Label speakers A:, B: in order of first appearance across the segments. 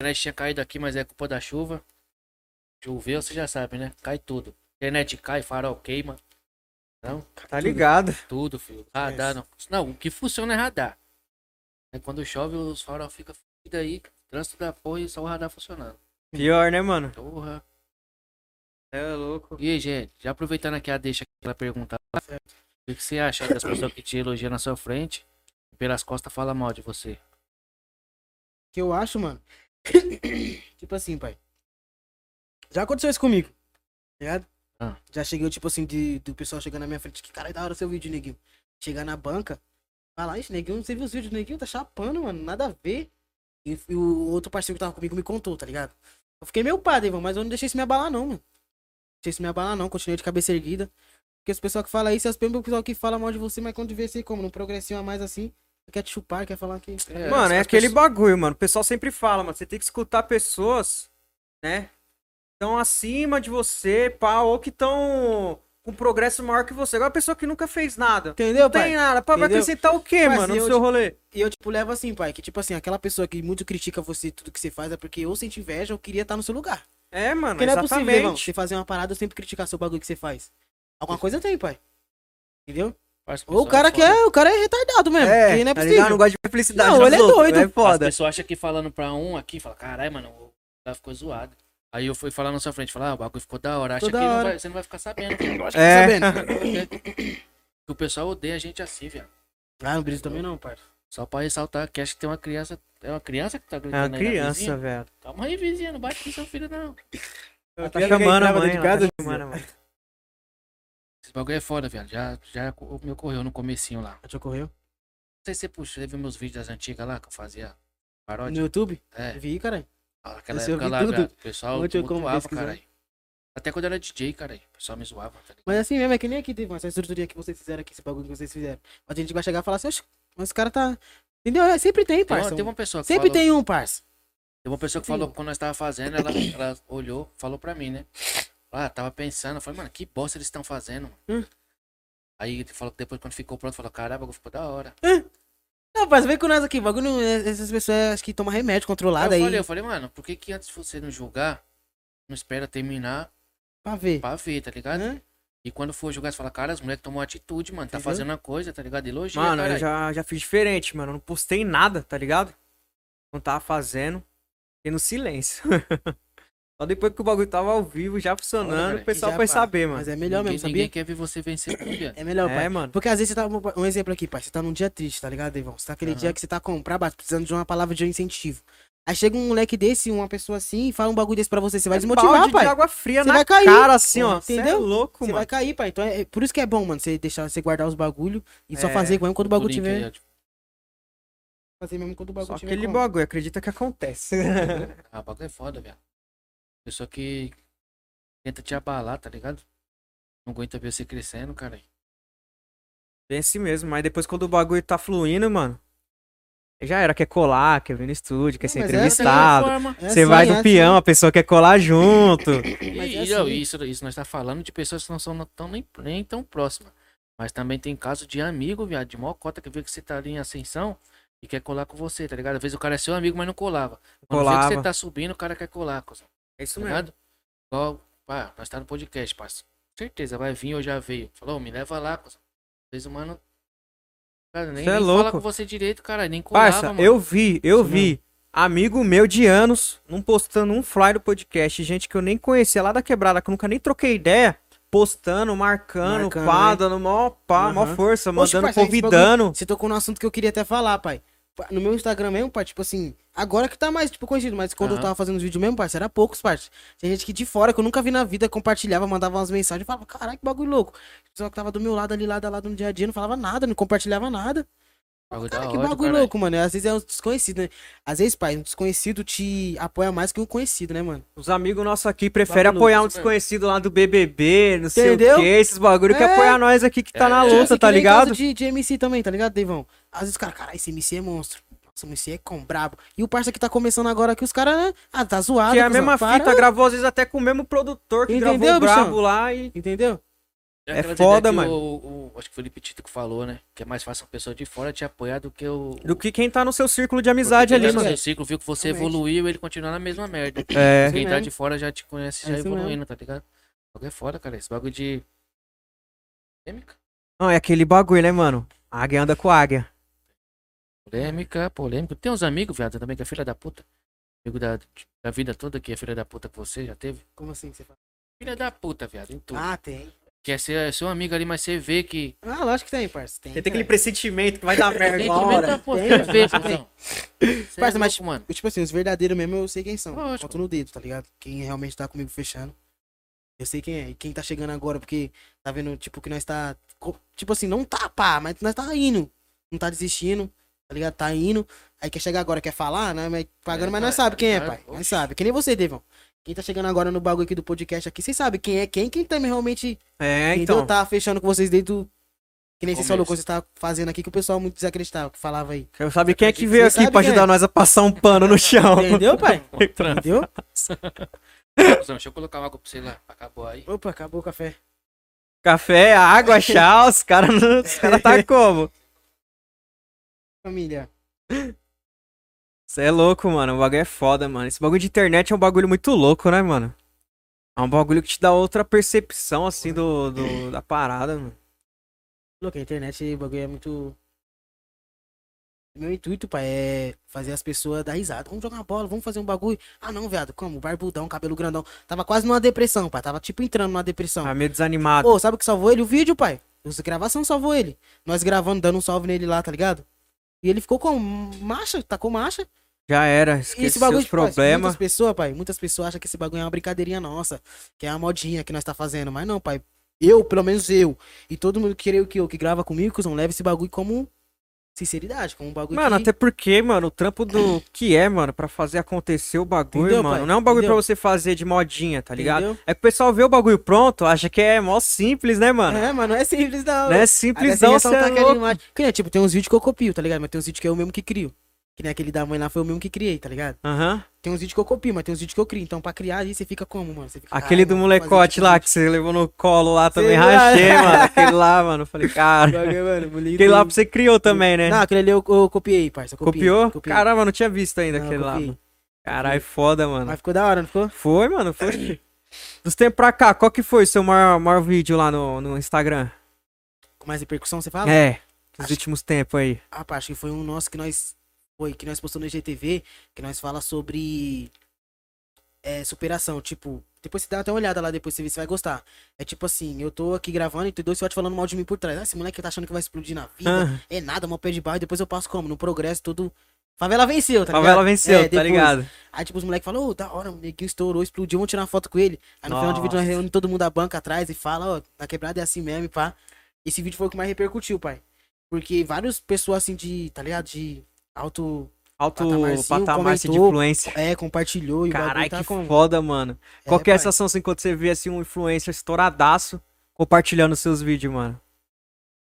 A: internet tinha caído aqui, mas é culpa da chuva. Choveu, você já sabe, né? Cai tudo. Internet cai, farol queima. Não,
B: Tá ligado.
A: tudo, filho. Radar não. Não, o que funciona é radar. É quando chove, os farol ficam fudidos aí. Trânsito da porra e só o radar funcionando.
B: Pior, né, mano?
A: Porra.
B: É louco.
A: E aí, gente, já aproveitando aqui a deixa pra perguntar lá, o que você acha das pessoas que te elogiam na sua frente e pelas costas fala mal de você?
C: que eu acho, mano. tipo assim, pai. Já aconteceu isso comigo. tá Ligado?
A: Ah.
C: Já cheguei, tipo assim, de, do pessoal chegando na minha frente. Que cara, da hora seu vídeo, neguinho. Chegar na banca. Falar, isso, neguinho, você viu os vídeos do neguinho? Tá chapando, mano. Nada a ver. E, e o outro parceiro que tava comigo me contou, tá ligado? Eu fiquei meio padre, irmão, mas eu não deixei isso me abalar, não, mano. Deixei isso me abalar, não. Continuei de cabeça erguida. Porque os pessoal que fala isso, é os mesmos pessoal que fala mal de você, mas quando vê você como, num progressinho a mais assim, quer te chupar, quer falar que.
B: mano, é
A: as
B: aquele
A: pessoas-
B: bagulho, mano. O pessoal sempre fala, mano. Você tem que escutar pessoas, né? Estão acima de você, pá, ou que estão com um progresso maior que você. Agora, a pessoa que nunca fez nada.
C: Entendeu,
B: Não
C: pai?
B: tem nada. Pá, vai
C: Entendeu?
B: acrescentar o quê,
C: Mas
B: mano,
C: eu
B: no
C: te-
B: seu rolê?
C: E eu, tipo, levo assim, pai, que tipo assim, aquela pessoa que muito critica você e tudo que você faz é porque ou sente inveja ou queria estar no seu lugar.
B: É, mano,
C: Porque não é possível, irmão,
B: exatamente.
C: você fazer uma parada ou sempre criticar seu bagulho que você faz. Alguma coisa tem, pai. Entendeu?
A: As
C: Ou o
A: pessoas
C: cara que
A: falam-
C: é, o cara é retardado mesmo. porque não é
B: tá ligado? Não
C: possível.
B: gosta de felicidade.
C: Não,
B: dos
C: ele é
B: outros,
C: doido.
B: É foda.
A: As pessoas acham que falando pra um aqui, fala, caralho, mano, o cara ficou zoado. Aí eu fui falar na sua frente, falar, ah, o bagulho ficou da hora. Acha
C: Ficou
A: que
C: da
A: não
C: hora.
A: vai- você não vai ficar sabendo.
C: Tá
B: É.
C: sabendo?
A: que o pessoal odeia a gente assim, velho.
C: Ah, não brisa também não, pai.
A: Só pra ressaltar que acho que tem uma criança. É uma criança que tá
B: É uma
A: gritando aí na
B: criança,
A: vizinha?
B: velho.
A: Calma aí, vizinha, não bate com seu filho, não.
B: Eu
C: tá
B: tô
C: chegando
B: chamando a
C: grávida
B: mãe,
C: de
B: ela
C: casa,
B: tá chamando a mãe.
A: Esse bagulho é foda, velho. Já, já me ocorreu no comecinho lá. Não
C: Já te ocorreu?
A: sei se você puxou, você viu meus vídeos das antigas lá que eu fazia
C: No
A: paródia.
C: YouTube?
A: É,
C: Vi, cara.
A: aquela
C: Esse eu
A: época
C: vi
A: lá,
C: tudo.
A: velho, o pessoal
C: Ontem eu como
A: zoava,
C: pesquisar.
A: caralho. Até quando eu era DJ, caralho, o pessoal me zoava. Tá ligado?
C: Mas assim mesmo, é que nem aqui teve mano, essa estrutura que vocês fizeram aqui, esse bagulho que vocês fizeram. Mas a gente vai chegar e falar assim, "Oxe, mas esse cara tá. Entendeu? É, Sempre tem,
A: Tem uma-
C: parça.
A: tem uma pessoa que
C: Sempre
A: falou-
C: tem um, parça.
A: Tem uma pessoa que
C: Sim.
A: falou que quando nós tava fazendo, ela, ela olhou, falou pra mim, né? Ah, tava pensando, eu falei, mano, que bosta eles estão fazendo, mano.
C: Hum.
A: Aí ele falou que depois quando ficou pronto, falou, caralho, o bagulho ficou da hora.
C: Não, parça, vem com nós aqui. Bagulho, é, essas pessoas acho que tomam remédio
A: Aí
C: controlado
A: eu
C: aí.
A: falei, eu falei, mano, por que que antes de você não julgar, não espera terminar
C: Pra ver.
A: pra ver, tá ligado?
C: Hã?
A: E quando for julgar, você fala, cara, os moleques tomou atitude, mano, tá
C: Hum. Entendeu?
A: fazendo uma coisa, tá ligado? Elogia,
B: Mano,
A: caralho.
B: eu já, já fiz diferente, mano. Eu não postei nada, tá ligado? Não tava fazendo. Fiquei no silêncio. Só depois que o bagulho tava ao vivo, já funcionando,
A: velho.
B: o pessoal
C: Já,
B: foi
C: pá.
B: saber, mano.
C: Mas é melhor
A: ninguém,
C: mesmo, sabia?
A: ninguém quer ver você vencer, filha.
C: É melhor,
B: É,
C: pai.
B: mano.
C: Porque às vezes você tá. Um exemplo aqui, pai. Você tá num dia triste, tá ligado, Devon? Você tá aquele
A: Aham.
C: dia que você tá com pra baixo, precisando de uma palavra de incentivo. Aí chega um moleque desse, uma pessoa assim, e fala um bagulho desse pra você. Você vai desmotivar,
B: É Balde
C: pai.
B: de água fria
C: Você
B: na
C: vai cair.
B: cara, assim, ó.
C: Entendeu?
B: Cê é louco,
C: Você
B: mano.
C: vai cair, pai. Então é, é por isso que é bom, mano, você deixar você guardar os bagulho e só
B: É.
C: fazer mesmo quando o bagulho
A: Tudo tipo,
C: tiver.
A: incrível.
C: Fazer mesmo quando o
B: Só
C: bagulho tiver.
B: aquele
C: como.
B: bagulho, acredita que acontece.
A: Ah, o bagulho é foda, velho. Pessoa que tenta te abalar, tá ligado? Não aguenta ver você crescendo,
C: É,
A: cara.
B: Bem assim mesmo, mas depois quando o bagulho tá fluindo, mano. Já era, quer colar, quer vir no estúdio, quer
C: Não,
B: ser
C: mas é,
B: entrevistado.
C: É
B: Você
C: assim,
B: vai no
C: é assim.
B: peão, a pessoa quer colar junto.
C: Mas
A: E,
C: é
A: e, ó,
C: assim.
A: isso, isso nós tá falando de pessoas que não são não tão, nem, nem tão próximas. Mas também tem caso de amigo, viado, de mó cota que vê que você tá ali em ascensão e quer colar com você, tá ligado? Às vezes o cara é seu amigo, mas não colava. Quando vê que
B: Colava.
A: você tá subindo, o cara quer colar, cuzão.
B: É isso
A: tá ligado? Igual, pá, nós tá no podcast, parceiro. Certeza, vai vir ou já veio. Falou, me leva lá, cuzão. Às vezes o mano. Cara, nem,
B: Cê é
A: nem fala
B: louco.
A: com você direito, cara. Nem colava,
B: Parça,
A: mano.
B: eu vi, eu
C: Isso
B: vi. Amigo meu de anos, não postando um fly do podcast, gente que eu nem conhecia lá da quebrada, que eu nunca nem troquei ideia, postando, marcando,
C: Marcando,
B: pá,
C: né?
B: dando mó pá, mó
C: Aham.
B: força,
C: Oxe,
B: mandando,
C: parceiro, esse é
B: convidando.
C: Você tocou num assunto que eu queria até falar, pai. Pa- No meu Instagram mesmo, pai, tipo assim, agora que tá mais, tipo, conhecido, mas quando eu
A: Aham.
C: tava fazendo os vídeos mesmo, parceiro, era poucos, parceiro. Tinha gente que de fora, que eu nunca vi na vida, compartilhava, mandava umas mensagens, eu falava, caralho, que bagulho louco. O pessoal que tava do meu lado ali, lado a lado no dia a dia, não falava nada, não compartilhava nada.
A: Bagulho da
C: Cara, que
A: hora,
C: bagulho
A: caralho.
C: louco, mano. Às vezes é um desconhecido, né? Às vezes, pai, um desconhecido te apoia mais que um conhecido, né, mano?
B: Os amigos nossos aqui preferem
A: Bagulho,
B: apoiar um
A: isso mesmo.
B: desconhecido lá do BBB, não sei
C: né? Entendeu?
B: o que, esses bagulho que
C: É.
B: apoiar nós aqui que tá
A: É,
B: na
A: é.
C: Tipo
B: luta,
C: assim,
B: tá
C: que nem
B: ligado?
C: caso De, de MC também, tá ligado, Deivão? Às vezes, cara, caralho, esse MC é monstro. Nossa, o MC é com brabo. E o parça que tá começando agora aqui, os caras, né? Ah, tá zoado.
B: Que é a
C: cuzão,
B: mesma
C: para.
B: fita, gravou às vezes até com o mesmo produtor que
C: Entendeu,
B: gravou o
C: bichão?
B: Brabo lá e
C: Entendeu?
B: É
A: aquelas
B: foda,
A: ideias que
B: mano.
A: o- o- acho que o Felipe Tito que falou, né? Que é mais fácil uma pessoa de fora te apoiar do que o.
B: Do que quem tá no seu círculo de amizade ali,
A: Quem tá no
B: mano.
A: seu ciclo, viu que você
C: Realmente.
A: evoluiu, ele continua na mesma merda.
B: É.
A: Quem
C: Isso
A: tá
C: mesmo.
A: de fora já te conhece
C: É
A: já
C: isso
A: evoluindo, tá ligado? Algo é foda, cara. Esse bagulho de. Polêmica?
B: Não, é aquele bagulho, né, mano? Águia anda com águia.
A: Polêmica, polêmica. Tem uns amigos, viado, também, que é filha da puta. Amigo da, da vida toda que é filha da puta que você já teve.
C: Como assim que você fala?
A: Filha da puta, viado, em tudo.
C: Ah, tem.
A: Quer ser é seu amigo ali, mas você vê que.
C: Ah, lógico que tem, parça. Tem,
B: Você tem
C: cara.
B: aquele pressentimento que vai dar merda
A: Tem
B: uma
A: que
B: hora.
A: inventar, pô, você vê,
C: É né? tem.
A: cuzão. Cê é
C: Parça, mas-
A: louco, mano.
C: Eu, Tipo assim, os verdadeiros mesmo eu sei quem são.
A: Lógico.
C: Conto no dedo, tá ligado? Quem realmente tá comigo fechando. Eu sei quem é. E quem tá chegando agora, porque tá vendo, tipo, que nós tá. co- Tipo assim, não tá, pá, mas nós tá indo. Não tá desistindo, tá ligado? Tá indo. Aí quer chegar agora, quer falar, né? Mas pagando,
A: É,
C: mas nós
A: tá-
C: sabe quem é,
A: tá-
C: pai.
A: oxe.
C: Nós sabe. Que nem você, Devon. Quem tá chegando agora no bagulho aqui do podcast aqui, vocês sabem quem é quem, quem também realmente
B: É,
C: entendeu?
B: então.
C: tá fechando com vocês desde o. Que nem vocês
A: Começo.
C: falou quando você tá fazendo aqui, que o pessoal muito desacreditava, que falava aí.
B: Quero saber quem é que veio
C: Você
B: aqui pra
C: sabe
B: ajudar
C: quem é.
B: nós a passar um pano no chão.
C: Entendeu, pai? Entendeu?
A: Cuzão, Deixa eu colocar uma água pra você lá. Acabou aí.
C: Opa, acabou o café.
B: Café, água, chá, os caras cara tá como?
C: Família.
B: Você é louco, mano. O bagulho é foda, mano. Esse bagulho de internet é um bagulho muito louco, né, mano? É um bagulho que te dá outra percepção, assim, do, do- da parada, mano.
C: Louco, a internet, o bagulho é muito. Meu intuito, pai, é fazer as pessoas dar risada. Vamos jogar uma bola, vamos fazer um bagulho. Ah, não, viado, como? Barbudão, cabelo grandão. Tava quase numa depressão, pai. Tava tipo entrando numa depressão.
B: Tá meio desanimado.
C: Pô, sabe o que salvou ele? O vídeo, pai. Os gravação salvou ele. Nós gravando, dando um salve nele lá, tá ligado? E ele ficou com marcha, tacou marcha.
B: Já era,
C: E
B: esqueceu os problemas.
C: Muitas pessoas, pai, muitas pessoas acham que esse bagulho é uma brincadeirinha nossa, que é uma modinha que nós tá fazendo, mas não, pai. Eu, pelo menos eu, e todo mundo que creio que eu que grava comigo, cuzão, leva esse bagulho como sinceridade, como um bagulho
B: Mano,
C: que...
B: até porque, mano, o trampo do que é, mano, pra fazer acontecer o bagulho,
C: Entendeu,
B: mano.
C: pai?
B: Não é um bagulho
C: Entendeu?
B: pra você fazer de modinha, tá ligado?
C: Entendeu?
B: É que o pessoal vê o bagulho pronto, acha que é mó simples, né, mano?
C: É, mano, não é simples não.
B: Não é
C: Até
B: simples,
C: sem
B: não, cê
C: ressaltar
B: é
C: aquela
B: louco.
C: imagem. Que nem, tipo, tem uns vídeos que eu copio, tá ligado? Mas tem uns vídeos que é eu mesmo que crio. Que nem aquele da mãe lá foi eu mesmo que criei, tá ligado?
B: Aham.
C: Tem uns vídeos que eu copio, mas tem uns vídeos que eu crio. Então, pra criar aí, você fica como, mano? Você fica,
B: Aquele
C: "Caralho,
B: do
C: mano, vou fazer tipo
B: molecote lá
C: diferente."
B: que você levou no colo lá também,
C: Sei lá.
B: rachei, mano. Aquele lá, mano. eu Falei, cara.
C: Bagulho, mano, moleque-
B: Aquele lá você criou também, né?
C: Não, aquele ali eu, eu copiei, parça. eu copiei,
B: Copiou?
C: copiei.
B: Caramba, não tinha visto ainda
C: Não,
B: aquele lá.
C: copiei.
B: mano. Caralho, é foda, mano.
C: Ah, Mas ficou da hora, não ficou?
B: Foi, mano, foi. Dos tempos pra cá, qual que foi o seu maior, maior vídeo lá no, no Instagram?
C: Com mais repercussão, você fala?
B: É, nos
C: Acho-
B: últimos tempos aí.
C: Ah, pá, acho que foi um nosso que nós. Foi, que nós postamos no IGTV, que nós fala sobre. é, superação. Tipo, depois você dá até uma olhada lá, depois você vê se vai gostar. É tipo assim, eu tô aqui gravando e tem dois filhotes falando mal de mim por trás. Ah, esse moleque tá achando que vai explodir na vida.
B: Ah,
C: É nada, mó pé de barro. e Depois eu passo como? No progresso, todo. Favela venceu, tá ligado?
B: favela venceu,
C: É,
B: tá
C: depois.
B: ligado?
C: Aí, tipo, os moleques falam, ô, da hora, o neguinho estourou, explodiu, vamos tirar uma foto com ele. Aí no final do vídeo nós
B: Nossa.
C: reunimos todo mundo da banca atrás e fala, ó, na quebrada é assim mesmo, e pá. Esse vídeo foi o que mais repercutiu, pai. Porque várias pessoas assim de, tá ligado? De alto.
B: Alto
C: Patamarzinho
B: patamar assim, de
C: comentou.
B: influência.
C: É, compartilhou e o
B: Caralho,
C: bagulho
B: que
C: tá como?
B: foda, mano. Qual
C: É,
B: que é a
C: pai.
B: sensação assim quando você vê assim um influencer estouradaço compartilhando seus vídeos, mano?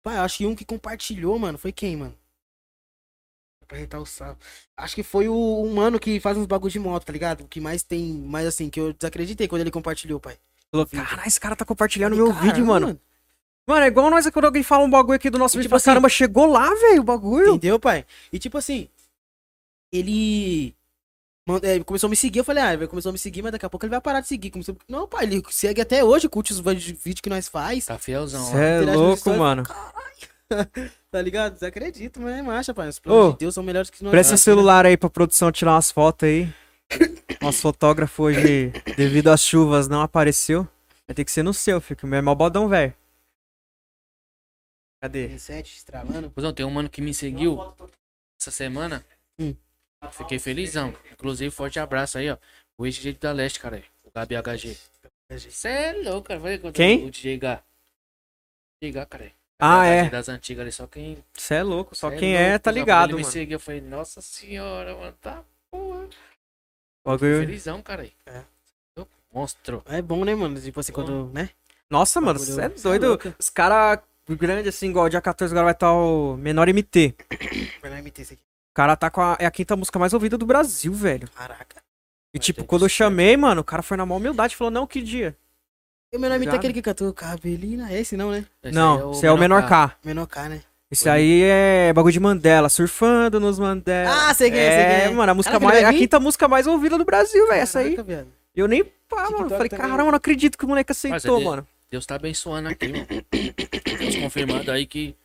C: Pai, eu acho que um que compartilhou, mano, foi quem, mano? Pra arretar o sapo. Acho que foi o um mano que faz uns bagulhos de moto, tá ligado? O que mais tem, mais assim, que eu desacreditei quando ele compartilhou, pai.
B: Falou, caralho, esse cara tá compartilhando
C: E,
B: meu
C: caramba,
B: vídeo, mano. Mano, é igual nós quando alguém fala um bagulho aqui do nosso
C: E,
B: vídeo.
C: tipo
B: fala,
C: assim-
B: caramba, chegou lá, velho, o bagulho.
C: Entendeu, pai? E tipo assim, ele manda- é, começou a me seguir, eu falei, ah, ele começou a me seguir, mas daqui a pouco ele vai parar de seguir. Começou... Não, pai, ele segue até hoje, curte os vídeos que nós faz,
A: Tá fielzão, ó.
B: Cê é
C: interage no
B: louco,
C: story,
B: mano.
C: tá ligado? Desacredito, mas é marcha, pai. Os planos
B: Ô,
C: de Deus são melhores que nós.
B: Presta
C: né?
B: seu celular aí pra produção tirar umas fotos aí. Nosso fotógrafo hoje, devido às chuvas, não apareceu. Vai ter que ser no seu, filho, que o meu é mó bodão, velho. Cadê?
C: 17, estralando.
A: Cuzão, tem um mano que me seguiu essa semana.
C: Hum.
A: Fiquei felizão. Inclusive, forte abraço aí, ó. O ex-DJ da Leste, cara. aí, O Gabi HG. Você é louco, cara. Vai encontrar
B: Quem?
A: O DJ Gá. DJ Gá, cara. aí.
B: Ah,
A: HG
B: é.
A: Das antigas ali, só quem.
B: Você é louco, só
A: né? cê
B: quem é,
A: louco,
B: tá
A: cuzão. Quando
B: ligado,
A: Ele me
B: mano.
A: seguiu, eu falei, nossa senhora, mano, tá porra.
B: Bagulho.
A: Felizão, cara. aí.
C: É.
A: Louco, Monstro.
C: É bom, né, mano? Tipo assim, quando, né?
B: Nossa, mano,
C: Bagulho-
B: você é
C: cê é
B: doido.
C: louco.
B: Os caras grandes, assim, igual dia 14 agora vai estar o menor MT.
C: Vai lá MT isso aqui.
B: O cara tá com a. É a quinta música mais ouvida do Brasil, velho.
C: Caraca.
B: E
A: Mas
B: tipo,
A: tem que
B: quando eu
A: ser.
B: chamei, mano, o cara foi na maior humildade e falou, não, que dia?
C: E O meu nome
B: Já,
C: tá aquele que cantou Cabelina, é esse não, né?
A: Esse aí
B: Não, você é o menor K.
C: Menor K, né?
B: Esse aí é bagulho de Mandela, surfando nos Mandela.
C: Ah, sei quem é, sei
B: é,
C: quem é.
B: mano, a música
C: Caraca, ele
B: mais,
C: vai
B: a
C: vir?
B: quinta música mais ouvida do Brasil, velho, essa aí.
C: Caraca, viado.
B: Eu nem, pá, mano,
C: TikTok
B: falei,
C: também.
B: caramba, não acredito que o moleque
A: Mas é
B: aceitou,
A: de-
B: mano.
A: Deus tá abençoando aqui, mano. Deus confirmando aí que.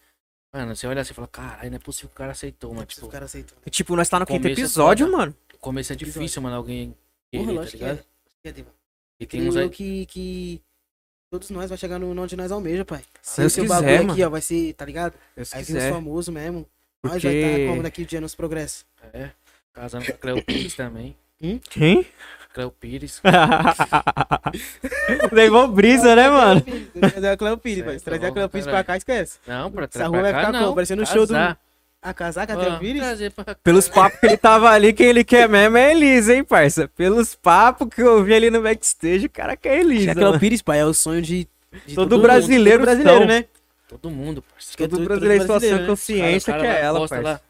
A: Mano, você olha assim e fala, caralho, não é possível que o cara aceitou, mano.
C: Tipo,
A: Tipo,
C: o cara aceitou.
B: E, Tipo, nós tá no quinto
A: Começo é
B: episódio,
A: foda.
B: mano.
A: o começo é difícil, mano, alguém
C: né? Porra,
A: querer, tá
C: lógico que é.
A: ligado?
C: Acho que é, Diva.
A: E tem
C: Tem
A: uns aí.
C: que, que todos nós vai chegar no onde nós almeja, pai.
B: Se Deus
C: seu
B: quiser,
C: bagulho aqui,
B: mano.
C: ó, vai ser, tá ligado?
B: Se
C: Vai vir os
B: quiser.
C: famosos mesmo. Nós
B: Porque-
C: vai estar tá como daqui o dia nos progresso.
A: É, casando com a Cleo Pires também.
B: Quem?
A: Cleo Pires.
B: Levou brisa, né, mano?
C: Trazer a Cleo Pires,
A: Certo,
C: pai. Se Trazer a
A: bom,
C: Cleo Pires pra
A: caralho.
C: cá, esquece.
A: Não, pra
C: Essa
A: trás.
C: rua vai ficar como?
A: não.
C: Parecendo o show do-
A: Casar.
C: A casaca, a
A: Ó,
C: Cleo Pires.
A: trazer pra cá.
B: Pelos papos que ele tava ali, quem ele quer mesmo é a Elisa, hein, parça? Pelos papos que eu vi ali no backstage, o cara quer a
C: Se
B: Elisa.
C: a Cleo
B: mano.
C: Pires, pai, é o sonho de, de
B: Todo
C: mundo,
B: brasileiro,
C: todo brasileiro,
B: então.
C: né?
A: Todo mundo, parceiro.
B: Todo
C: tudo- tudo
B: brasileiro em situação
C: brasileiro,
B: de
C: né?
B: consciência
A: Cara, o
B: que
A: cara
B: é
A: lá
B: ela,
A: posta
B: parça.
A: lá,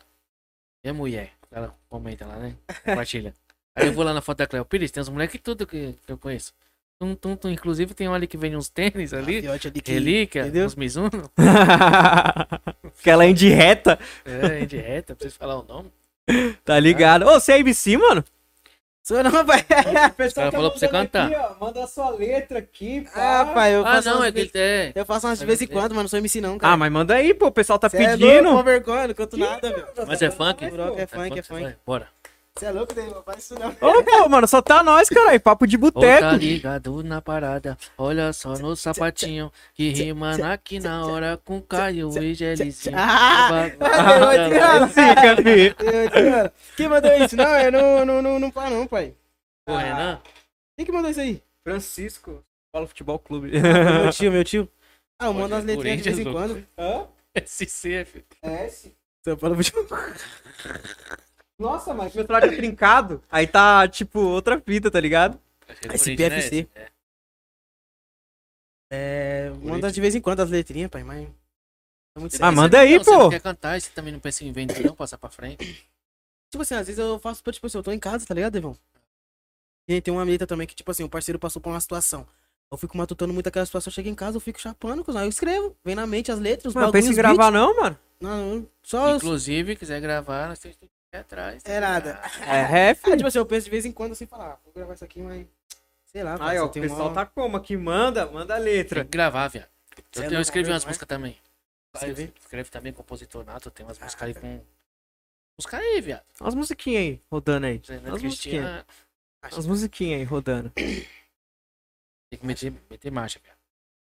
A: É mulher. Ela comenta lá, né? Compartilha. Aí eu vou lá na foto da Cleo Pires, tem uns moleques tudo que, que eu conheço. Tum, tum, tum. Inclusive tem um ali que vende uns tênis
C: A
A: ali.
C: fiote ali que-
A: Relíquia,
C: entendeu?
A: uns Mizuno.
B: Aquela indireta,
A: É, indireta, preciso falar o nome.
B: tá ligado? Ô, você é ABC, mano?
C: Sou não, pai.
A: Ela
C: tá
A: falou pra você cantar.
B: manda a sua letra aqui,
C: Ah, pai, eu
A: Ah,
C: faço
A: não,
C: umas
A: é que
C: vezes-
A: ele é.
C: Eu faço umas de
A: Mas
C: vez em
A: é-
C: quando, mas não sou MC não, cara.
B: Ah, mas manda aí, pô, o pessoal tá
C: Cê é
B: pedindo.
C: louco, com vergonha, não canto nada, velho.
A: Mas é funk?
C: Broca, é funk, é
A: você vai,
C: funk.
A: Bora.
C: Você é louco, David? Faz isso não.
B: Ô, pô, mano, só tá nós, caralho, papo de
A: Ô, tá
B: boteco.
A: ligado na parada, olha só no sapatinho, que rima na- aqui na hora com Caio e Gelizinho.
C: Ah!
A: O bagulho
C: Ah,
A: tá
C: meu
A: doido.
C: Deus.
B: Zica, fi.
C: Eu te amo. Quem mandou isso? Não, eu não, não, não, não paro não, pai.
A: Ô,
B: Ah.
A: Renan,
C: Quem que mandou isso aí?
B: Francisco, Paulo Futebol Clube.
C: Meu tio, meu tio. Ah, eu
A: Pode
C: mando
A: ir,
C: umas letrinhas de vez em
A: Corinthians,
C: quando. Hã?
A: SC, filho.
C: É esse? São Paulo Futebol. Nossa, mas
B: Meu traje é trincado, aí tá, tipo, outra fita, tá ligado?
C: SPFC.
A: É,
C: É, manda de vez em quando as letrinhas, pai, mas... Tá muito
B: Ah,
C: sério.
B: manda aí,
A: não, Você não
B: pô.
A: quer cantar e você também não pensa em vender, não? Passar pra frente.
C: Tipo assim, às vezes eu faço, pra, tipo assim, eu tô em casa, tá ligado, Devão? E aí tem uma amiga também que, tipo assim, o parceiro passou por uma situação. Eu fico matutando muito aquela situação, eu chego em casa, eu fico chapando, cuzão. Aí eu escrevo, vem na mente as letras, os
B: Mano,
C: bagulhos,
B: pensa em
C: os beats.
B: gravar não, mano?
C: Não, não, só...
A: Inclusive, quiser gravar, nós temos que ir atrás.
C: É nada.
B: É, ref.
C: Ah, tipo assim, eu penso de vez em quando, assim, falar, ah, vou gravar isso aqui, mas... Sei lá,
B: Aí,
C: parça,
B: ó,
C: eu
B: o
C: tenho
B: pessoal
C: mó-
B: tá como aqui? Manda, manda a
A: Tem
B: letra.
A: que gravar, viado. Eu,
C: Você
A: tenho- eu
C: não
A: escrevi
C: vai,
A: umas
C: não é?
A: músicas também.
C: Você
A: Eu
C: vê?
A: escrevo também, compositonato, tem umas
B: Ah,
A: músicas aí com... Música aí, viado. é
B: Umas musiquinhas aí, rodando aí.
A: Renan
B: Umas musiquinhas.
A: Cristina,
B: Umas musiquinhas aí, rodando.
A: tem que meter, meter marcha, viado.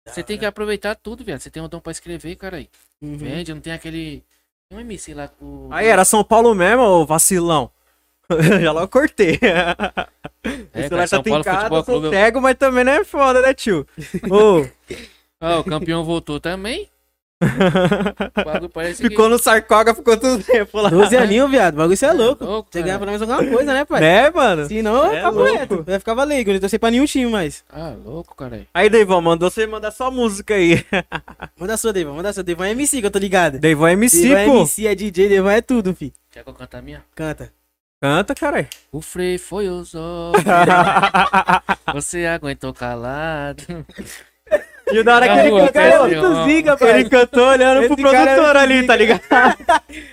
C: Da
A: Você tem que
C: hora.
A: aproveitar tudo, viado. Você tem um dom pra escrever, cara aí.
C: Uhum.
A: Vende, não tem aquele... Tem um MC lá com...
B: Aí, era São Paulo mesmo, ô vacilão? Já logo cortei.
A: É,
B: Esse
A: cara,
B: lá
A: São Paulo Futebol
B: sou
A: Clube.
B: cego, mas também não é foda, né, tio? Ô,
A: Ó, o campeão voltou também. O bagulho parece que...
B: ficou no sarcógrafo, ficou tudo tempo lá.
C: 12 aninhos, viado, o bagulho você é louco.
A: louco,
C: Você
A: cara.
C: ganha pelo menos alguma coisa, né, pai?
B: Né, mano?
C: Se não,
B: Cê é
C: é papo
B: louco.
C: reto. Vai ficar valendo, eu não torcer pra nenhum time mais.
A: Ah, louco, cara aí.
B: Aí, Deivão, mandou você mandar só música aí.
C: Manda a sua, Devon, manda a sua, Devon é MC, que eu tô ligado.
B: Deivão é MC,
C: Devan é
B: pô.
C: MC, é DJ, Devan é tudo, fi.
A: Quer que eu cante a minha?
C: Canta.
B: Canta, caralho.
A: O freio foi os Você aguentou calado.
B: E da hora é que
A: Na
B: ele
A: rua,
B: cantou,
A: cara,
B: ele
A: assim, ó.
B: cantou zica, pô. Ele cantou olhando pro
C: Esse cara é
B: produtor
C: muito
B: ali, tá ligado?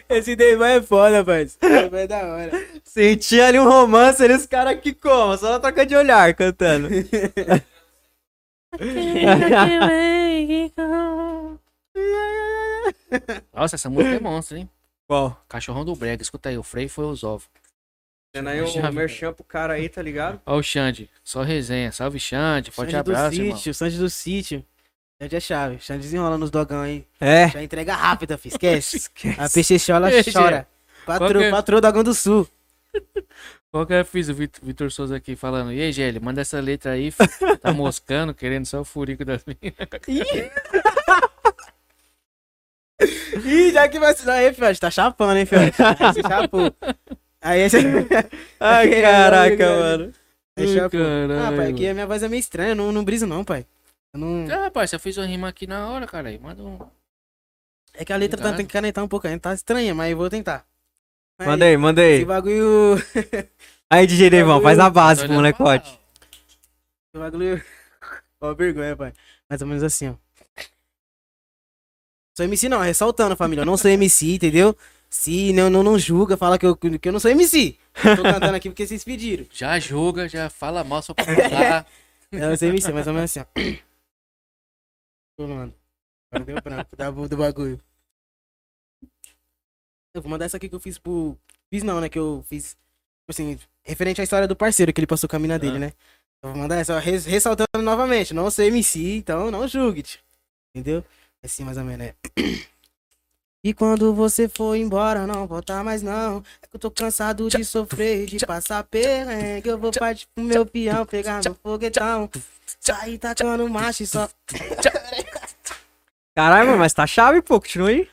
C: Esse Devan é foda, parceiro. Devan é da hora.
B: Sentia ali um romance, ali os caras que como, só na troca de olhar cantando.
A: Nossa, essa música é monstro, hein?
B: Qual?
A: Cachorrão do Brega, escuta aí, o freio foi os ovos.
B: Tendo aí o é um merchan pro cara aí, tá ligado?
A: Ó o Xande, só resenha. Salve, Xande. Forte
C: Xande
A: abraço,
C: do
A: irmão.
C: sítio, Xande do sítio. Xande é chave. Xande desenrola nos dogão, hein?
B: É.
C: Já entrega rápida, fi. Esquece. A peixechola
A: Peixe.
C: chora. Quatro,
A: Qual que é?
C: quatro dogão do sul.
A: Qual que eu fiz? O Vit- Vitor Souza aqui falando. E aí, Gelli, manda essa letra aí. fi. Tá moscando, querendo só o furico das meninas.
C: Ih, já que vai se dar aí, fiote. Tá chapando, hein, fiote. Aí você tá chapou. Aí esse... é-
B: Ai,
C: Aquele
B: caraca,
C: bagulho
B: mano.
C: Aí chapou. Ah, pai,
A: caralho.
C: aqui é- a minha voz é meio estranha. Eu não, não briso, não, pai. Eu não...
A: Ah, parça, eu fiz uma rima aqui na hora, cara. aí. Manda um.
C: É que a letra tá,
A: Obrigado.
C: tem que canetar um pouco ainda. Tá estranha, mas eu vou tentar. Mas
B: Manda aí, manda
C: Esse
B: aí.
C: bagulho...
B: Aí, DJ Deivão, faz a base
A: Tô
B: pro
A: Tá olhando pra
B: molecote.
A: lá, ó.
C: Esse bagulho... Ó, vergonha, pai. Mais ou menos assim, ó. Sou MC não, ressaltando, família. Eu não sou MC, entendeu? Se não, não, não julga, fala que eu, que eu não sou MC. Eu tô cantando aqui porque vocês pediram.
A: Já julga, já fala mal só pra falar.
C: Eu não sou MC, mais ou menos assim, ó. Tô, mano. Agora deu branco da, bu- do bagulho. Eu vou mandar essa aqui que eu fiz pro. Fiz não, né? Que eu fiz. tipo Assim, referente à história do parceiro que ele passou com a mina dele,
A: Ah.
C: né? Eu vou mandar essa, ó, res- ressaltando novamente. Não sou MC, então não julgue. tio. Entendeu? Assim, mais ou menos, é. E quando você for embora, não voltar mais não. É que eu tô cansado de sofrer, de passar perrengue. Eu vou partir pro meu peão, pegar meu foguetão. Sair tacando macho e só.
B: Caralho, mano, mas tá chave, pô. Continua aí.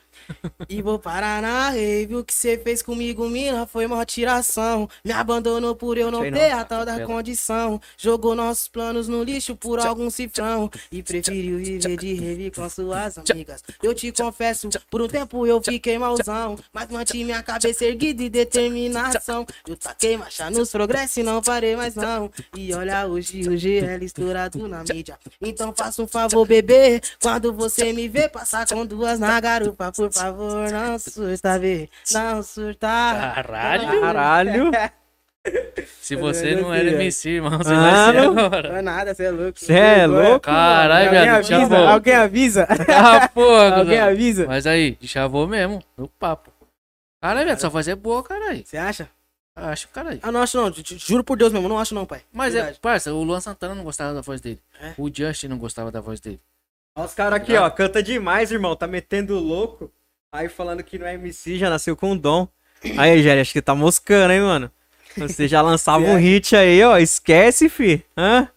C: E vou parar na rave, o que você fez comigo, mina, foi uma tiração. Me abandonou por eu não
B: Sei não.
C: ter a tal da
A: Pera.
C: condição. Jogou nossos planos no lixo por algum cifrão. E preferiu viver de rave com suas amigas. Eu te confesso, por um tempo eu fiquei mauzão. Mas mantive minha cabeça erguida e determinação. Eu taquei marcha nos progressos e não parei mais não. E olha hoje o GL estourado na mídia. Então faça um favor, bebê. Quando você me vê passar com duas na garupa, por favor, não surta, bê. Não surta.
A: Caralho.
B: Caralho.
A: Se
C: Eu
A: você não era
C: olhei,
A: MC, irmão, você
B: Ah,
A: vai ser
B: não.
A: agora.
C: Não é nada, você é louco.
B: Cê é louco?
A: Caralho,
B: Alguém
A: viado.
B: avisa?
A: Chavou.
C: Alguém avisa?
A: Tá fogo.
B: Alguém
A: mano.
B: avisa?
A: Mas aí, chavou mesmo. No papo. Caralho, viado, sua voz é boa, caralho.
C: Você acha?
A: Acho, caralho.
C: Ah, não acho não. Ju- ju- Juro por Deus mesmo, não acho não, pai.
A: Mas é,
C: Verdade.
A: parça, o Luan Santana não gostava da voz dele.
C: É.
A: O Justin não gostava da voz dele.
B: Olha os caras aqui, ó. Canta demais, irmão. Tá metendo louco. Aí falando que não é MC, já nasceu com dom. Aí, Gélia, acho que tá moscando, hein, mano. Você já lançava um hit aí, ó. Esquece, fi. Hã?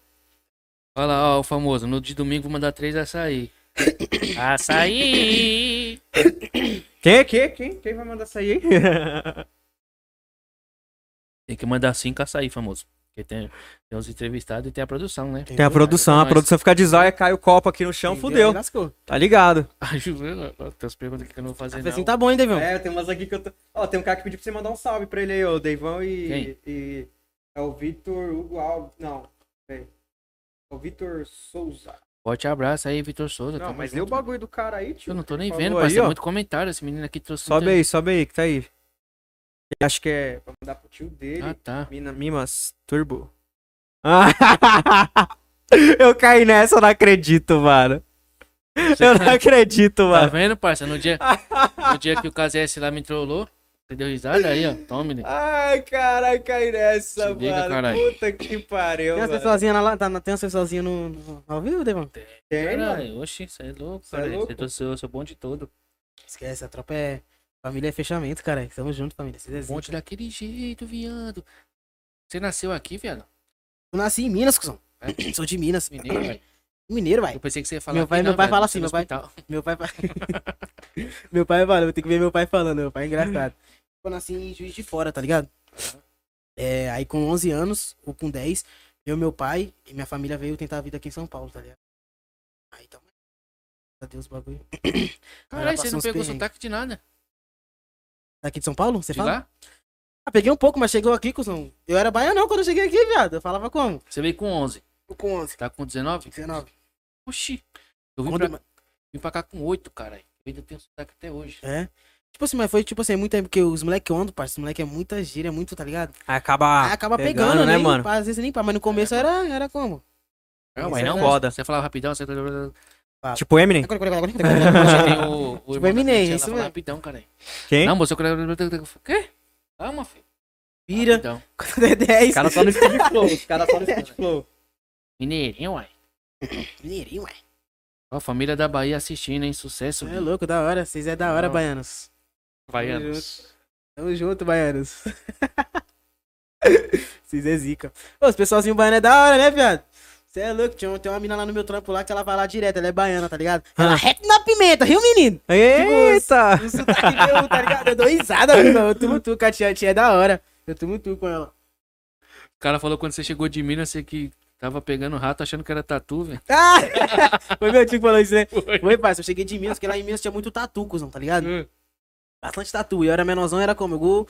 A: Olha lá, ó, o famoso. No de domingo vou mandar três açaí. açaí!
B: Quem, quem, quem? Quem vai mandar sair aí?
A: Tem que mandar cinco açaí, famoso. Porque tem, tem os entrevistados e tem a produção, né?
B: Tem a produção. A
A: Nós.
B: produção fica de zóia, cai o copo aqui no chão,
C: Aí
B: Então fudeu.
C: Lascou.
B: Tá ligado?
A: Ai, Juliana, ó, tem umas perguntas aqui que eu não vou fazer,
C: Falei
A: não.
C: assim, tá bom, hein, Devão?
B: É, tem umas aqui que eu tô. Ó, tem um cara que pediu pra você mandar um salve pra ele aí, ô, Deivão e. e- É o Vitor Hugo Alves. Não, peraí. É o Vitor Souza.
A: Forte abraço aí, Vitor Souza.
B: Não,
A: tamo
B: mas
A: junto. né?
B: deu o bagulho do cara aí, tio.
A: Eu não tô nem
B: Falou
A: vendo,
B: aí,
A: parceiro.
B: ó.
A: Muito comentário. Esse menino aqui trouxe.
B: Sobe
A: muita-
B: aí, sobe aí, que tá aí. Eu Acho que é pra mandar pro tio dele.
A: Ah, tá.
B: Mina Mimas Turbo. Ah, eu caí nessa, eu não acredito, mano. Eu não acredito,
A: Tá
B: mano.
A: vendo, parceiro? No dia, no dia que o KZS lá me trollou, você deu risada aí, ó. Tome, né?
B: Ai, caralho, caí nessa,
A: Se liga,
B: mano.
A: caralho.
B: Puta que pariu,
C: Tem umas
B: mano.
C: pessoalzinhas na lá, tá, tem umas pessoalzinhas no, no. Ao vivo, Devão?
B: Tem, mano.
A: Caralho, oxi, você é louco,
B: Cê é
A: cara.
B: louco?
A: Você trouxe o seu bonde todo.
C: Esquece, a tropa é. Família é fechamento, cara. Tamo junto, família. Vocês é zica.
A: Bonde daquele jeito, viado. Você nasceu aqui, viado?
C: Eu nasci em Minas, cuzão. Sou de Minas, mineiro.
A: Mineiro, velho.
C: Mineiro, vai.
A: Eu pensei que você ia falar.
C: Meu
A: aqui,
C: pai- meu
A: não,
C: pai
A: viado,
C: fala
A: você
C: assim,
A: no
C: meu pai-
A: hospital.
C: Meu pai fala. meu pai fala, vou ter que ver meu pai falando. Meu pai é engraçado. Eu nasci em Juiz de Fora, tá ligado? É, aí com 11 anos, ou com 10, eu, meu pai e minha família veio tentar a vida aqui em São Paulo, tá ligado? Aí então. Graças a Deus, o bagulho.
A: Caralho, você
C: passou
A: não
C: uns
A: pegou
C: perrengues.
A: sotaque de nada.
C: Daqui de São Paulo? Você
A: De
C: fala?
A: lá?
C: Ah, peguei um pouco, mas chegou aqui, cuzão. Eu era baianão quando eu cheguei aqui, viado. Eu falava como?
A: Você veio com 11.
C: Com 11,
A: Tá com 19?
C: 19.
A: Oxi. Eu vim,
C: Quando,
A: pra, vim pra cá com 8, cara. Eu ainda tenho sotaque até hoje.
C: É. Tipo assim, mas foi tipo assim, muito tempo que os moleque andam, parça. Os moleque é muita gíria, muito, tá ligado?
B: Acaba,
C: Aí acaba pegando, né, mano? Às vezes nem pá, mas no começo era, era como?
A: Não,
C: Isso
A: mas
C: é
A: não
B: foda.
A: Você falava rapidão, você. Hoje
B: Tipo Eminem?
A: tem o.
B: Tipo,
A: o irmão da
C: Eminem,
A: Cintia, ela
C: isso
A: fala
C: mesmo.
A: rapidão, cara.
B: Quem?
A: Não, moço, eu quero. O quê? Calma, filho.
C: Pira,
A: Rapidão.
C: quando é 10.
B: Os caras só no Speed Flow. Os caras só no
C: É
B: Speed
C: tipo,
B: Flow.
A: Mineirinho, uai.
C: Mineirinho, ué.
A: Ó, a família da Bahia assistindo, hein? Sucesso.
C: É louco, da hora. Vocês é da hora,
A: Não.
C: baianos.
A: Baianos.
C: Tamo junto, baianos. Vocês é zica. Ô, os pessoalzinho baiano é da hora, né, viado? Você é louco, tinha um- tem uma mina lá no meu trampo lá que ela vai lá direto, ela é baiana, tá ligado? Ela
B: Ah.
C: reta na pimenta, viu, menino?
B: Eita!
C: Um sotaque meu, tá ligado? Eu dou risada, mano. Eu tumo tu com a tia, a tia é da hora. Eu tumo tu com ela.
A: O cara falou quando você chegou de Minas, você que tava pegando rato achando que era tatu, velho.
C: Ah! Foi meu tio que falou isso, né? Foi, Hum. parça. Eu cheguei de Minas, porque lá em Minas tinha muito tatu, cuzão, tá ligado? Bastante tatu. E eu era menorzão, era como? Eu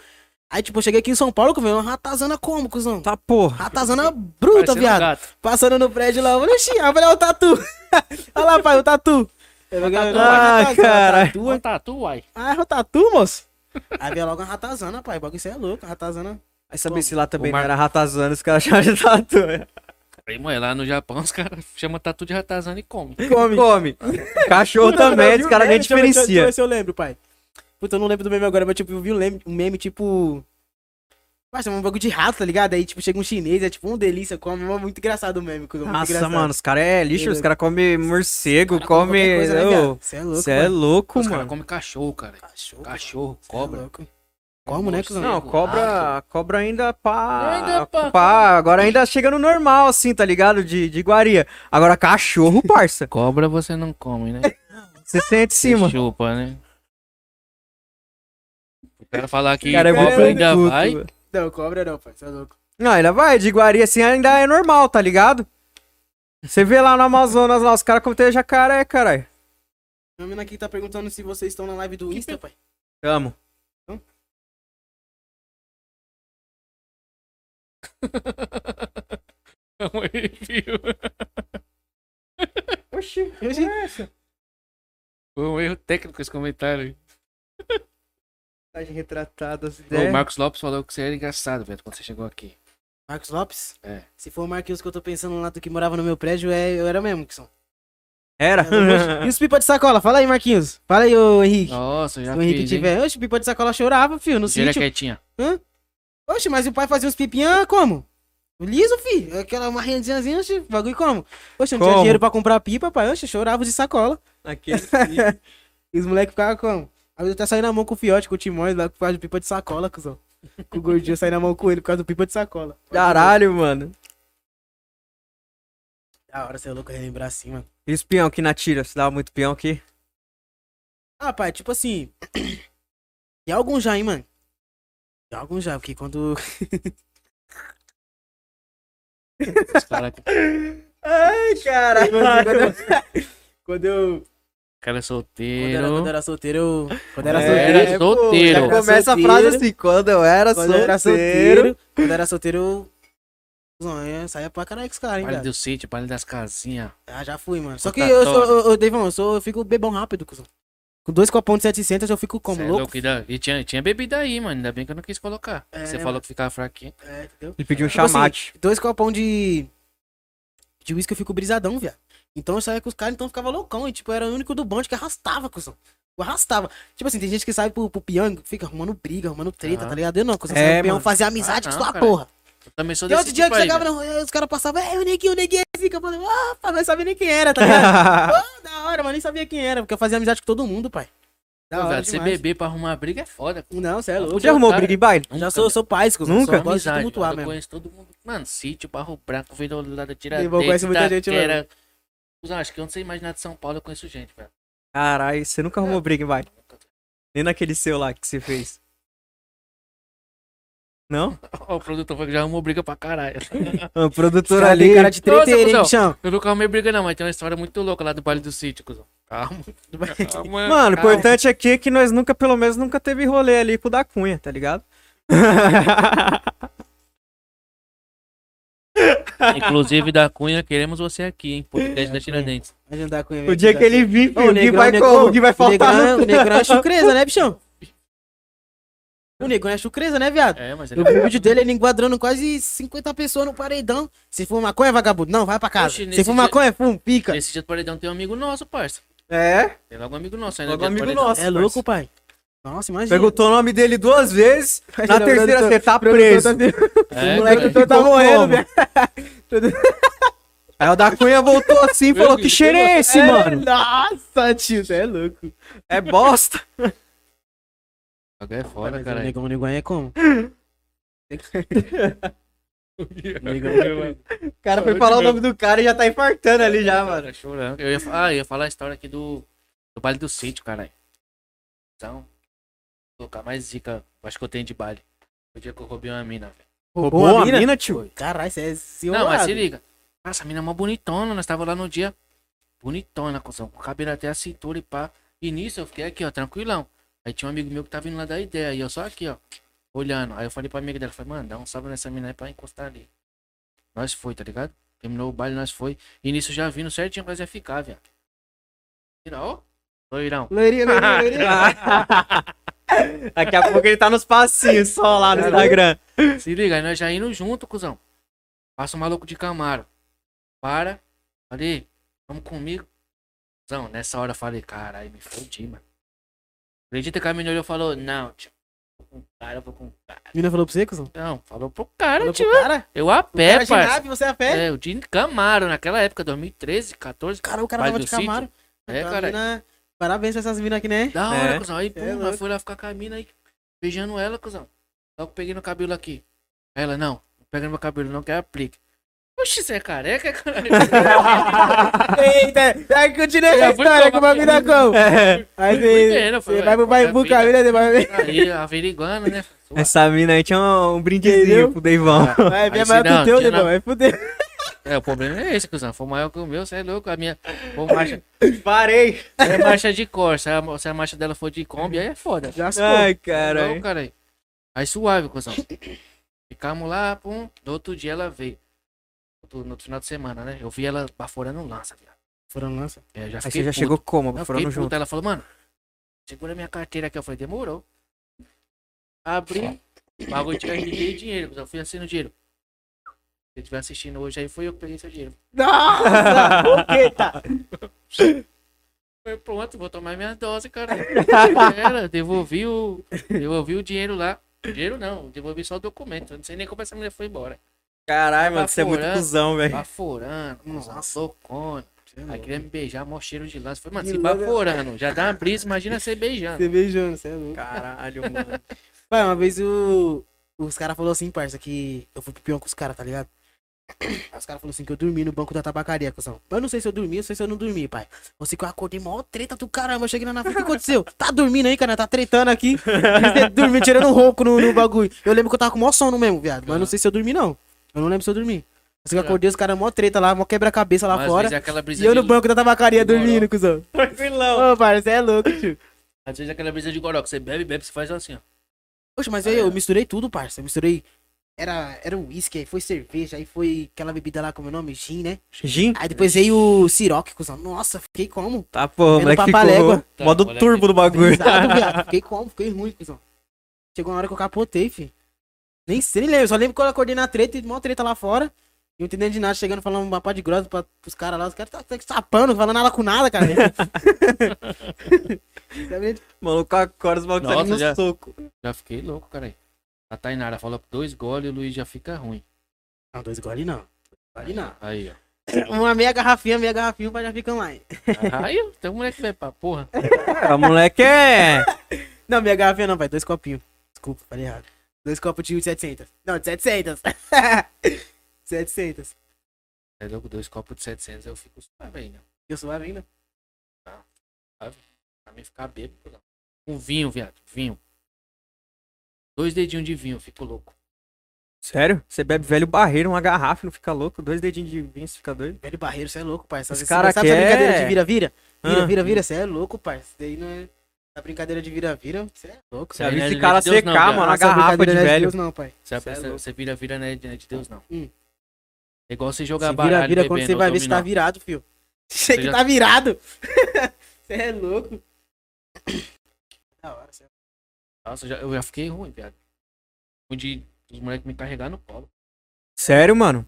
C: Aí, tipo, eu cheguei aqui em São Paulo, que veio uma ratazana como, cuzão?
B: Tá porra.
C: Ratazana bruta,
B: tá
A: Parecendo um
C: viado.
A: gato.
C: Passando no prédio lá, eu falei, "Oxi", aí eu falei, olha o tatu. olha lá, pai, o tatu. Eu peguei uma
B: Ah,
C: ratazana,
B: caralho.
C: tatu,
A: Uma tatu, uai.
C: Ah, é o tatu, moço? Aí veio logo uma ratazana, pai. O bagulho isso é louco, a ratazana.
B: Aí saber se lá
A: o
B: também não
A: Mar-
B: era ratazana, os caras tá achavam de tatu.
A: Aí, mãe, lá no Japão os caras chamam tatu de ratazana e comem.
B: Come. Come. Cachorro também, os
C: é,
B: caras nem
C: Deixa eu
B: diferencia.
C: ver se eu lembro, pai. Puta, eu não lembro do meme agora, mas tipo, eu vi um meme, um meme tipo. Parça, é um bagulho de rato, tá ligado? Aí, tipo, chega um chinês, é tipo, um delícia, come. mó- Muito engraçado o meme. coisa muito
B: Nossa,
C: engraçado.
B: mano, os caras é lixo, os caras comem morcego,
C: Cara, come qualquer
B: come.
C: coisa, né, viado?
B: Ô,
C: Cê é louco,
B: Você é
C: mano.
B: louco,
A: Os caras
B: mano.
A: comem cachorro, cara.
C: Cachorro,
A: Cachorro,
C: cê é
A: cobra.
C: louco. Como, né, cuzão?
B: Não,
A: Morcego,
C: Ah,
B: cobra, cobra ainda pá.
A: Ainda
C: é
A: pá.
B: pá, Agora ainda chega no normal, assim, tá ligado? De, de iguaria. Agora cachorro, parça.
A: Cobra você não come, né?
B: Você sente em cima.
A: Você chupa, né? O cara falar que
B: O cara é
A: cobra
B: muito
A: ainda
B: puto,
A: vai.
B: velho.
C: Não, cobra não, pai. Você é louco.
B: Não, ainda vai, de iguaria assim ainda é normal, tá ligado? Você vê lá no Amazonas, lá, os caras comem jacaré, caralho.
C: Meu menino aqui tá perguntando se vocês estão na live do Insta, pai.
B: Tamo.
A: Não, ele É um viu.
C: Oxi,
A: Foi um erro técnico esse comentário. aí.
B: Mensagem retratada, as
C: É.
A: Ô, O Marcos Lopes falou que você era engraçado, velho, quando você chegou aqui.
C: Marcos Lopes?
A: É.
C: Se for o Marquinhos que eu tô pensando lá do que morava no meu prédio, é, eu era mesmo, Kson.
B: Era.
C: E os pipa de sacola? Fala aí, Marquinhos. Fala aí, ô Henrique.
A: Nossa, eu já
C: Se o Henrique
A: fiz, hein? é
C: tiver. Oxe, pipa de sacola chorava, filho, no
A: Gera é
C: sítio.
A: quietinha.
C: Oxe, mas o pai fazia uns pipinhas como? Liso, filho. Aquela marrendiazinha, oxe, bagulho como? Oxe, não
B: Como?
C: tinha dinheiro pra comprar pipa, pai. Oxe, chorava de sacola.
B: Aquele
C: E os moleques ficavam como? Às vezes eu até saí na mão com o fiote, com o Timóteo, lá por causa do pipa de sacola, cuzão. Com o gordinho, eu saí na mão com ele por causa do pipa de sacola.
B: Caralho, mano.
C: Da hora, você é louco relembrar assim, mano.
B: E os peão aqui na tira? Você dava muito peão aqui?
C: Ah, pai, tipo assim. Tem algum já, hein, mano? Tem algum já, porque quando.
A: Os caras
B: Ai, caralho.
C: Quando eu.
A: cara é
C: Quando era, quando
A: solteiro.
C: era solteiro, eu. Quando era
A: É,
C: solteiro.
A: era solteiro.
B: Já começa a
C: Solteiro.
B: frase assim, quando eu era
C: Quando eu era
B: solteiro.
C: solteiro. Quando eu era solteiro, eu. Não, eu saía pra caralho com os caras, hein,
A: Vale
C: velho.
A: do sítio, vale das casinhas.
C: Ah, já fui, mano.
A: tá
C: Só que eu sou.
A: Contatório.
C: Eu, eu, Deivão, eu sou. Eu fico bebão rápido, cuzão. Com dois copões de 700 eu fico como?
A: Cê é
C: louco?
A: louco, e da- E tinha, tinha bebida aí, mano. Ainda bem que eu não quis colocar.
C: É,
A: você
C: né,
A: falou
C: mano?
A: que ficava fraquinho.
C: É, entendeu?
B: Ele pediu um
C: Tipo assim,
B: chamate.
C: dois copão de. De uísque eu fico brisadão, viado. Então eu saía com os caras, então eu ficava loucão. E tipo, eu era o único do bonde que arrastava, cuzão. Eu arrastava. Tipo assim, tem gente que sai pro, pro piango, fica arrumando briga, arrumando treta,
A: Aham.
C: tá ligado? Eu não, cuzão.
B: É,
C: É, peão
B: mano.
C: fazia amizade
A: Ah,
C: com
A: não,
C: sua
A: cara.
C: porra.
A: Eu também sou
C: E
A: desse
C: outro dia
A: tipo
C: que
A: aí,
C: chegava,
B: né?
A: velho.
C: não, eh, os caras passavam, é, o neguinho, o neguinho, assim, que eu falei, opa, mas sabia nem quem era, tá ligado? Pô, da hora, mas nem sabia quem era, porque eu fazia amizade com todo mundo, pai. Da
A: Pô,
C: hora
A: velho, você
C: demais.
A: beber pra arrumar briga é foda.
C: Não, você é louco.
B: Já arrumou
A: cara.
B: briga em baile?
C: Já sou, sou pai, cuzão.
B: Nunca?
C: Só gosto de
A: amizade,
C: tumultuar
A: mano, eu
C: mesmo.
A: conheço todo mundo. Mano, sítio, Barro Branco, Vila Olhada,
C: Eu
A: Tiradentes,
C: conheço muita gente, mano.
A: Itaquera. Cusão, acho que onde você imaginar de São Paulo, eu conheço gente, velho.
B: Caralho, você nunca
C: É.
B: arrumou briga em baile? Nem naquele seu lá que você fez. Não?
A: Ó, o produtor foi que já arrumou briga pra caralho.
B: O produtor
C: Cara, tem
B: ali.
C: cara de
A: Nossa,
C: treteiro, hein,
A: cuzão.
C: bichão.
A: Eu nunca arrumei briga não, mas tem uma história muito louca lá do baile do sítio, cuzão. Calma. calma,
B: Ah, Mano, o
A: calma.
B: importante aqui é que nós nunca, pelo menos, nunca teve rolê ali com o da Cunha, tá ligado?
C: tá-
A: Inclusive, da Cunha, queremos você aqui, hein? Podcast da Tiradentes.
C: Agendar com tá?
B: o dia que ele vir,
C: Ô,
B: filho, o Gui
C: Negrão,
B: vai,
C: Negrão,
B: como? O Gui vai
C: O
B: faltar
C: negrão,
B: no...
C: o negrão é chucreza, né, bichão? O negrão é chucreza, né, viado?
A: É, mas ele
C: Eu vi o vídeo dele, ele enquadrando quase 50 pessoas no paredão. Se for maconha, vagabundo, não, vai pra casa.
A: Oxe, nesse
C: Se for
A: dia-
C: maconha, fum, pica.
A: Nesse dia do paredão tem um amigo nosso, parça.
B: É,
A: Tem logo um amigo nosso. aí no
B: logo
A: dia do
B: amigo
A: paredão.
B: nosso.
C: é louco, pai. Nossa, imagina.
B: Perguntou o nome dele duas vezes, na
C: Imagina,
B: terceira
C: produtor-
B: você tá
C: produtor
B: preso.
C: tá vendo-
A: É,
B: O moleque
A: cara.
B: tá
C: Ficou como?
B: morrendo, velho. Aí o da Cunha voltou assim e falou, que cheiro é esse, mano?
C: Nossa, tio, você é louco.
B: É bosta.
C: tá-
A: Alguém é foda,
C: Mas o
A: caralho.
C: negão, o negão é como?
A: é
B: O cara foi falar o nome do cara e já tá infartando ali já, mano.
A: Tá chorando. Eu ia, fa- ah, eu ia falar a história aqui do, do baile do sítio, caralho. Então, vou colocar mais zica, eu acho que eu tenho de baile. O dia que eu roubei uma mina, velho.
B: Roubou a mina, tio?
C: Caralho, você é ciúmado.
A: Não, mas se liga. Nossa, a mina é mó bonitona, nós tava lá no dia. Bonitona, cuzão, com o cabelo até assim, a cintura e pá. E nisso eu fiquei aqui, ó, tranquilão. Aí tinha um amigo meu que tava vindo lá da ideia, e eu só aqui, ó. olhando. Aí eu falei pra amiga dela, falei, mano, dá um salve nessa mina aí pra encostar ali. Nós foi, tá ligado? Terminou o baile, nós foi. E nisso já vindo certinho pra nós ia ficar, viado. Tira, ó. Loirão.
C: Loirinha, loirinha, loirinha.
B: Daqui a pouco ele tá nos passinhos só lá no
A: Caralho.
B: Instagram.
A: Se liga, aí nós já indo junto, cuzão. Passa o maluco de Camaro. Para. Falei, vamos comigo. Cuzão, nessa hora eu falei, caralho, me fodi, mano. Acredita que a menina olhou e falou, não, tio. Vou com o cara, vou com o cara.
C: Mina falou pra você, cuzão?
A: Não, falou pro cara,
C: Falou pro
A: tio.
C: cara?
A: Eu a
C: É,
A: pé,
C: cara de
A: parça.
C: nave, você é a pé?
A: É, o de Camaro, naquela época, 2013, 14.
C: Cara, o cara
A: Vai
C: tava
A: do
C: de Camaro.
A: É,
C: Aquela
A: cara.
C: mina- Parabéns pra essas minas aqui, né?
A: Da
B: É.
A: hora, cuzão. Aí, pum,
C: É
A: nós
C: louco.
A: foi lá ficar com a mina aí, beijando ela, cuzão. Logo peguei no cabelo aqui. Aí ela, não, não pega no meu cabelo não, que é aplique. Oxi, você é careca, caralho?
C: Eita, aí continua
A: Eu
C: essa
A: já fui
C: história com
A: tomar
C: uma mina como?
B: É.
C: Aí
A: bem,
C: você
A: né? Foi,
C: você
A: vai,
C: vai pro
A: vai,
C: Baibu com
A: vai,
C: a mina, você vai
A: Aí, averiguando, né?
B: Essa mina aí tinha um, um brindezinho
C: Entendeu?
B: pro Deivão.
C: Vai ver
A: Aí
C: é maior
A: se não,
C: que o teu,
A: se
C: Lebão,
A: não.
C: vai fuder.
A: É, o problema é esse, cuzão. Foi maior que o meu, você é louco. A minha. Foi marcha,
B: Parei.
A: é marcha de cor. Se a, se a marcha dela for de Kombi, aí é foda.
C: Já se
B: Ai,
A: Não,
B: caralho.
A: caralho. Aí suave, cuzão. Ficamos lá, pum. No outro dia ela veio. No outro final de semana, né? Eu vi ela baforando um lança, viado.
C: Foram lança.
A: É, já
B: Aí
A: fiquei
B: você já
A: puto.
B: chegou como?
A: Não, eu
B: Furando
A: fiquei
B: junto.
A: puto. Ela falou, mano, segura minha carteira aqui. Eu falei, demorou. Abri, o bagulho tinha cheio de dinheiro. Eu fui assim no dinheiro. Se você estiver assistindo hoje aí, foi eu que peguei seu dinheiro.
C: Nossa, por que tá?
A: Falei, pronto, vou tomar minha dose, cara. Já Era, devolvi o, devolvi o dinheiro lá. Dinheiro não, devolvi só o documento. Eu não sei nem como essa mulher foi embora.
B: Caralho, mano, você é muito
A: Baforando.
B: cuzão, velho.
A: Baforando,
C: Nossa.
A: nossa, loucona. Aí queria me beijar, mó cheiro de lança. Falei, mano,
C: Que
A: se
C: louco.
A: baforando, já dá uma brisa, imagina você beijando.
C: Você beijando, você é louco.
B: Caralho, mano.
C: Pai, uma vez o... os caras falaram assim, parça, que eu fui pro peão com os caras, tá ligado? Aí os caras falaram assim que eu dormi no banco da tabacaria, cuzão. Eu não sei se eu dormi, eu sei se eu não dormi, pai. Eu sei que eu acordei mó treta do caramba, eu cheguei lá na frente, o que aconteceu? Tá dormindo aí, cara, tá tretando aqui. Você dormiu, tirando um ronco no, no bagulho. Eu lembro que eu tava com mó sono mesmo, viado. Mas eu não
A: Ah.
C: sei se eu dormi, não. Eu não lembro se eu dormi. Eu sei que eu acordei os caras mó treta lá, mó quebra-cabeça lá
A: É. Mas, às
C: fora.
A: vezes, é aquela brisa
C: E eu
A: de
C: no banco da tabacaria
A: Demorou.
C: dormindo, cuzão.
B: Tranquilão.
C: Ô, parça, você é louco, tio.
A: Às vezes é aquela brisa de goró, que você bebe, bebe, você faz assim, ó.
C: Poxa, mas aí eu misturei tudo, parça. Eu misturei. Era, era um uísque, aí foi cerveja, aí foi aquela bebida lá, como é o nome? Gin, né?
B: Gin?
C: Aí depois veio o Siroc, cuzão. Nossa, fiquei como?
B: Tá, pô, o
C: Vendo
B: moleque
C: papalégua.
B: ficou
A: Tá,
B: modo
A: moleque.
B: turbo do bagulho.
C: Pesado, viado. Fiquei como? Fiquei ruim, cuzão. Chegou uma hora que eu capotei, fi. Nem sei, nem lembro. Só lembro quando eu acordei na treta e mó treta lá fora. E não entendendo de nada, chegando falando uma pá de grossa pra, pros caras lá. Os caras tá, tá sapando, falando nada com nada, cara.
B: Mano, com a corda, os bagulhos
A: Nossa,
B: ali no
A: já-
B: soco.
A: Já fiquei louco, cara. A Tainara falou dois goles e o Luiz já fica ruim.
C: não, dois gole não. Gole não.
A: Aí, ó.
C: Uma meia garrafinha, meia garrafinha, o pai já fica online.
A: Aí, ó, tem um moleque que vai pra porra.
B: A moleque é...
C: Não, minha garrafinha não, vai. Dois copinhos. Desculpa, falei errado. Dois copos de 700. Não, de 700. 700.
A: É louco, dois copos de 700, eu fico né? suave ainda.
C: Eu sou ainda?
A: Pra mim ficar bêbado, não. Um vinho, viado, vinho. Dois dedinhos de vinho, eu fico louco.
B: Sério? Você bebe velho barreiro, uma garrafa, não fica louco? Dois dedinhos de vinho, você fica doido?
C: Velho Barreiro, você é louco, parça.
B: Esse
C: Você
B: cara
C: sabe
B: quer-
C: essa brincadeira de vira-vira? Vira,
B: Ah.
C: vira, vira, você é louco, parça. Daí não é. A brincadeira de vira-vira, você é louco.
A: Cê
B: Já
A: Aí
B: vi
A: não é
B: esse
A: de
B: cara
A: Deus não,
B: secar,
A: viado.
B: mano, a
C: Nossa,
B: garrafa de
A: né?
C: brincadeira não é
B: velho.
C: Deus, não, pai.
A: Você,
B: Cê é louco.
A: você vira, vira, né? De de Deus, não.
C: Hum.
A: É igual você jogar
C: Se
A: baralho
C: vira, vira, quando
A: bebendo
C: você vai
A: ou
C: ver se tá
A: dominó.
C: virado, filho. Você que
A: já-
C: tá virado. Você é louco. Da hora, você é
A: Nossa, eu já, eu já fiquei ruim, viado. Ruim de os moleques me carregar no colo.
B: Sério, mano?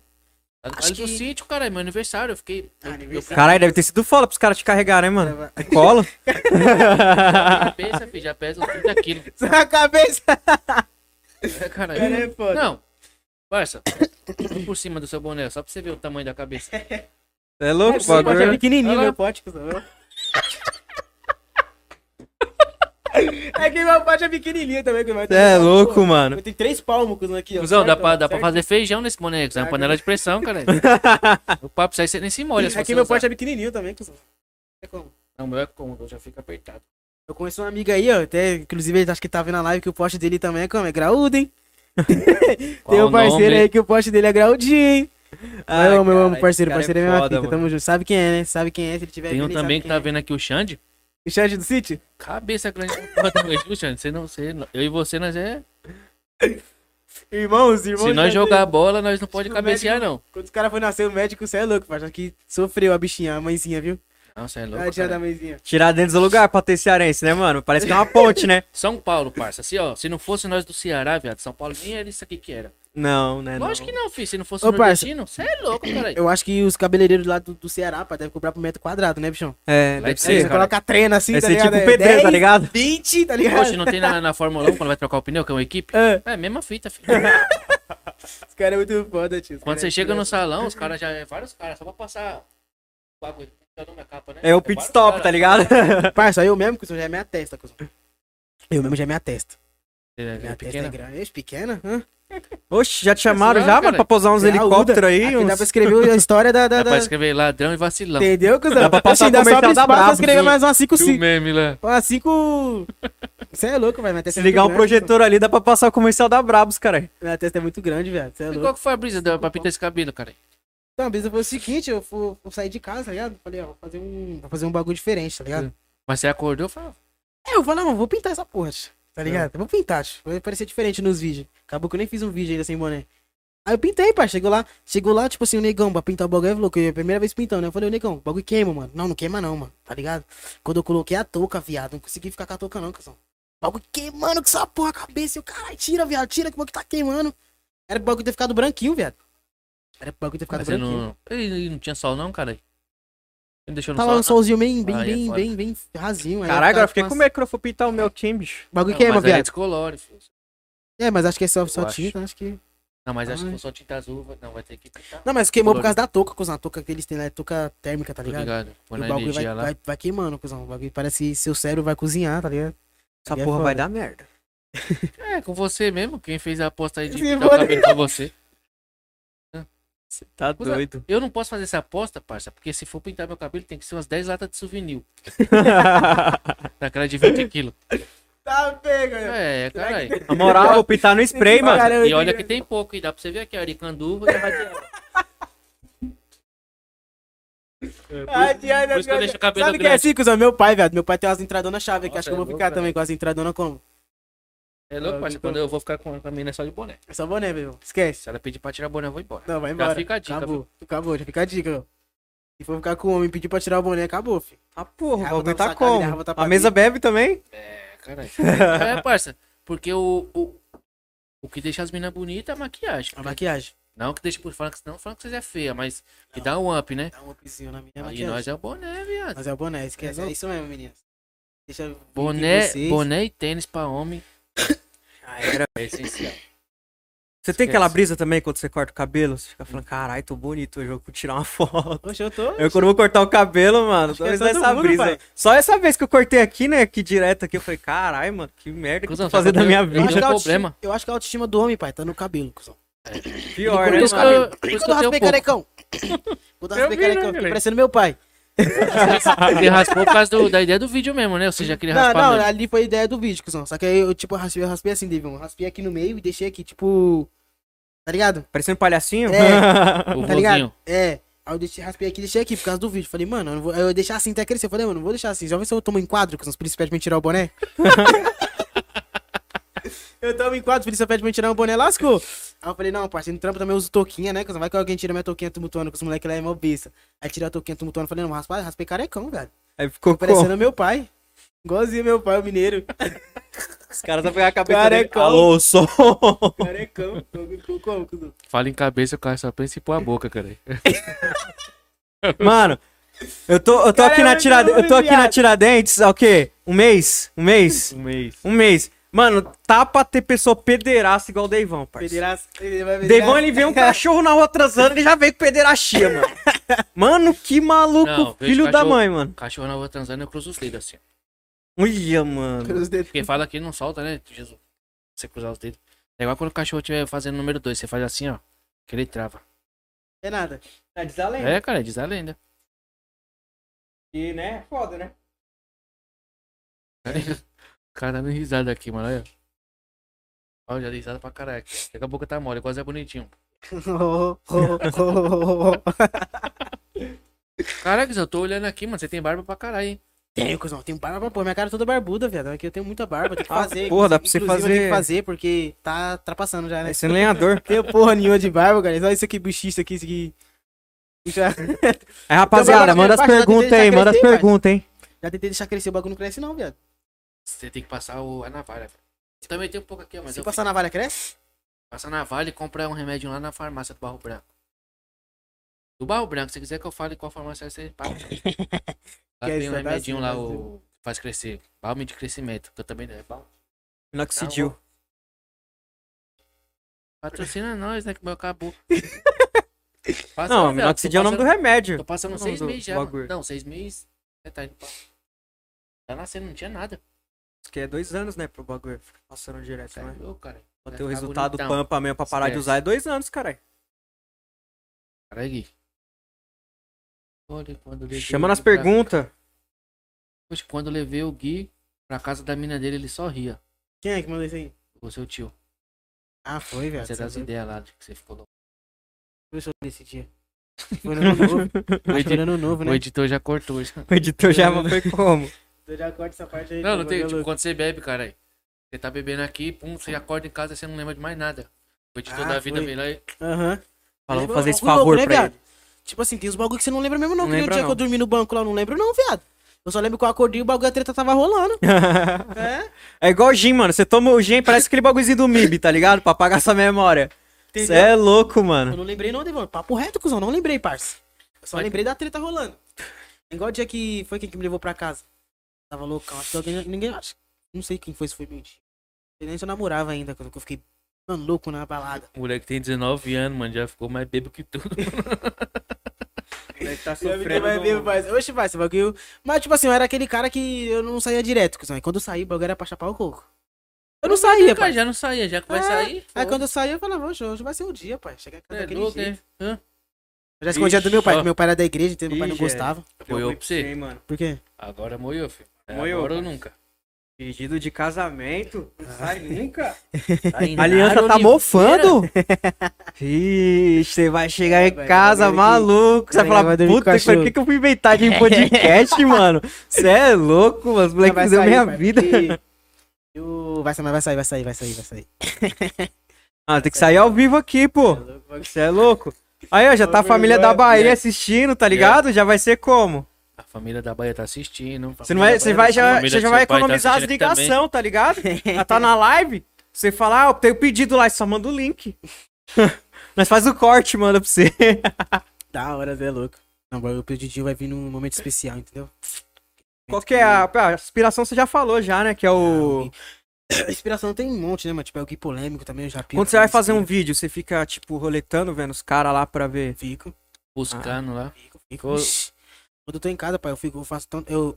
A: Acho
C: que-
A: que... sítio, cara, é meu aniversário, eu fiquei...
C: Ah,
A: eu-
C: aniversário.
B: Caralho, deve ter sido foda pros caras te carregarem, hein, mano? É
C: louco.
B: Cola?
A: Eu, fiquei- pensa, filho, já pesa uns 30 quilos.
C: Sua cabeça.
A: É, cara,
C: É, foda.
A: Não. Parça, um por cima do seu boné, só pra você ver o tamanho da cabeça.
B: É louco, o
C: Esse pote é
B: bagulho.
C: pequenininho,
A: Olha lá.
C: meu pote, cuzão. É que meu pote é pequenininho também. Que
B: Cê é louco, mano.
C: Eu tenho três palmos, cuzão, aqui, ó.
A: Cusão, dá
C: Certo,
A: pra,
C: ó,
A: dá pra
C: certo? Ah,
A: fazer feijão nesse boné, cuzão. É uma panela de pressão, cara. o papo sai, você nem se molha. Se
C: Aqui
A: você
C: meu
A: usar.
C: pote é pequenininho também, cuzão. É como?
A: Não, o meu é cômodo, já fica apertado.
C: Eu conheço um amigo aí, ó. Até, inclusive, ele acho que tá vendo a live que o poste dele também é como? É graúdo, hein? Tem
A: Qual
C: um
A: o nome,
C: parceiro
A: hein?
C: aí que o poste dele é graudinho, hein? Ah, eu amo, eu amo,
B: caralho,
C: parceiro.
B: esse cara
C: Parceiro é
B: é
C: a mesma
B: foda,
C: fita,
B: mano.
C: tamo junto. Sabe quem é, né? Sabe quem é, se ele tiver
A: Tem um
C: vendo, ele
A: também
C: sabe
A: que
C: quem
A: tá
C: é.
A: vendo aqui o Xande.
C: O Xande do City?
A: Cabeça grande. Viu, Xande? Você não, você, não- eu e você, nós é
C: Irmãos, irmãos.
A: Se nós
C: já
A: jogar a bola, nós não pode
C: O
A: cabecear,
C: médico-
A: não.
C: Quando os caras foram nascer, o médico, você é louco, parça. Que sofreu a bichinha, a mãezinha, viu?
A: Não, você é
C: a
A: louco.
C: tia
A: cara.
C: da mãezinha.
B: Tirar dentro do lugar pra ter cearense, né, mano? Parece que é uma ponte, né?
A: São Paulo, parça. Se, ó, se não fosse nós do Ceará, viado, São Paulo nem era isso aqui que era.
B: Não, né?
A: Lógico que não, filho. Se não fosse
C: É, Ô, parça.
A: nordestino, você é louco, cara.
C: Eu acho que os cabeleireiros lá do, do Ceará, pá, devem cobrar por metro quadrado, né, bichão?
B: É,
A: Vai
B: deve
A: ser,
C: Aí
B: ser.
C: você
A: cara.
C: coloca a trena assim,
B: Vai
C: tá
B: ser
C: ligado?
B: tipo
C: É
B: pedreiro, tá
C: 10,
B: ligado?
C: 20, tá ligado?
A: Hoje não tem na, na Fórmula 1 quando vai trocar o pneu, que é uma equipe?
C: Ah,
A: É a mesma fita, filho.
C: os caras é muito foda, tio. Os
A: Quando
C: cara
A: você
C: é
A: chega no
C: criança.
A: salão, os caras já. é Vários caras, só pra passar o bagulho. que é o nome da capa, né?
B: É o
A: vários
B: pit stop,
A: caras.
B: tá ligado?
C: Parça, eu mesmo, cuzão, já é minha testa, cuzão. Eu mesmo já é minha testa.
A: É, é
C: Minha testa é
A: pequena.
C: grande. Ixi, Pequena? Hã?
B: Oxe, já te chamaram
A: Não,
B: já,
A: cara.
B: mano, pra posar uns
C: Você é
B: helicópteros
C: aguda.
B: aí?
C: Aqui
B: Uns...
C: Dá pra escrever a história da... da,
A: Dá
C: da...
A: pra escrever ladrão e vacilão.
C: Entendeu, cuzão?
B: Dá pra passar
C: Assim, dá só
B: comercial
C: abrir
B: da
C: espaço pra
B: Brabus,
C: escrever
A: do-
C: mais umas 5...
A: Do meme lá.
C: Umas 5... Você é louco, velho. minha testa
B: Se
C: é
B: ligar
C: muito
B: um
C: grande, cuzão.
B: projetor ali, dá pra passar o comercial da Brabus, cara.
C: Minha testa é muito grande, velho. Você é
A: E
C: louco.
A: qual que foi a brisa da, pra pintar esse cabelo, cara?
C: Então, a brisa foi o seguinte, eu fui, eu saí de casa, tá ligado? Falei, ó, vou fazer um, vou fazer um bagulho diferente, tá ligado?
A: Mas você acordou e falou.
C: É, eu falei, não, vou pintar essa porra, tio,
A: É.
C: tá ligado? Eu Vou pintar, tio. vai parecer diferente nos vídeos. Acabou que eu nem fiz um vídeo ainda sem boné. Aí eu pintei, pá, chegou lá, chegou lá, tipo assim, o negão, pra pintar o bagulho, falou que é a primeira vez pintando, né? Eu falei, o negão, o bagulho queima, mano. Não, não queima não, mano, tá ligado? Quando eu coloquei a touca, viado, não consegui ficar com a touca não, cuzão. O Bagulho queimando com essa porra, a cabeça, e o caralho, tira, viado, tira, que o bagulho tá queimando. Era pro bagulho ter ficado branquinho, viado. Era pro bagulho ter ficado
A: Mas você
C: branquinho.
A: não. Ih, não tinha sol, não, cara? Ele não deixou no
C: Tava um
A: sol.
C: solzinho bem, bem,
A: Aí é
C: bem,
A: foda.
C: bem, bem rasinho. aí
B: Caralho, agora
C: ficava
B: fiquei
C: com
B: com
C: umas-
B: medo que eu for pintar o meu time, bicho.
C: Bagulho
A: Não,
C: queima,
A: mas aí é
C: viado.
A: descolore, filho.
C: É, mas acho que é só, só
A: Eu acho.
C: tinta, acho que...
A: Não, mas acho que
C: Ai.
A: foi só tinta azul. vai- Não, vai ter que pintar.
C: Não, mas queimou por
A: Colorido.
C: causa da touca, cuzão. A touca que eles têm lá é touca térmica, tá
A: Tá
C: ligado?
A: ligado?
C: E
A: Quando
C: o
A: a
C: bagulho vai,
A: energia lá.
C: vai, vai queimando, cuzão. O bagulho parece que seu cérebro vai cozinhar, tá ligado?
B: Essa
C: Aí é
B: porra vai
C: foda.
B: dar merda.
A: É, com você mesmo. Quem fez a aposta aí de
C: Se
A: pintar o
C: for-
A: cabelo foi você.
B: Você tá
A: Usa-
B: doido.
A: Eu não posso fazer essa aposta, parça, porque se for pintar meu cabelo tem que ser umas 10 latas de souvenir. Daquela de 20 quilos.
C: Tá pega,
A: É, caralho.
B: Na moral, vou pintar no spray,
C: né?
B: mano.
A: E olha
C: é?
A: que tem pouco, e dá pra você ver aqui, a Aricanduva e a Radial.
C: Ai, ai,
A: Por isso que eu deixo o cabelo
C: Sabe o que é
A: grande.
C: assim, cuzão? Meu pai, velho. Meu pai tem umas entradonas chave aqui.
A: Nossa,
C: Acho que eu
A: é
C: vou
A: louco,
C: ficar também com as entradonas como?
A: É louco, parça,
C: Ah,
A: quando eu vou ficar com com a menina só de boné.
C: É só boné, meu. irmão. Esquece.
A: Se ela pedir pra tirar boné, eu vou embora.
C: Não, vai embora.
A: fica a dica,
C: Acabou. Acabou, já fica a dica, meu. Se for ficar com o homem e pedir pra tirar o boné, acabou, filho.
B: Ah, porra,
C: Ah,
B: o
C: vou
B: bagulho
C: botar
B: tá
C: pra sacar,
B: como?
C: né? Vou botar pra
B: A mesa bebe também?
A: É, caralho. É, parça, porque o, o, o que deixa as meninas bonitas é a maquiagem.
C: A maquiagem.
A: Não que deixa por fora, que senão fala que vocês é feia, mas que dá um up, né?
C: Dá um upzinho na minha
A: Aí nós é o boné, viado.
C: Mas é o boné, esquece. É isso mesmo, meninas. Deixa eu vir em
A: Boné,
C: vocês.
A: boné e tênis pra homem
B: Ah, era.
A: é essencial.
B: Você tem
A: Esquece.
B: aquela brisa também quando você corta o cabelo? Você fica falando, caralho, tô bonito hoje, eu vou tirar uma foto.
C: Oxe, eu tô.
B: Eu quando vou cortar o cabelo, mano,
C: que é
B: talvez
C: todo
B: essa
C: mundo,
B: brisa.
C: pai.
B: Só essa vez que eu cortei aqui, né, aqui direto aqui, eu falei, caralho, mano, que merda que eu tô
C: tá
A: Cusão,
B: fazendo
A: só
B: da minha
A: cabelo- Não
B: vida.
A: tem
C: a é autoestima-
A: problema.
C: eu acho que a autoestima do homem, pai, tá no cabelo, cuzão.
B: Pior,
A: Por
B: né,
A: isso que
B: mano?
A: eu- por isso
C: Quando
A: que
C: eu
A: eu tenho
C: raspei
A: pouco.
C: carecão. Quando eu
B: Eu
C: raspei
B: vi, né,
C: carecão, fiquei
B: moleque?
C: parecendo meu pai.
A: Ele raspou por causa do- da ideia do vídeo mesmo, né? Ou seja, aquele
C: Não,
A: raspado.
C: não, ali foi a ideia do vídeo, cuzão. Só que aí eu, tipo, raspei, eu raspei assim, Devon. Raspei aqui no meio e deixei aqui, tipo. Tá ligado?
B: Parecendo um palhacinho?
C: É.
A: o
C: Tá
A: vozinho.
C: ligado? É. Aí eu deixei, raspei aqui e deixei aqui por causa do vídeo. Falei, mano, eu, não vou, eu ia deixar assim até crescer. Eu falei, mano, não vou deixar assim. Já vê se eu tomo em quadro, que os polícias pedem pra me tirar o boné. eu tomo em quadro, os polícia pede pra me tirar o boné, lascou. Aí eu falei, não, parceiro, no trampo também eu uso touquinha, né? cuzão? Vai que alguém tira minha touquinha tumultuando, que os moleques lá é mó besta. Aí tira a touquinha tumultuando, falei, não, raspei, raspei carecão, velho.
B: Aí ficou
C: Parecendo
B: como?
C: meu pai. Igualzinho meu pai, o mineiro.
B: Os caras só pegar é a
C: um
B: cabeça
C: Carecão.
B: dele. Alô, som!
C: Carecão. Como, como, cuzão?
A: Fala em cabeça, o cara só pensa em pôr a boca, cara.
B: Mano, eu tô, eu tô
C: Cara,
B: aqui na
C: eu
B: Tiradentes,
C: juro,
B: eu tô aqui na
C: viado.
B: Tiradentes, há o quê? Um mês? Um mês?
A: Um mês.
B: Um mês. Mano, tá pra ter pessoa pederasta igual o Deivão, parceiro.
C: Pedirás- ele vai pedir-
B: Deivão, ele vê um cachorro na rua transando, ele já veio com pederastia, mano. Mano, que maluco,
A: Não, vejo
B: filho da
A: cachorro-
B: mãe, mano.
A: Cachorro na rua transando, eu cruzo os dedos assim.
B: Uia, mano.
C: Pelos dedos.
A: Porque fala que não solta, né? Jesus. Você cruzar os dedos. É igual quando o cachorro estiver fazendo número 2, você faz assim, ó. Que ele trava.
C: É nada.
B: Tá desalento,
A: É, cara, diz a lenda.
B: que, né? Foda, né?
A: O cara tá dando risada aqui, mano. Olha. Olha, já dei risada pra caralho. Daqui a boca tá mole, quase é bonitinho. Caraca, eu tô olhando aqui, mano. Você tem barba pra caralho, hein?
C: Tenho, cuzão. Tenho barba pra pôr. Minha cara é toda barbuda, viado. Aqui eu tenho muita barba. Tem que
B: Ah,
C: fazer.
B: porra, dá pra você
C: Inclusive, eu
B: fazer-
C: tenho que fazer, porque tá ultrapassando já, né?
B: Esse é um lenhador.
C: Tem porra nenhuma de barba, cara. Olha isso aqui, buchista aqui, isso aqui. Já,
B: Aí, rapaziada,
C: Então, vai lá,
B: manda as
C: vai lá,
B: perguntas
C: já
B: aí, manda as
C: cresci, vai.
B: perguntas, hein?
C: já tentei deixar crescer, o bagulho não cresce não, viado.
A: Você tem que passar o, a navalha. velho. Também tem um pouco aqui, ó, mas
C: Se
A: eu
C: passar na valha, cresce?
A: Passa na Vale e compra um remédio lá na farmácia do Barro Branco. Do Barro Branco, se quiser que eu fale qual farmácia é, você paga. lá
C: Que é
A: tem um
C: isso, tá
A: remedinho
C: assim,
A: lá,
C: mas
A: o
C: eu-
A: que faz crescer. Balme de crescimento, que eu também é bom.
B: Minoxidil.
A: Patrocina nós, né? Que meu acabou. Passa,
B: Não,
A: velho,
B: minoxidil é o
A: tô
B: nome do
A: passando-
B: remédio.
A: Tô passando
B: o nome
A: seis
B: do
A: meses já. mano.
B: bagulho.
A: Não, seis meses. É, tá, indo pra- tá nascendo, não tinha nada.
B: Que é dois anos, né, pro bagulho. Fica Passando direto,
A: Tá
B: né?
A: louco, cara.
B: Pra
A: Vai
B: ter o
A: ficar
B: resultado
A: bonitão.
B: pampa mesmo pra parar de
A: Esquece.
B: usar é dois anos, caralho.
A: Caralho, Gui. Olha, quando eu levei
B: Chama
A: o
B: nas
A: Gui pra-
B: perguntas.
A: Poxa, Quando eu levei o Gui pra casa da mina dele, ele só ria.
C: Quem é que mandou isso aí?
A: O seu tio.
C: Ah, foi, viado.
A: Você
C: Você
A: dá as ideias lá de que você ficou louco.
C: viu nesse dia? Foi no ano novo. Acho que foi no ano novo, né?
A: O editor já cortou isso.
B: O editor já foi como?
C: Eu já corto essa parte aí. tá
A: Não, não
C: que
A: tem.
C: eu
A: Tipo,
C: vou-
A: quando você bebe, cara, aí, você tá bebendo aqui, pum, você acorda em casa e você não lembra de mais nada. O editor
C: Ah,
A: da vida
C: foi.
A: vem lá e.
C: Aham.
B: Fala,
C: Mas
B: vou
C: é
B: fazer esse
C: bagulho
B: favor
C: louco, né,
B: pra ele.
C: viado? Tipo assim, tem uns bagulho que você não lembra mesmo, não.
B: Não
C: que nem o
B: lembra,
C: dia que
B: não.
C: eu dormi no banco lá, eu não lembro, não, viado. Eu só lembro que eu acordei e o bagulho da treta tava rolando. É.
B: É igual o gin, mano. Você toma o gin, parece aquele bagulhozinho do MIB, tá ligado? Pra apagar sua memória. Você
C: Entendeu?
B: é louco,
C: Eu
B: mano.
C: não lembrei, não, Devon. Papo reto, cuzão. Não lembrei, parça. Eu só
A: Pode-
C: lembrei da treta rolando. É Igual o dia que foi quem que me levou pra casa. Tava loucão. Acho que alguém. Ninguém. Acho, não sei quem foi, se foi meu tio. Nem se eu namorava ainda, quando eu fiquei mano, louco na balada.
A: O moleque tem 19 anos, mano, já ficou mais bebo que tudo.
B: tá
C: Vai ver, mas... Oxe, vai, esse bagulho. Mas, tipo assim, eu era aquele cara que eu não saía direto, cuzão. E quando eu saí, o bagulho era pra chapar o coco. Eu não saía,
A: Cara,
C: pai.
A: já não saía, já que vai
C: É,
A: sair.
C: Aí
A: foda.
C: quando eu saí, eu falava, hoje, hoje vai ser o dia, pai. Chegar em casa
A: É
C: daquele
A: louco,
C: jeito.
A: né? Hã?
C: Eu já escondia do meu pai,
A: Ixi, ó.
C: porque meu pai era da igreja, então meu pai não
B: Ixi, é.
C: gostava.
A: Apoiou pra você.
B: mano.
C: Por quê?
A: Agora moiou, filho. É
B: Moiou,
A: Agora ou
B: pai.
A: nunca.
B: Pedido de casamento. Sai nunca.
A: Tá indo
B: A aliança
A: na
B: tá
A: Oliveira.
B: mofando? Ixi, você vai chegar em
C: Vai,
B: casa
C: vai dormir
B: maluco. Você vai
C: vai,
B: falar,
C: vai dormir com
B: puta, que pariu,
C: cachorro."
B: por que, que eu fui inventar de podcast, mano? Você é louco, mano. Os moleques
C: Vai
B: fizeram
C: sair,
B: minha
C: pai,
B: vida.
C: porque eu- Vai sair, mas vai sair, vai sair, vai sair, vai sair.
B: Ah, tem que sair ao vivo aqui, pô. Você é louco. Aí, ó, já tá a família da Bahia assistindo, tá ligado? Já vai ser como?
A: A família da Bahia tá assistindo. a
B: Você, não
A: família
B: vai,
A: da
B: você,
A: Bahia
B: vai,
A: tá assistindo, a
B: já,
A: família
B: você
A: do
B: já
A: seu
B: vai
A: pai tá
B: economizar as
A: assistindo aqui também.
B: ligações, tá ligado? Ela tá na live, você fala, ah, eu tenho pedido lá, você só manda o link. Nós faz o corte, e manda pra você.
C: Da hora, Zé Louco. Não, o pedidinho vai vir num momento especial, entendeu?
B: Qual que é a, a inspiração? Você já falou já, né? Que é
C: Ah,
B: o...
C: Inspiração tem um monte, né, mano? Tipo, é o que polêmico também, eu já pico.
B: Quando você vai fazer um vídeo, você fica, tipo, roletando, vendo os caras lá pra ver.
C: Fico,
A: Buscando lá.
C: fico, fico.
A: Ficou-
C: Ixi. Quando eu tô em casa, pai, eu fico, eu faço tanto. Eu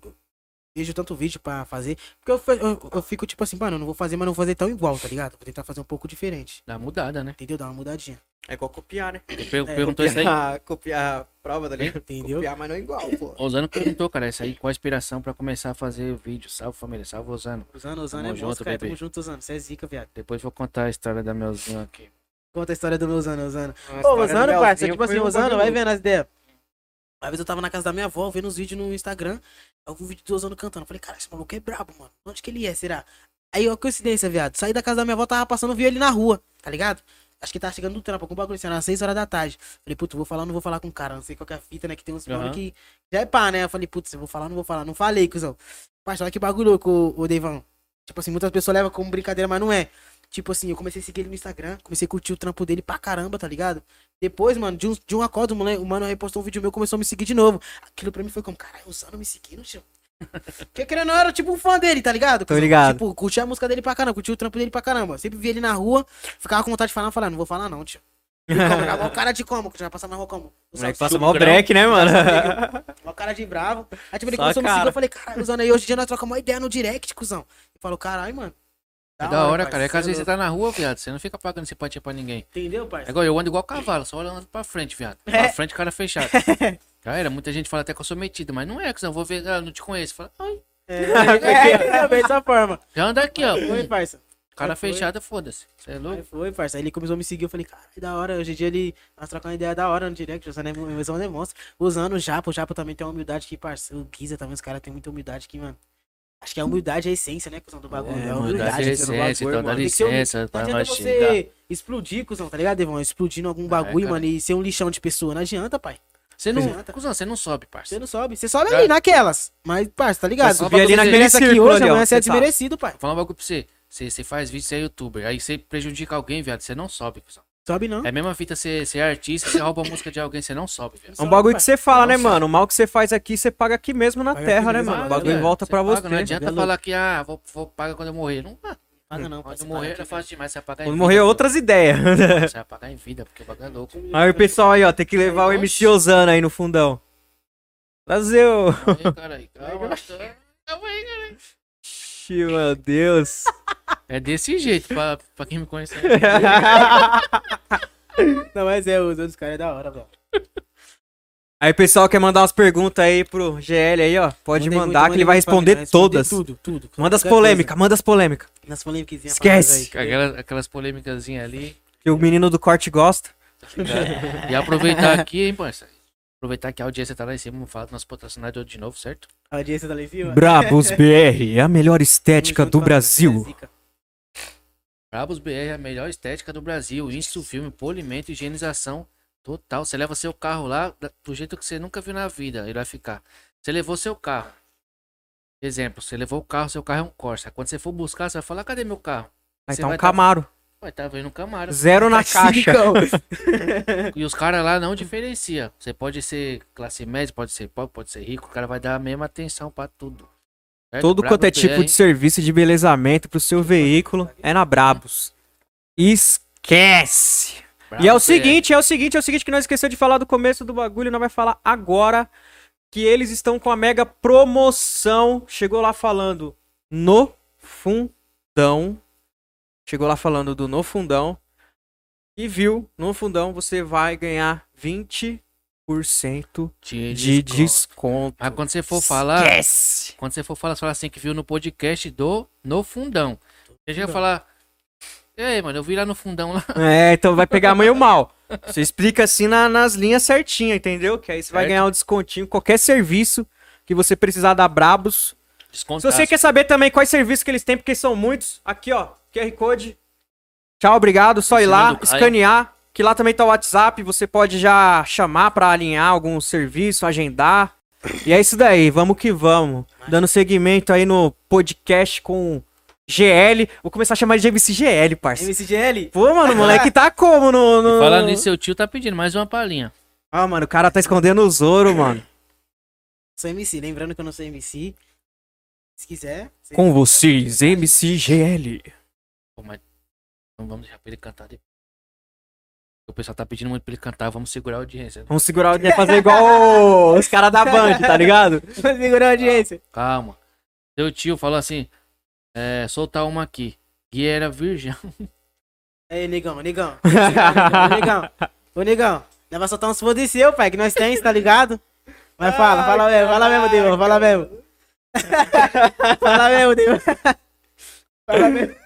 C: eu vejo tanto vídeo pra fazer. Porque eu, fa- eu, eu fico tipo assim, mano, eu não vou fazer, mas não vou fazer tão igual, tá ligado? Vou tentar fazer um pouco diferente.
A: Dá mudada, né?
C: Entendeu? Dar uma mudadinha.
B: É igual copiar, né?
A: Eu
C: É,
A: per- perguntou isso aí.
B: copiar, copiar a prova, tá ligado?
C: Entendeu?
B: Copiar, mas não é igual, pô.
A: Osano perguntou, cara, isso aí, qual a inspiração pra começar a fazer o vídeo? Salve família, salve Osano.
C: Usando, usando
A: Tamo
C: é
A: junto,
C: monstro, cara.
A: bebê.
C: Tamo junto, usando. Você é zica, viado.
A: Depois vou contar a história da Melzinho aqui.
C: Conta a história do meu usando, usando.
B: Pô,
C: Ô, Rosano, parça, tipo
B: um
C: assim, Rosano, vai
B: ver.
C: vendo as ideias. Uma vez eu tava na casa da minha avó, vendo os vídeos no Instagram. Eu vi o vídeo do Rosano cantando. Eu Falei, cara, esse maluco é brabo, mano. Onde que ele é, será? Aí, ó, coincidência, viado. Saí da casa da minha avó, tava passando, vi ele na rua, tá ligado? Acho que tava chegando do trampo, algum bagulho, sei lá, às 6 horas da tarde. Falei, putz, vou falar, não vou falar com o cara, não sei qual que é a fita, né? Que tem uns
A: Aham.
C: bagulho que já é pá, né? Eu falei, putz, eu vou falar, não vou falar. Não falei, cuzão. Parça, olha que bagulho louco, ô, ô Deivão. Tipo assim, muitas pessoas levam como brincadeira, mas não é. Tipo assim, eu comecei a seguir ele no Instagram, comecei a curtir o trampo dele pra caramba, tá ligado? Depois, mano, de um, de um acordo, o mole- o mano repostou um vídeo meu e começou a me seguir de novo. Aquilo pra mim foi como, caralho, o Zano me seguindo, tio. Porque querendo ou não, eu era tipo um fã dele, tá ligado?
B: Tô ligado.
C: Tipo, curti a música dele pra caramba, curti o trampo dele pra caramba. Sempre vi ele na rua, ficava com vontade de falar, falava, não vou falar não, tio. E como, cara, o cara de como, que já passava na rua como.
B: O
C: O
B: moleque
C: Zano-
B: passa mal break, né, mano?
C: Mó cara de bravo. Aí, tipo, ele
B: Só
C: começou a me seguir.
B: cara.
C: Eu falei, caralho, Zana, e hoje em dia nós trocamos uma ideia no direct, cuzão. Eu falo, caralho, mano.
A: É da hora, cara. É que às
C: parceiro.
A: vezes você tá na rua, viado. Você não fica pagando simpatia pra ninguém.
C: Entendeu,
A: É
C: parceiro?
A: igual eu ando igual cavalo, só olhando pra frente, viado. Pra
C: É.
A: frente, cara fechado. Já era, muita gente fala até que eu sou metido, mas não é, que eu vou ver, ah, não te conheço. Fala, ai,
C: É, é, é, dessa forma.
A: já anda aqui, ó.
C: Oi, parça.
A: Cara
C: Aí foi.
A: fechada, foda-se. Você é
C: Aí
A: louco?
C: foi, parça. Aí ele começou a me seguir. Eu falei, cara, que da hora. Hoje em dia ele. Nós trocamos uma ideia da hora no direct. Usando a emoção é monstro. Usando o Japo. O Japo também tem uma humildade que, parça. O Giza também, os caras têm muita humildade que, mano. Acho que a humildade é a essência, né, cuzão, do bagulho. É, a
A: Mano, dá
C: humildade.
B: essência,
C: cuzão.
A: licença,
B: bagulho,
A: então dá
B: mano.
C: Tem que ser humilde.
A: licença
C: Não
A: pra
C: adianta
A: nós xingar. É,
C: você explodir, cuzão, tá ligado, Devon? Explodindo algum bagulho,
A: cara.
C: mano, e ser um lixão de pessoa. Não adianta, pai.
A: Você não,
C: Exato.
A: cuzão, você não sobe,
C: Você
A: parça.
C: não sobe. Você sobe
A: Cara.
C: ali naquelas. Mas, parça, tá ligado?
A: subir
C: Você
A: ali naquele
C: merece aqui
B: círculo
C: hoje,
B: ali, ó,
C: amanhã você é
B: que você tá.
C: desmerecido, pai.
A: Vou falar um bagulho pra você. Você, você faz vídeo, você é youtuber. Aí você prejudica alguém, viado. Você não sobe, cuzão.
C: Sobe não.
A: É a mesma fita, você, você é artista, você rouba a música de alguém, você não sobe, viado.
B: É um bagulho que você fala, né,
A: Nossa.
B: mano? O mal que você faz aqui, você paga aqui mesmo na
C: Paga aqui
B: terra, né,
C: mesmo,
B: mano? O
C: paga,
B: bagulho
A: velho.
B: volta
A: Você
B: pra
A: paga,
B: você.
A: Não adianta
B: Quando
A: falar que, ah, vou, vou pagar quando eu morrer. Não, ah,
C: Paga não, pai.
A: quando
C: você
A: eu
C: paga
A: morrer
C: aqui,
A: é fácil demais, você vai pagar em vida.
B: morrer é
A: pô.
B: outras ideias.
A: Você vai pagar em vida, porque o bagulho é louco.
B: Aí o pessoal aí, ó, tem que levar o MC Osana aí no fundão. Fazer o.
A: Aí, cara, aí, calma, tá. Calma aí, cara.
B: Ixi, meu Deus.
A: É desse jeito, pra, pra quem me conhece. né?
C: Não, mas é, os outros caras é da hora, velho.
B: Aí, pessoal, quer mandar umas perguntas aí pro GL aí, ó? Pode
C: Mandei
B: mandar
C: muito,
B: que ele
C: mandei
B: vai
C: muito pra
B: responder
C: galera,
B: todas.
C: Tudo, tudo.
B: Manda as
C: Qualquer coisa.
B: polêmicas, manda as polêmicas.
C: Nas polêmicas.
B: Esquece.
A: Aquelas, aquelas polêmicazinhas ali.
B: Que o menino do corte gosta.
A: E aproveitar aqui, hein, parceiro. Aproveitar que a audiência tá lá em cima, vamos falar do nosso patrocinador de novo, certo?
C: A audiência tá lá em cima.
B: Brabus BR, é a melhor estética
C: Tamo junto,
B: do
C: família,
B: Brasil.
C: é zica.
A: Brabos BR é a melhor estética do Brasil. Isso, filme, polimento, higienização total. Você leva seu carro lá da- do jeito que você nunca viu na vida, ele vai ficar. Você levou seu carro. Exemplo, você levou o carro, seu carro é um Corsa. Quando você for buscar, você vai falar: cadê meu carro?
B: Aí
A: Você
B: tá um
A: vai
B: Camaro.
A: Ué, tá vendo o Camaro.
B: Zero
C: Tá
B: na caixa.
C: Cicão.
A: E os caras lá não diferencia. Você pode ser classe média, pode ser pobre, pode ser rico. O cara vai dar a mesma atenção pra tudo. Certo?
B: Todo
A: Brabo
B: quanto é
A: BR,
B: tipo
A: hein?
B: de serviço de belezamento pro seu veículo é na Brabus. Esquece!
A: Brabo
B: E é o
A: BR.
B: seguinte, é o seguinte, é o seguinte que nós esqueceu de falar do começo do bagulho, nós vai falar agora que eles estão com a mega promoção. Chegou lá falando no fundão. Chegou lá falando do no fundão. E viu, no fundão você vai ganhar 20%
A: De
B: de
A: desconto.
B: desconto.
A: Mas quando você for falar,
B: Esquece!
A: Quando você for falar, você fala assim que viu no podcast do No Fundão. Você chega a falar. E aí, mano, eu vi lá no fundão lá.
B: É, então vai pegar meio mal. Você explica assim na- nas linhas certinho, entendeu? Que aí você vai
A: Certo.
B: ganhar um descontinho, qualquer serviço que você precisar da Brabus.
A: Desconto.
B: Se você quer saber também quais serviços que eles têm, porque são muitos, aqui ó, QR Code. Tchau, obrigado. Só ir lá,
A: Ensinando o Caio.
B: escanear. Que lá também tá o WhatsApp, você pode já chamar pra alinhar algum serviço, agendar. E é isso daí, vamos que vamos. Dando seguimento aí no podcast com GL. Vou começar a chamar de MC GL, parceiro.
C: MCGL.
B: Pô, mano, o moleque tá como no. no...
A: Falando nisso, seu tio tá pedindo mais uma palhinha.
B: Ah, mano, o cara tá escondendo os ouro, mano.
C: Sou MC. Lembrando que eu não sou MC. Se quiser. você-
B: Com vocês, MCGL.
A: Pô, mas não Então vamos deixar pra ele cantar depois. O pessoal tá pedindo muito pra ele cantar, vamos segurar a audiência.
B: Vamos segurar o dia fazer igual o- os caras da Band, tá ligado?
C: Vou segurar a audiência.
A: Calma. Seu tio falou assim: é, soltar uma aqui. E era virgem.
C: Aí, negão, negão. Ô, negão. Ô, negão. Nós vai soltar uns foda seu, pai, que nós temos, tá ligado? Mas fala, fala mesmo, fala mesmo, Devon, fala mesmo. fala mesmo, Devon. fala mesmo.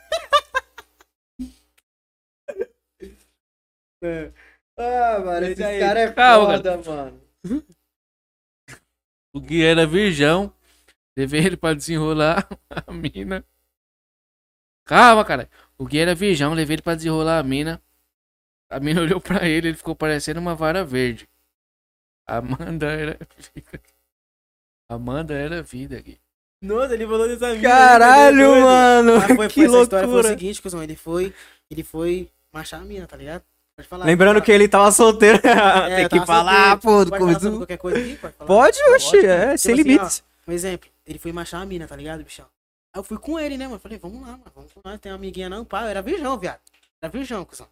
C: É.
D: Ah, mano,
B: Esse
D: esse
B: aí.
D: cara é
A: Calma,
D: foda, mano.
A: O Gui era virgão. Levei ele pra desenrolar a mina. Calma, cara. O Gui era virgão, levei ele pra desenrolar a mina. A mina olhou pra ele, ele ficou parecendo uma vara verde. Amanda era vida. Amanda era vida, Gui.
C: Nossa, ele falou dessa mina.
B: Caralho,
C: ele tá
B: mano.
C: doido. Mas foi,
B: que
C: foi, essa história foi o
B: loucura.
C: seguinte, cuzão. Ele foi. Ele foi machar a mina, tá ligado? Pode falar.
B: Lembrando que
C: pode
B: ele tava solteiro.
C: falar. É,
B: Tem
C: eu
B: que
C: tava
B: falar,
C: solteiro.
B: pô.
C: Pode falar sobre
B: coisa-
C: qualquer coisa aqui? Pode falar?
B: Pode, oxi,
C: Pode,
B: é,
C: tipo
B: sem
C: assim,
B: limites.
C: Um exemplo, ele foi machar a mina, tá ligado, bichão? Aí eu fui com ele, né, mano? Falei, vamos lá, mano, vamos lá, tem uma amiguinha não, pá, eu era virgão, viado. Era virgão, cuzão.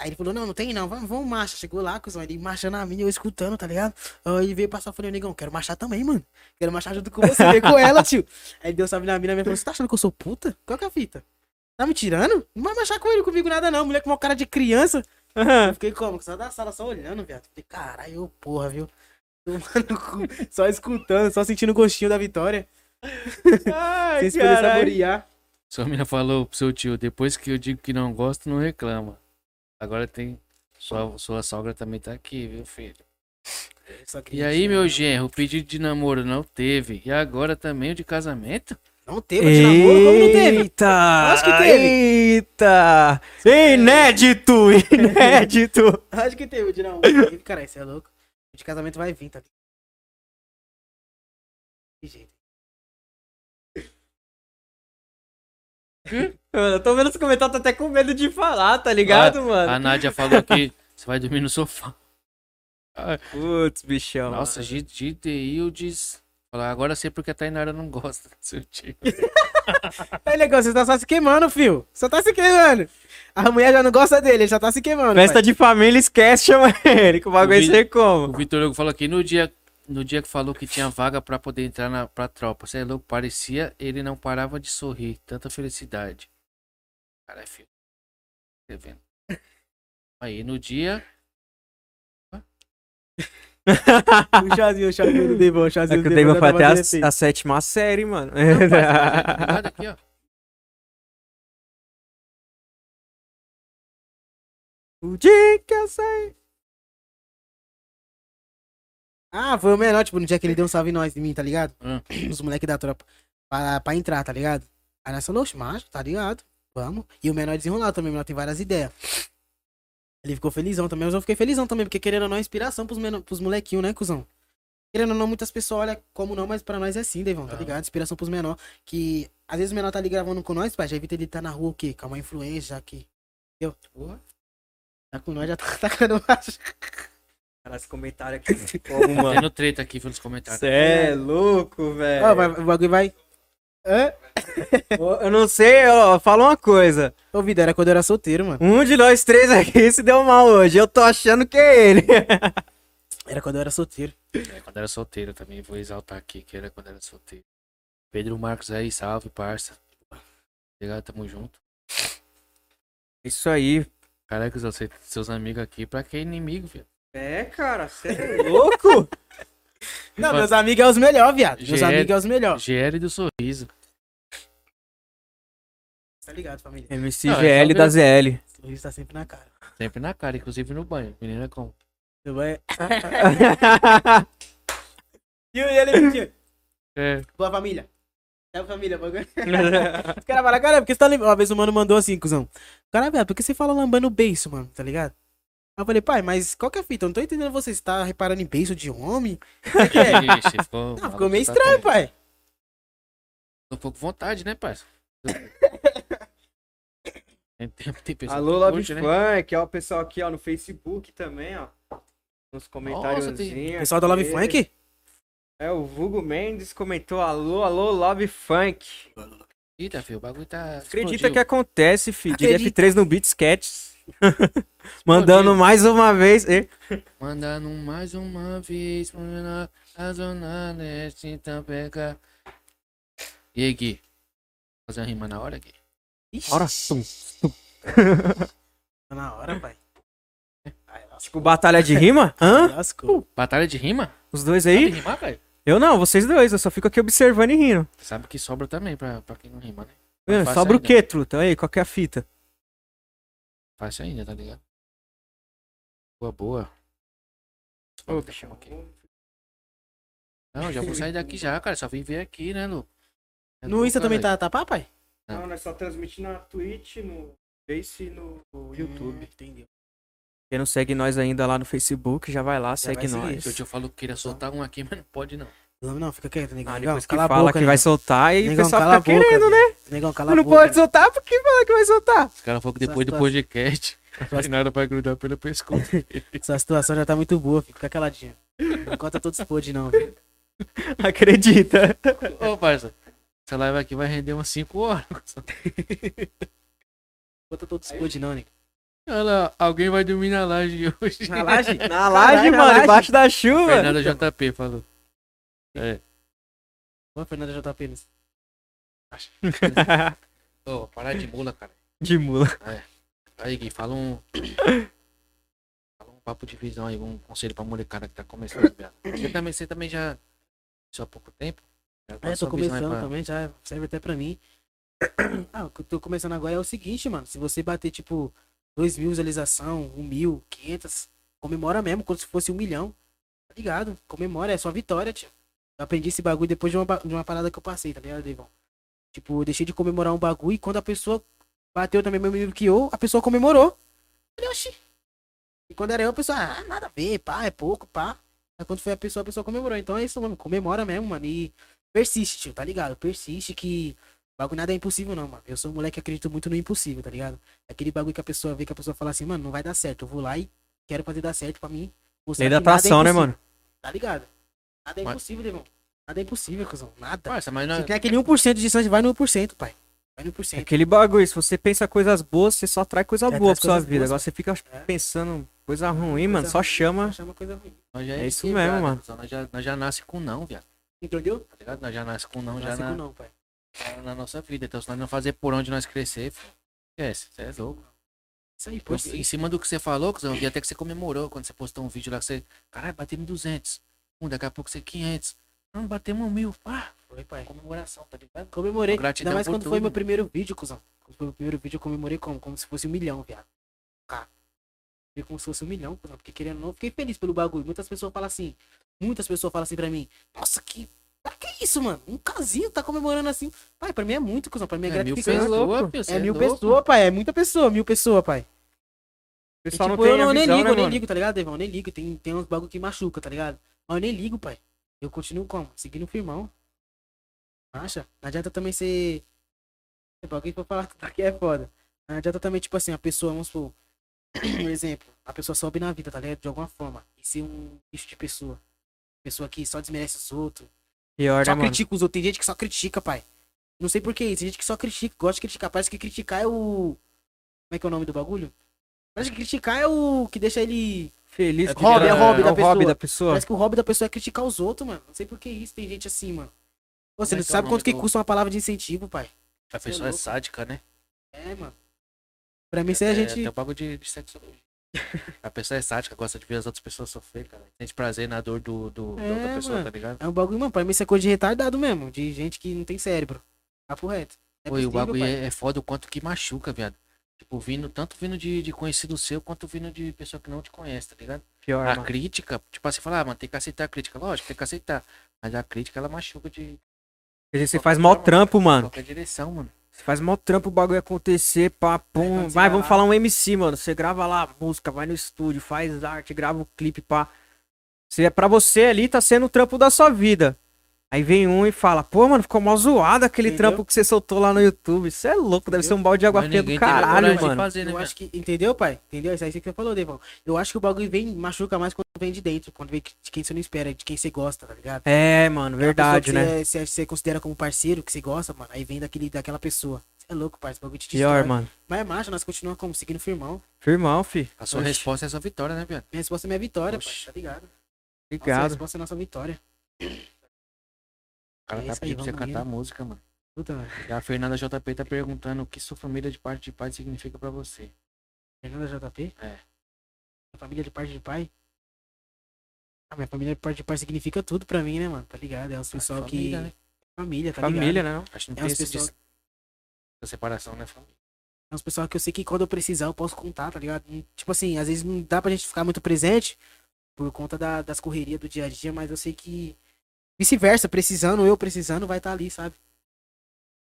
C: Aí ele falou, não, não tem não, vamos, vamos marcha. Chegou lá, cuzão, ele marchando a mina, eu escutando, tá ligado? Aí ele veio passar, eu falei, negão, quero marchar também, mano. Quero marchar junto com você, veio com ela, tio. Aí ele deu essa mina, a mina minha falou, você tá achando que eu sou puta? Qual que é a fita? Tá me tirando? Não vai marchar com ele comigo nada não, mulher com uma cara de criança. Eu fiquei como? Só da sala, só olhando, viado. Falei, caralho, ô porra, viu? Tomando cu, só escutando, só sentindo o gostinho da vitória.
B: Ai,
C: sem se poder saborear.
A: Sua mina falou pro seu tio, depois que eu digo que não gosto, não reclama. Agora tem. Sua, sua sogra também tá aqui, viu, filho?
C: Só que né?
A: E aí, meu genro, o pedido de namoro não teve. E agora também o de casamento?
C: Não teve de namoro, como não teve?
B: Eita!
C: Acho que teve.
B: Eita! Inédito! Inédito!
C: Acho que teve o de namoro. Teve, Caralho, você é louco. O de casamento vai vir, tá ligado? Que jeito.
B: mano, eu tô vendo os comentários, tô até com medo de falar, tá ligado, mano?
A: A Nádia falou que você vai dormir no sofá.
B: Putz, bichão.
A: Nossa, G- Gideildes. Falar, agora sei porque a Tainara não gosta do seu tio.
C: É legal, você tá só se queimando, filho. Só tá se queimando. A mulher já não gosta dele, ele já tá se queimando.
B: Festa de família, esquece, chama ele, que o bagulho
A: Vi-
B: é ser
A: O
B: como.
A: Vitor Hugo falou aqui no dia, no dia que falou que tinha vaga pra poder entrar na pra tropa. Você é louco, parecia ele não parava de sorrir, tanta felicidade. Cara, é filho. Tá vendo? Aí no dia,
C: pai. O chazinho, o chazinho do Devon, o
B: É
C: chazinho
B: que o David foi
C: já
B: até
C: tava
B: a,
C: direito.
B: a sétima série, mano.
A: ligado aqui, ó.
B: O dia que eu saí.
C: Ah, foi o menor, tipo, no dia que ele deu um salve em nós, em mim, tá ligado?
A: Hum.
C: Os moleques da tropa. Pra, pra entrar, tá ligado? Aí nós falamos, "Oxe, macho, tá ligado? Vamos. E o menor desenrolado também, o menor tem várias ideias. Ele ficou felizão também, mas eu fiquei felizão também, porque querendo ou não é inspiração pros, menor, pros molequinhos, né, cuzão? Querendo ou não, muitas pessoas olham como não, mas pra nós é assim, Devon, tá
A: Ah.
C: ligado? Inspiração pros menor. Que às vezes o menor tá ali gravando com nós, pai, já evita ele tá na rua o quê? Com uma influência aqui. Entendeu? Tá com nós, já tá atacando macho.
B: Cara, esse comentário aqui. Como,
A: Tá
B: mano?
A: tendo treta aqui pelos comentários.
B: Cê é louco, velho.
A: Ah,
C: Ó, vai- o bagulho vai. Hã?
B: Eu não sei, ó, fala uma coisa.
C: Ô, vida, era quando eu era solteiro, mano.
B: Um de nós três aqui se deu mal hoje. Eu tô achando que é ele.
C: Era quando eu era solteiro.
A: É, quando era solteiro também, vou exaltar aqui, que era quando era solteiro. Pedro Marcos aí, salve, parça. Obrigado, tamo junto.
B: Isso aí.
A: Caraca, Zé, você- seus amigos aqui, pra que inimigo, velho?
B: É, cara, você é louco?
C: Não, meus amigos é os melhores, viado. Meus
A: Gê-
C: amigos é os
B: Ah.
C: melhores.
A: GL do sorriso.
C: Tá ligado, família?
A: Não, é
B: MCGL
A: só
B: da
A: ver-
B: ZL.
C: O sorriso tá sempre na cara.
A: Sempre na cara, inclusive no banho. Menina com.
C: Meu banho-
B: e ele
A: É.
C: Boa família. É família, bagulho. Os caras falam, cara, porque você tá lembrando. Uma vez o mano mandou assim, cuzão. Cara, velho, por que você fala lambando o beiço, mano? Tá ligado? Aí eu falei, pai, mas qual que é a fita? Eu não tô entendendo você. Você tá reparando em beiço de homem? O que que é?
A: Ixi, ficou,
C: Não, ficou meio
A: tá
C: estranho,
A: com-
C: pai.
A: Tô um pouco com vontade, né, parça? Tem tempo, tem pessoa
B: Alô,
A: que
B: Love
A: curte, né?
B: Funk, ó, o pessoal aqui, ó, no Facebook também, ó. Nos comentários.
C: Pessoal da Love Funk?
B: É, o Vugo Mendes comentou, alô, alô, Love Funk.
A: Eita, filho, o bagulho tá.
B: Acredita
A: explodiu.
B: que acontece, filho. Diria
C: Acredita.
B: F3 no Beats Cats. Mandando mais uma vez. E...
A: Mandando mais uma vez pro menor da Zona Leste, então pega. E aí, Gui? Fazer uma rima na hora, Gui?
C: Ixi,
B: Ora,
C: tá na hora, pai. Ai, nossa,
B: Tipo, batalha de rima? Hã?
C: lascou.
A: Batalha de rima?
B: Os dois
A: Sabe
B: aí?
A: rimar, velho?
B: Eu não, vocês dois. Eu só fico aqui observando e rindo.
A: Você Sabe que sobra também pra, pra quem não rima, né?
B: Mano,
A: fácil
B: Sobra o
A: ainda.
B: quê, truta? Aí, qual que é a fita?
A: Fácil ainda, tá ligado? Boa, boa.
B: Ô,
A: Tá bom aqui. Não, já vou sair daqui já, cara. Só vim ver aqui, né, Lu? É
C: No
A: louco,
C: Insta também
A: caralho.
C: tá, tá pá, pai?
A: Não,
B: nós só transmitimos na Twitch, no Face e no
C: YouTube. Hum, Entendeu?
B: Quem não segue nós ainda lá no Facebook, já vai lá, segue
C: vai seguir.
B: nós.
A: Eu te falo que queria soltar um aqui, mas não pode não.
C: Não, não, fica quieto, negão.
B: Ah,
C: negão,
B: depois que fala que vai soltar e o
C: Negão,
B: pessoal
C: cala a
B: fica
C: boca.
B: querendo, né?
C: né? Negão, cala a
B: Não
C: boca.
B: pode soltar porque fala que vai soltar.
A: Os caras falam que
C: Só
A: depois do
C: situação.
A: podcast, não nada vai grudar pelo pescoço.
C: Sua situação já tá muito boa, filho. fica caladinho. Não conta todos os pod, não, velho.
B: Acredita.
A: Ô, parça, essa live aqui vai render umas 5 horas.
C: Não conta todos os pod, não, negão.
A: Olha lá, alguém vai dormir na laje hoje.
C: Na laje?
B: Na laje,
C: na
B: mano,
C: laje.
B: embaixo da chuva.
A: Fernanda JP falou.
C: Boa, Fernanda JP. né?
A: Ô, parar de mula, cara.
B: De mula.
A: Aí, Gui, fala um. fala um papo de visão aí, um conselho pra molecada que tá começando, viado. Você também, você também já. Só há pouco tempo? Já
C: É,
A: passou
C: tô
A: a visão aí
C: começando
A: pra-
C: também, já serve até pra mim. Ah, o que eu tô começando agora é o seguinte, mano. Se você bater, tipo, 2 mil visualização, 1 mil, 500, comemora mesmo, como se fosse um milhão. Tá ligado? Comemora, é sua vitória, tio. Eu aprendi esse bagulho depois de uma, ba- de uma parada que eu passei, tá ligado, Devon? Tipo, eu deixei de comemorar um bagulho e quando a pessoa bateu também meu amigo que eu, a pessoa comemorou. Eu falei, oxi. E quando era eu, a pessoa, ah, nada a ver, pá, é pouco, pá. Aí quando foi a pessoa, a pessoa comemorou. Então é isso, mano. Comemora mesmo, mano. E persiste, tio, tá ligado? Persiste que bagulho nada é impossível, não, mano. Eu sou um moleque que acredito muito no impossível, tá ligado? Aquele bagulho que a pessoa vê que a pessoa fala assim, mano, não vai dar certo. Eu vou lá e quero fazer dar certo pra mim. mostrar
B: Lei da
C: que nada é
B: atração, né,
C: impossível.
B: mano?
C: Tá ligado? Nada é
A: Mas-
C: impossível, irmão. Nada é impossível, cuzão. Nada.
A: Parça, mas
C: Se
A: nós,
C: tem aquele 1% de distância, vai no 1%, pai. Vai no 1%.
B: Aquele bagulho, se você pensa coisas boas, você só atrai coisa
C: Já
B: boa
C: traz
B: pra sua
C: coisas
B: vida.
C: boas,
B: Agora você fica
C: É.
B: pensando coisa ruim, mano,
C: Coisa
B: só
C: ruim.
B: chama.
C: Chama coisa ruim.
A: nós já
B: É isso
A: quebrado,
B: mesmo, mano.
A: cuzão. Nós já, nós já nasce com não, viado.
C: Entendeu?
A: Tá ligado? Nós já nasce com não,
C: Não
A: já
C: nasce com
A: na,
C: não, pai.
A: na- na nossa vida. Então se nós não fazer por onde nós crescer, filho, esquece, você é louco.
B: Tipo
C: Isso aí, pô.
A: Eu-
B: assim,
A: em cima do que você falou, cuzão, eu vi até que você comemorou quando você postou um vídeo lá que você. Caralho, batemos 200. Hum, daqui a pouco você 500. Não, batemos mil. Ah,
C: Foi, pai. é
A: comemoração, tá ligado?
C: Comemorei.
A: Gratidão
C: Ainda mais
A: por
C: quando foi
A: tudo.
C: meu primeiro vídeo, cuzão. Quando foi meu primeiro vídeo, eu comemorei como? Como se fosse um milhão, viado. Cara. Foi como se fosse um milhão, cuzão. Porque querendo ou não, eu fiquei feliz pelo bagulho. Muitas pessoas falam assim. Muitas pessoas falam assim pra mim. Nossa, que. Ah, que isso, mano? Um casinho tá comemorando assim. Pai, pra mim é muito, cuzão. Pra mim é,
A: É mil
C: gratificante.
A: pessoas,
B: louco.
A: filho, você
C: É mil
A: louco.
C: pessoas, pai. É muita pessoa, mil pessoas, pai.
B: O
C: E, tipo,
B: pessoal não tem
C: eu não,
B: a
C: nem
B: visão,
C: ligo,
B: né,
C: nem
B: mano?
C: ligo, tá ligado, Devão? Nem ligo. Tem, tem uns bagulho que machuca, tá ligado? Mas eu nem ligo, pai. Eu continuo como? Seguindo firmão. Acha? Não adianta também ser. Tem bagulho pra falar que aqui é foda. Não adianta também, tipo assim, a pessoa, vamos supor. Por exemplo, a pessoa sobe na vida, tá ligado? De alguma forma. E ser um bicho de pessoa. Pessoa que só desmerece os outros.
B: Pior, né,
C: Só
B: mano?
C: critica os outros. Tem gente que só critica, pai. Não sei por que isso. Tem gente que só critica, gosta de criticar. Parece que criticar é o. Como é que é o nome do bagulho? Parece que criticar é o que deixa ele.
B: Feliz.
A: É
B: que
A: hobby,
B: tá-
A: é hobby
B: o
C: da
B: hobby
C: pessoa.
B: da pessoa.
C: Parece que o hobby da pessoa é criticar os outros, mano. Não sei por que isso. Tem gente assim, mano. Pô, Você
A: Como é
C: não
A: que é o
C: sabe
A: nome
C: quanto que
A: do-
C: custa uma palavra de incentivo, pai.
A: A
C: Você é
A: pessoa é
C: louco.
A: sádica, né?
C: É, mano. Pra mim, isso é a
A: É,
C: gente.
A: Tem um bagulho de, de sexologia. a pessoa é sádica, gosta de ver as outras pessoas sofrer, cara. Sente prazer na dor do, do- da
C: É,
A: outra pessoa,
C: mano.
A: tá ligado?
C: É um bagulho, mano. Pra mim, isso é coisa de retardado mesmo. De gente que não tem cérebro. Papo reto. É
A: Pô, e o
C: possível,
A: bagulho
C: pai.
A: é, é foda o quanto que machuca, viado. Tipo, vindo, tanto vindo de, de conhecido seu, quanto vindo de pessoa que não te conhece, tá ligado?
C: É.
B: Pior,
A: A
B: mano.
A: crítica, tipo assim, falar, ah, mano, tem que aceitar a crítica. Lógico, tem que aceitar. Mas a crítica, ela machuca de
B: Quer dizer, você faz
C: É
B: mal trampo, mano.
A: qualquer direção, mano.
B: Você faz mal trampo o bagulho acontecer, pá, pum.
C: quando você
B: Vai,
C: vai
B: vamos
C: lá-
B: falar um MC, mano. Você grava lá a música, vai no estúdio, faz arte, grava o clipe, pá. Se é pra você ali, tá sendo o trampo da sua vida. Aí vem um e fala, pô, mano, ficou mó zoado aquele
C: Entendeu?
B: trampo que você soltou lá no YouTube. Isso é louco, deve ser um balde de água
A: Mas
B: fria
A: ninguém
B: do
A: teve a coragem
B: caralho,
A: de
B: mano.
A: fazer, né,
C: Eu
A: viado?
C: acho que. Entendeu, pai? Entendeu? Isso aí que você falou, Devon. Eu acho que o bagulho vem, machuca mais quando vem de dentro, quando vem de quem você não espera, de quem você gosta, tá ligado?
B: É, mano, verdade,
C: Uma pessoa
B: né?
C: que Você, você, você considera como parceiro, que você gosta, mano. Aí vem daquele, daquela pessoa. Você é louco, parceiro. O bagulho te
B: Pior,
C: destrói.
B: mano.
C: Mas é macho, nós continuamos como? Seguindo firmão.
B: Firmão, fi.
A: A sua
B: Oxi,
A: resposta é a sua vitória, né, viado?
C: Minha resposta é minha vitória, pai,
A: Oxi.
C: tá ligado? Nossa
B: Obrigado.
C: resposta é nossa vitória.
A: O cara
C: É
A: tá
C: isso
A: pedindo
C: aí,
A: pra você
C: vamos
A: cantar
C: indo.
A: música, mano.
C: Puta, mano.
A: E a Fernanda JP tá perguntando o que sua família de parte de pai significa pra você.
C: Fernanda JP?
A: É.
C: Minha família de parte de pai? Ah, minha família de parte de pai significa tudo pra mim, né, mano? Tá ligado? É os pessoal
A: família,
C: que.
A: né?
C: Família, tá ligado?
B: Família, né?
A: Acho que não
C: É
A: tem
C: os
A: esse
C: pessoal
A: dis- essa separação, né, família?
C: É uns pessoal que eu sei que quando eu precisar eu posso contar, tá ligado? Não- Tipo assim, às vezes não dá pra gente ficar muito presente por conta da- das correrias do dia a dia, mas eu sei que vice-versa, precisando, eu precisando, vai estar ali, sabe?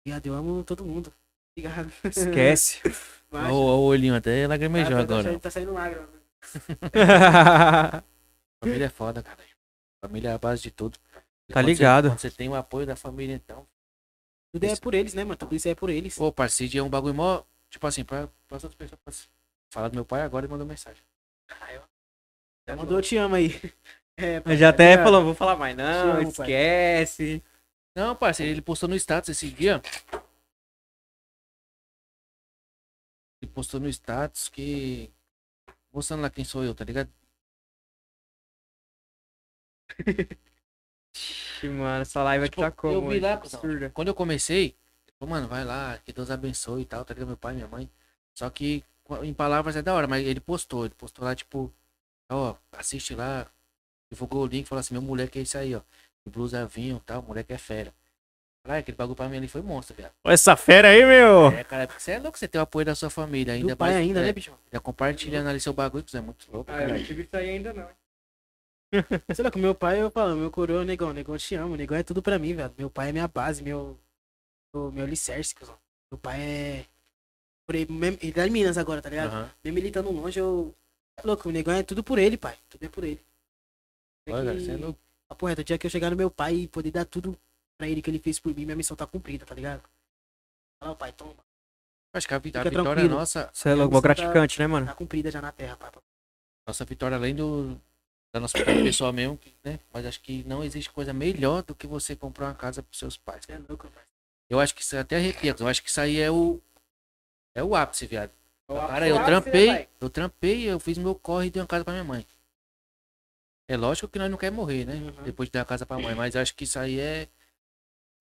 C: Obrigado, eu amo todo mundo. Obrigado.
B: Esquece.
A: Ó,
C: Mas-
A: ó, o olhinho até
C: Ah,
A: lagrimejou
C: tá- tá
A: agora.
C: saindo- Tá saindo lágrima.
A: Família é foda, cara. Família é a base de tudo. E
B: Tá
A: quando você-
B: ligado.
A: quando você tem o apoio da família, então.
C: Tudo é por eles, né, mano? Tudo isso é por eles.
A: Pô, parceiro, é um bagulho mó. Tipo assim, pra, pra outras pessoas. pra- Falar do meu pai agora e mandou mensagem.
C: Já Tá, mandou eu te amo aí. É, pai,
B: Eu já até
C: tá ligado?
B: falou, vou falar mais, não,
C: Te amo, pai.
B: esquece.
A: Não, parceiro, ele postou no status esse dia. Ele postou no status que. Mostrando lá quem sou eu, tá ligado?
B: Ixi, mano, essa live aqui
A: Tipo,
B: tá como?
A: eu vi
B: hoje?
A: lá, cuzão.
B: absurda.
A: Quando eu comecei, ele falou, mano, vai lá, que Deus abençoe e tal, tá ligado? Meu pai, minha mãe. Só que co- em palavras é da hora, mas ele postou, ele postou lá, tipo, ó, assiste lá, divulgou o link, falou assim, meu moleque é isso aí, ó. De blusa vinho e tal, moleque é fera. Caralho, aquele bagulho pra mim ali foi monstro, viado.
B: Ó, Essa fera aí, meu!
A: É, cara, porque você é louco, você tem o apoio da sua família ainda.
C: Do pai
A: mais-
C: ainda,
A: é,
C: né, bicho?
A: Ainda compartilhando ali seu bagulho, que você é muito louco.
D: Ah, eu não tive isso aí ainda não.
C: Sei lá, com meu pai eu falo, meu coroa, negão, negão, eu te amo, negão é tudo pra mim, velho. Meu pai é minha base, meu. Meu, meu alicerce, cuzão. Meu pai é. Por ele, mesmo- ele tá em Minas agora, tá ligado?
A: Aham.
C: Mesmo ele estando longe, eu. É louco, o negão é tudo por ele, pai. Tudo é por ele. É
A: Olha,
C: que-
A: você é louco.
C: a porra, do dia que eu chegar no meu pai e poder dar tudo pra ele que ele fez por mim, minha missão tá cumprida, tá ligado? Fala, pai, toma.
A: Acho que a, vi- a
C: Fica
A: vitória
C: tranquilo.
A: nossa,
B: Isso é louco,
C: Você tá-
B: gratificante, né, mano?
C: Tá cumprida já na terra, pai.
A: nossa vitória além do da nossa vitória pessoal mesmo, que, né? Mas acho que não existe coisa melhor do que você comprar uma casa pros seus pais.
C: Você é louco, pai.
A: Eu acho que isso até arrepia, eu acho que isso aí é o é o ápice, viado. Cara, eu
C: é
D: Suave, né,
A: trampei,
D: pai?
A: eu trampei, eu fiz meu corre e dei uma casa pra minha mãe. É lógico que nós não queremos morrer, né?
C: Uhum.
A: Depois de dar a casa pra mãe, mas acho que isso aí é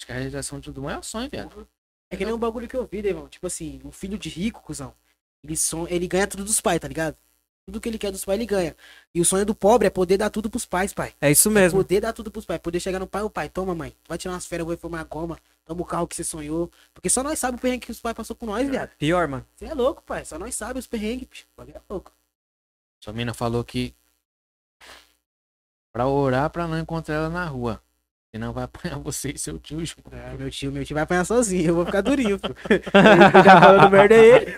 A: acho que a realização de tudo maior sonho, viado.
C: É que nem um bagulho que eu vi, né, irmão. Tipo assim, um filho de rico, cuzão. Ele, son... ele ganha tudo dos pais, tá ligado? Tudo que ele quer dos pais, ele ganha. E o sonho do pobre é poder dar tudo pros pais, pai.
B: É isso mesmo.
C: Poder dar tudo pros pais. Poder chegar no pai, ô pai, toma, mãe. Vai tirar umas férias, eu vou reformar a goma. Toma o carro que você sonhou. Porque só nós sabemos o perrengue que os pais passou com nós, viado.
B: Pior, mano.
C: Você é louco, pai. Só nós sabemos os perrengues, bicho. O bagulho é louco.
A: Sua mina falou que pra orar pra não encontrar ela na rua. Senão vai apanhar você e seu tio junto.
C: Ah, meu tio, meu tio vai apanhar sozinho. Eu vou ficar durinho, filho. Ele fica falando merda é ele.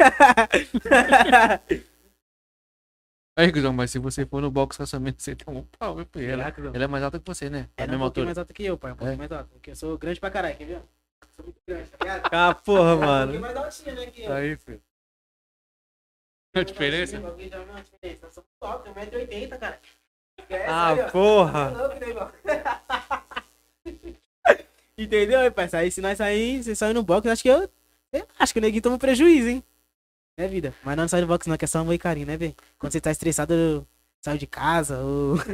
A: Aí, Guzão, mas se você for no box com a sua mina, você tem um pau, meu filho. Ela, ela é mais alta que você, né? É a
C: Era um
A: mesma
C: pouquinho
A: altura.
C: mais alto que eu, pai. Um pouquinho
A: É?
C: mais alto. Porque eu sou grande pra caralho, quer ver? Sou muito grande, tá ligado?
B: Ah, porra,
C: Um pouquinho
B: mano.
C: mais altinho, né, que eu.
A: Tá aí, filho. A diferença?
C: Alguém já viu a diferença? Eu sou muito alto, tenho 1,80m, cara.
B: Ah,
C: Tá
B: porra.
C: né, Entendeu, aí, parça? Aí se nós sair, você sair no box, eu acho que eu. eu acho que o neguinho toma um prejuízo, hein? Né, vida? Mas nós não sai do box, não, que é só amor e carinho, né, velho? Quando você tá estressado, eu saio de casa, ou.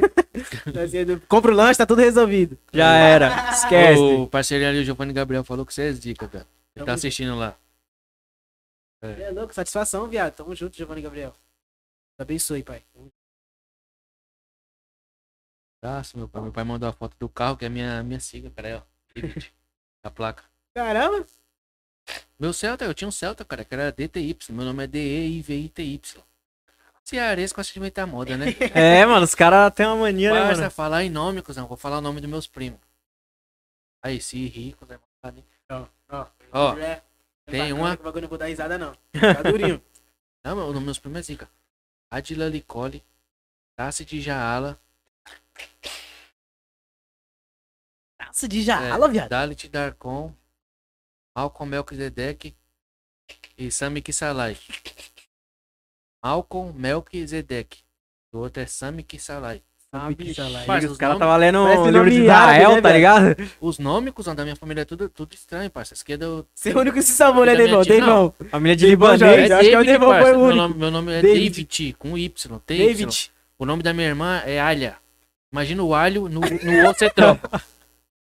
C: Tá sendo- Compra o lanche, tá tudo resolvido.
B: Já era. Esquece.
A: O parceiro ali, o Giovanni Gabriel, falou que você é zica, cara. Ele tá
C: Tamo
A: assistindo lá.
C: junto. É louco, satisfação, viado. Tamo junto, Giovanni e Gabriel. Te abençoe, pai.
A: Abraço, meu pai. Meu pai mandou a foto do carro, que é a minha, minha siga, peraí, ó. David, a placa.
C: Caramba!
A: Meu Celta, eu tinha um Celta, cara, que era DTY. Meu nome é DEIVITY. Cearense com assistimento à moda, né?
B: É, mano, os caras têm uma mania, né,
A: Basta
B: mano?
A: falar em nome, cuzão. Vou falar o nome dos meus primos. Aí, se rico, né? mano?
C: Ó,
A: Ó,
C: é,
A: tem
C: bacana
A: uma-
C: que O bagulho não vou dar risada, não. Tá durinho.
A: Não, meu- o nome dos meus primos é zica. Adila Licoli, Tassi de Jaala,
C: Nossa, de jaala, viado.
A: Dalit Darkon, Malcolm Melchizedek e Sami Kisalai. Malcolm Melchizedek. O outro é Sami Kisalai.
C: Sabe,
A: Parça,
B: Os
A: os
B: caras
A: nomes-
B: tava lendo
C: Parece
B: um
C: nome
B: livro de
C: árabe, né,
B: Israel, tá ligado?
A: Os nomes, cuzão, da minha família é tudo, tudo estranho, parça. Esquerda eu...
C: Você é o único que se salvou, né,
A: Da minha
C: Deivão?
A: tia,
C: Deivão.
B: Família de
C: Deivão já
B: libanês.
C: é- acho que o Devon foi o
A: parça. Meu
C: único.
A: nome, meu nome é
C: David.
A: David, com Y. TY.
C: David.
A: O nome da minha irmã é Alha. Imagina o alho, no, no outro você troca.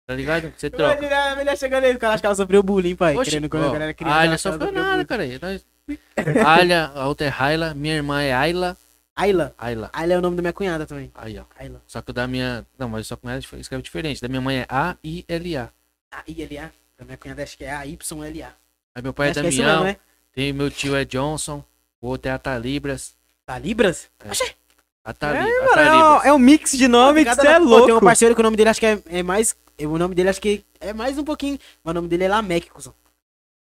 A: Tá ligado? Você troca.
C: Imagina, é a mulher chegando aí, o cara acha que ela sofreu bullying, pai.
A: Oxi,
C: querendo quando a
A: ó, Ah,
C: galera criança. tá
A: Alha
C: acha que
A: só
C: ela
A: foi
C: sofreu
A: nada,
C: bullying.
A: cara. Nós- Alha, a outra é Raila, minha irmã é Ayla.
C: Ayla.
A: Ayla.
C: Ayla é o nome da minha cunhada também.
A: Aí, ó.
C: Ayla.
A: Só que o da minha. Não, mas só com ela escreve diferente. Da minha mãe é A-I-L-A.
C: A-I-L-A. Da minha cunhada acho que é A-Y-L-A.
A: Aí meu pai é
C: acho que é isso
A: Damião.
C: mesmo, né?
A: Tem meu tio é Johnson. O outro é Atalibras.
C: Tá Libras?
A: É. Atalibras.
B: Mano, é um mix de nome que
C: Cada-
B: você é
C: Pô, Tem um
B: louco.
C: parceiro que o nome dele acho que é, é mais... é, O nome dele acho que é mais um pouquinho. Mas o nome dele é Lamec, cuzão.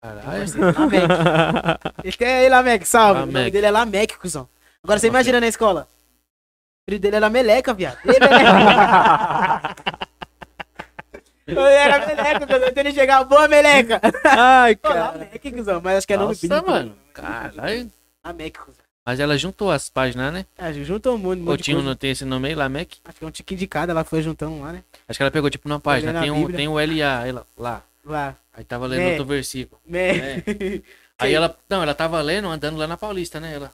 A: Caralho.
C: Lamec. Ele é aí, Lamec, salve. O nome
A: Lamec.
C: dele é Lamec, cuzão. Agora você
A: Lamec.
C: imagina na escola. O filho dele era meleca, viado. Ele era Ele era meleca, cuzão. Então ele chegava, boa meleca.
B: Ai,
C: Pô,
B: cara.
C: Lamec, cuzão. Mas acho que é nome
A: Nossa,
C: bíblico.
A: mano. Caralho.
C: Lamec, cuzão.
A: Mas ela juntou as páginas, né?
C: Ah, juntou um monte, um
A: Ou
C: monte de
A: tinha um-
C: coisa.
A: não tem esse nome aí, Lamec?
C: Acho que é um tiquinho de cada, ela foi juntando lá, né?
A: Acho que ela pegou tipo numa página.
C: lendo a
A: Tem, um,
C: Bíblia.
A: tem o LA aí lá- lá.
C: Lá.
A: Aí tava lendo
C: É.
A: outro versículo.
C: Né?
A: Aí ela. Não, ela tava lendo, andando lá na Paulista, né? Ela.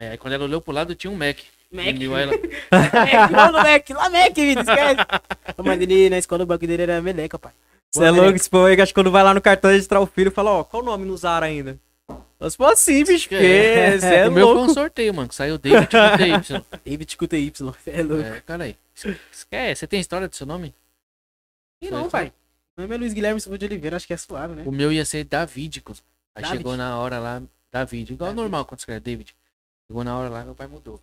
A: É, aí quando ela olhou pro lado, tinha um Mac.
C: Mac.
A: Ele olhou ela- é.
C: Lamec, mano, Lamec. Lamec, vida, esquece. Ô, Mas ele, na escola, o banco dele era meleca, pai.
B: Você é louco, esse povo aí que acho que quando vai lá no cartão registrar o filho, fala, ó, qual o nome no Zara ainda? Nós pô assim, bicho,
A: Que
B: porque você é
A: o meu foi um
B: louco.
A: sorteio, mano. Que saiu tipo, David com DY.
C: David com TY. É louco.
A: É, cara aí. Esquece. Você tem história do seu nome?
C: E não, pai. Meu nome é Luiz Guilherme Silva de Oliveira, acho que é suave, né?
A: O meu ia ser David. cuz. Aí
C: David?
A: chegou na hora lá, David. Igual
C: David.
A: normal quando escreve David. Chegou na hora lá, meu pai mudou.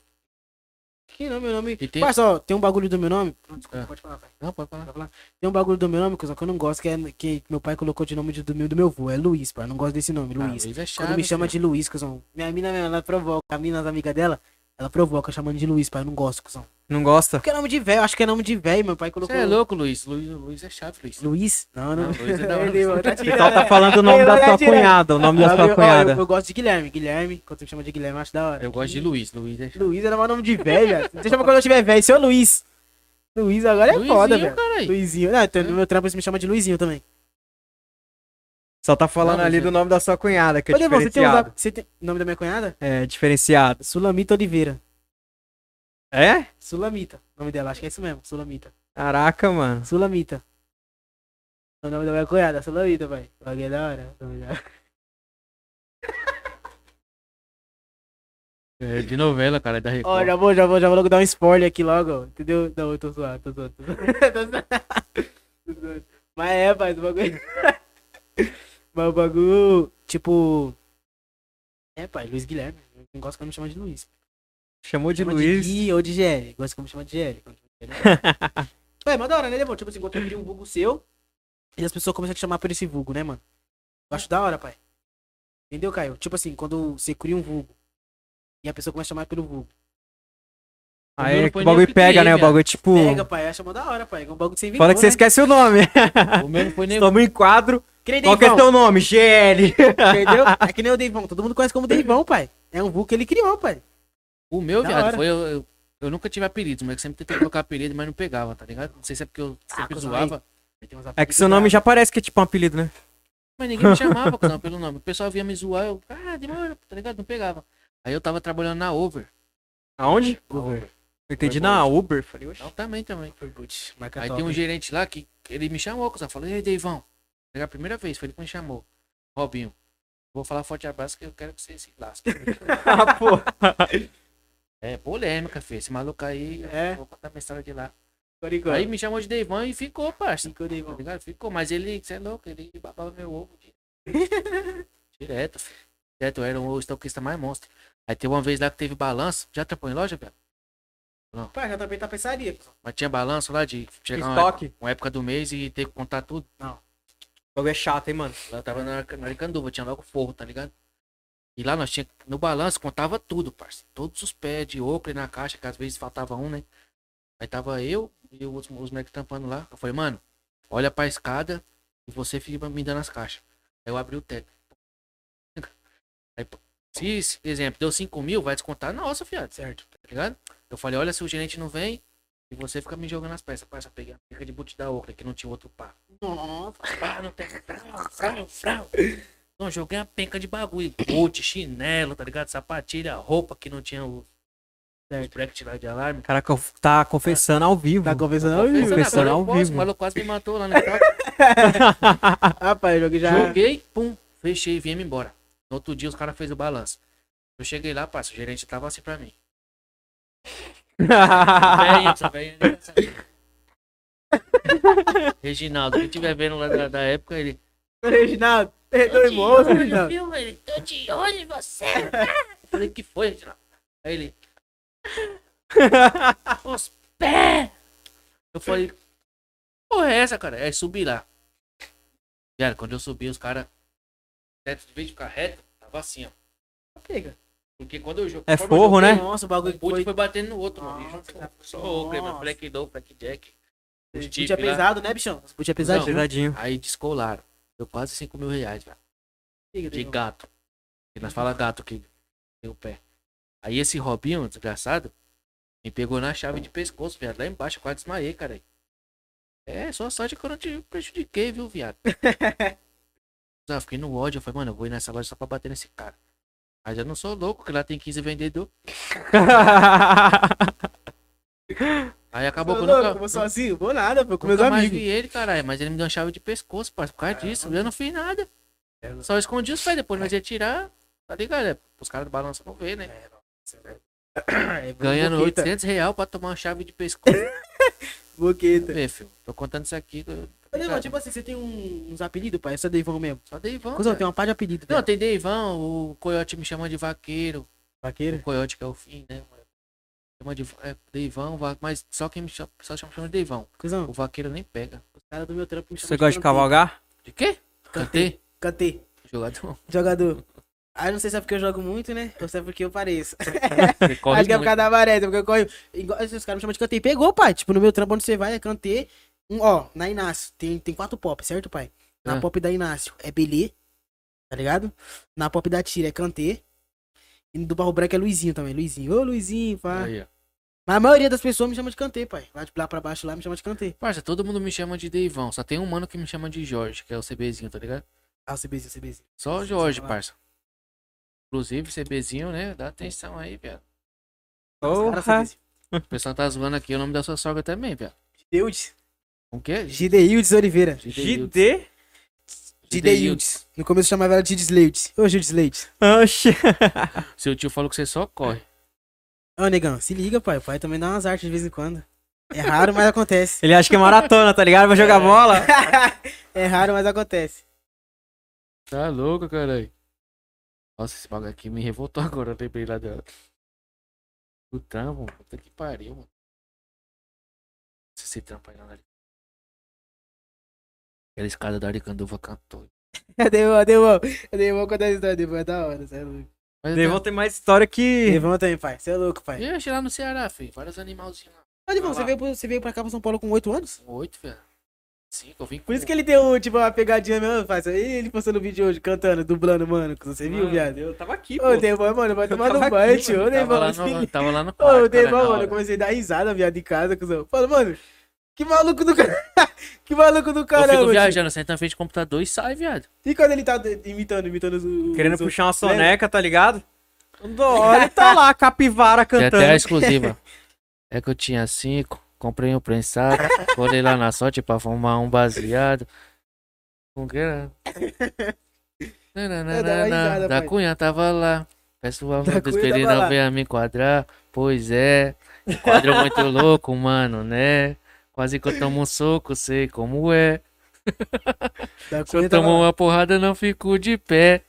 C: Que não, é meu nome.
A: E tem-
C: Mas ó, tem um bagulho do meu nome. Não, desculpa,
A: Ah.
C: pode falar, pai.
A: Não, pode falar.
C: Pode falar. Tem um bagulho do meu nome, coisa que eu não gosto, que, é, que meu pai colocou de nome de- do meu, do meu avô. É Luiz, pai. Eu não gosto desse nome,
A: Ah,
C: Luiz.
A: é
C: Quando me
A: chave,
C: chama
A: filho.
C: de Luiz, cuzão. Minha mina, mesmo, ela provoca. A mina, as amigas dela, ela provoca chamando de Luiz, pai. Eu não gosto, cuzão.
B: Não gosta?
C: Porque é nome de velho, acho que é nome de velho. Meu pai colocou.
A: Você é louco, Luiz. Luiz, Luiz é chave, Luiz.
C: Luiz? Não, não.
A: Não, Luiz é da hora.
C: Ele, mano, tá
B: O
C: tirando.
B: pessoal tá falando o nome
C: Ele
B: da
C: olha
B: sua
C: direto.
B: cunhada. O nome da
C: Ah, meu,
B: sua
C: ó, Eu,
B: cunhada.
C: eu gosto de Guilherme. Guilherme, quando tu me chama de Guilherme, eu acho da hora.
A: Eu gosto de Luiz. Luiz é chave.
C: Luiz era mais nome de velho, velho. Deixa pra quando eu tiver velho, seu Luiz. Luiz agora é foda, velho.
A: caralho.
C: Luizinho. Não, então, no meu trampo eles me chamam de Luizinho também.
B: Só tá falando
A: Não,
B: ali
A: gente.
B: do nome da sua cunhada, que é
C: Ô, Devon, você tem um
B: diferenciado.
C: zap- você tem- o nome da minha cunhada?
B: É, diferenciado.
C: Sulamita Oliveira.
B: É?
C: Sulamita. O nome dela, acho que é isso mesmo. Sulamita.
B: Caraca, mano.
C: Sulamita. O nome da minha cunhada, Sulamita, pai. O bagulho é da hora. o nome da-
A: É de novela, cara, é da
C: Ó,
A: Record.
C: já vou, já vou, já vou logo dar um spoiler aqui logo, entendeu? Não, eu tô zoado, tô zoado, tô zoado. Tô zoado. Tô zoado. Mas é, pai, o bagulho. Mas o bagulho, tipo. É, pai, Luiz Guilherme. Eu não gosto que eu me chama de Luiz.
B: Chamou de
C: Chama
B: Luiz.
C: De Gui ou de GL. Gosto que eu me chama de GL. Quando me chama de GL. Ué, mas da hora, né, Levão? Tipo assim, quando eu crio um vulgo seu, e as pessoas começam a te chamar por esse vulgo, né, mano? Eu acho da hora, pai. Entendeu, Caio? Tipo assim, quando você cria um vulgo e a pessoa começa a chamar pelo vulgo.
A: Eu
B: Aí
A: não
B: que o
A: ponho
B: bagulho
A: nem
B: pega, né? O
A: apelido,
B: bagulho, tipo.
C: Pega, pai, acha mó da hora, pai. É um bagulho que você inventou,
B: Fala que você esquece o nome.
A: né? O meu não foi nem.
B: Toma um enquadro.
C: né? Que nem
B: Qual que é
C: Deivão,
B: teu nome? GL.
C: entendeu? É que nem o Deivão. Todo mundo conhece como Deivão, pai. É um vulgo que ele criou, pai.
A: O meu,
C: Da
A: viado,
C: hora.
A: foi. Eu, eu, eu nunca tive apelido, mas eu sempre tentei colocar apelido, mas não pegava, tá ligado? Não sei se é porque eu sempre
C: Ah, cuzão,
A: zoava.
B: É que seu nome já parece que é tipo um apelido, né?
A: Mas ninguém me chamava não, pelo nome. O pessoal vinha me zoar, eu, ah, demora, tá ligado? Não pegava. Aí eu tava trabalhando na Over.
B: Aonde?
A: Over.
B: Eu entendi na Uber. Falei, oxe. é
A: Não, também, também.
C: Marca
A: Aí
C: é top.
A: tem um gerente lá que ele me chamou, cuzão. Falou, e aí, Deivão? Pegar a primeira vez, foi ele que me chamou. Robinho, vou falar forte abraço que eu quero que você se lasque.
B: Ah, pô.
A: é polêmica, filho. Esse maluco aí,
C: É.
A: eu vou contar minha história de lá.
C: Coricó.
A: Aí me chamou de Deivão e ficou, parça.
C: Coricó,
A: Tá
C: Deivão.
A: ligado? Ficou, mas ele, você é louco, ele babava meu ovo. di- Direto, filho. Direto, eu era o estoquista mais monstro. Aí teve uma vez lá que teve balanço. Já trampou em loja, velho?
C: Pai, já também tá pensaria.
A: Mas tinha balanço lá de chegar uma,
B: Estoque.
A: uma época do mês e ter que contar tudo.
B: O bagulho é chato, hein, mano.
A: Lá eu tava na, na Aricanduva, tinha logo forro, tá ligado? E lá nós tinha, no balanço contava tudo, parceiro. Todos os pés de ocre na caixa, que às vezes faltava um, né? Aí tava eu e os, os moleques tampando lá. Eu falei, mano, olha pra escada e você fica me dando as caixas. Aí eu abri o teto. Aí, pô, se, esse exemplo, deu 5 mil, vai descontar nossa, fiado. Certo. Tá ligado? Eu falei, olha se o gerente não vem e você fica me jogando as peças. Parça, peguei a pica de boot da ocre, que não tinha outro pá.
C: Nossa.
A: Pá, não tem. Frau, frau, frau. Então, joguei uma penca de bagulho. Boot, chinelo, tá ligado? Sapatilha, roupa que não tinha o. Os bracket lá de alarme.
B: Caraca, tá confessando ao vivo.
C: Tá conversando ao vivo.
B: Confessando.
A: Pensando, agora eu
B: Hum, ao
A: posso,
B: vivo.
A: O maluco quase me matou lá na casa.
C: Ah, pai, eu joguei já.
A: Joguei, pum, fechei e vim embora. No outro dia os caras fez o balanço. Eu cheguei lá, parça, o gerente tava assim pra mim.
B: Ah.
A: Véia, essa véia é engraçada. Reginaldo, quem tiver vendo lá da, da época, ele.
C: Reginaldo, perdoe moço, Reginaldo.
A: viu, ele? Tô de olho em você. Eu falei, que foi, Reginaldo? Aí ele. Os pés! Eu falei, "Que porra é essa, cara? Aí subi lá. Cara, quando eu subi, os caras. Teto, de vez de ficar reto, tava assim, ó.
C: Pega.
A: Porque quando eu jogo.
B: É
A: conforme eu
B: forro,
A: joguei,
B: né?
C: Nossa, o bagulho
A: O
C: que
A: boot foi,
C: foi.
A: batendo no outro, mano.
C: Nossa,
A: Junto, Só o Kleber,
C: nossa.
A: Black Doe, Black Jack. Os
C: O
A: Jeep
C: boot é
A: lá.
C: pesado, né, bichão? O boot é pesado.
B: Pesadinho.
A: Aí descolaram. Deu quase 5 mil reais, velho.
C: Pega,
A: De
C: Deivão.
A: gato. E nós fala gato que tem o pé. Aí esse Robinho, desgraçado, me pegou na chave de pescoço, viado. Lá embaixo, quase desmaiei, cara. É, só sorte que eu não te prejudiquei, viu, viado. Eu fiquei no ódio. Eu falei, mano, eu vou ir nessa loja só pra bater nesse cara. Mas eu não sou louco, que lá tem 15 vendedor. Aí acabou
C: Ô,
A: que eu
C: louco,
A: nunca,
C: eu vou sozinho, vou nada, vou com meus
A: Nunca mais
C: amigos.
A: vi ele, caralho, mas ele me deu uma chave de pescoço, parceiro, por causa disso. Eu não fiz nada.
C: É,
A: Só escondi os pés, depois nós ia tirar, tá ligado? É, Os caras do balanço não vê, né? Ganhando
C: Boqueta,
A: 800 real pra tomar uma chave de pescoço.
C: Boqueta.
A: Vê, filho, tô contando isso aqui.
C: Ô, Não,
A: cara.
C: tipo assim, você tem um- uns apelidos, pai? É só Deivão mesmo.
A: Só Deivão.
C: Cusão,
A: cara.
C: tem uma pá de apelido. né?
A: Não,
C: velho.
A: tem Deivão, o Coyote me chama de vaqueiro. O
C: Vaqueiro?
A: Coyote que é o fim, né? mano? Chama de é, Deivão, va- mas só quem me chama, só chama, chama de Deivão.
C: Cusão,
A: O vaqueiro nem pega.
C: os caras do meu trampo me chamam
B: Você gosta de
C: Cantê.
B: cavalgar?
A: De quê? Cantei?
C: Cantê.
A: Jogador.
C: Jogador. Ah, eu não sei se é porque eu jogo muito, né? Ou se é porque eu pareço.
A: Você corre,
C: Acho que é por
A: moleque.
C: causa da maré, porque eu corro. Igual, assim, os caras me chamam de cantei. Pegou, pai. Tipo, no meu trampo onde você vai é cantei. Um, ó, na Inácio. Tem, tem quatro pop, certo, pai? Na
A: Ah.
C: pop da Inácio é Belê. Tá ligado? Na pop da Tira é cantei. E no do Barro Branco é Luizinho também. Luizinho. Ô, Luizinho, pá.
A: Aí, ó.
C: Mas a maioria das pessoas me chama de cantei, pai. Lá de lá pra baixo lá me chama de cantei.
A: Parça, todo mundo me chama de Deivão. Só tem um mano que me chama de Jorge, que é o CBzinho, tá ligado?
C: Ah, o CBzinho, o CBzinho.
A: Só Jorge,
C: falar.
A: parça. Inclusive, CBzinho, né? Dá atenção aí, viado.
C: Os
B: Porra.
C: caras, CBzinho.
A: O pessoal tá zoando aqui o nome da sua sogra também, viado.
C: Gideildes.
A: Com o quê?
C: Gideildes Oliveira.
B: GD?
C: Gideildes. No começo eu chamava ela de Gideildes. Ô, Gideildes.
B: Oxi.
A: Seu tio falou que você só corre.
C: Ô, negão, se liga, pai. O pai também dá umas artes de vez em quando. É raro, mas acontece.
B: Ele acha que é maratona, tá ligado? Vai jogar bola.
C: é raro, mas acontece.
A: Tá louco, caralho. Nossa, esse bagulho aqui me revoltou agora, eu lembrei lá dela. O trampo, puta que pariu, mano. Se esse trampo aí na Aricanduva. Aquela escada da Aricanduva cantou.
C: Devon, Devon. Devon conta a história, Devon. É da hora, você é louco.
A: Mas
B: Devon tem mais história que.
C: Devon também, pai. Você é louco, pai.
A: Eu achei lá no Ceará, filho. Vários animalzinhos lá.
C: Ô, Devon,
B: Vai
C: você
B: lá.
C: veio, pro- você veio pra cá, pra São Paulo, com 8 anos?
A: Com Oito, velho. Cinco, eu vim com.
C: Por isso que ele deu, tipo, uma pegadinha mesmo, faz. Ih, Ele postando vídeo hoje, cantando, dublando, mano. Você viu,
B: Mano,
C: viado?
B: um Eu tava aqui, pô.
C: Ô, Devon, mano, vai
B: Eu
C: tomar no
B: tava
C: banho,
B: aqui,
C: tio. Ô,
B: mano,
A: tava,
C: Devon,
A: lá
C: se liga.
A: no, tava lá no quarto.
C: Ô,
A: cara,
C: Devon,
A: na
C: mano,
A: hora.
C: eu comecei a dar risada, viado, em casa, cuzão. Fala, mano, que maluco do cara. que maluco do
A: Eu
C: caramba.
A: fico
C: tio.
A: viajando, senta na frente do computador e sai, viado.
C: E quando ele tá imitando, imitando os. os
B: Querendo
C: outros?
B: puxar uma soneca, tá ligado? Olha, tá lá, a capivara
A: Tem até a
B: cantando.
A: exclusiva. É que eu tinha cinco, comprei um prensado, colei lá na sorte pra fumar um baseado. Como que era?
C: Eu dava risada,
A: da
C: pai.
A: Cunha tava lá. Peço a
C: Da
A: mão dos
C: Cunha
A: queridos
C: tava lá.
A: não venha me enquadrar. Pois é, quadro muito louco, mano, né? Quase que eu tomo um soco, sei como é.
C: Da
A: Se eu
C: Cunha tava
A: tomo
C: lá.
A: uma porrada, não fico de pé.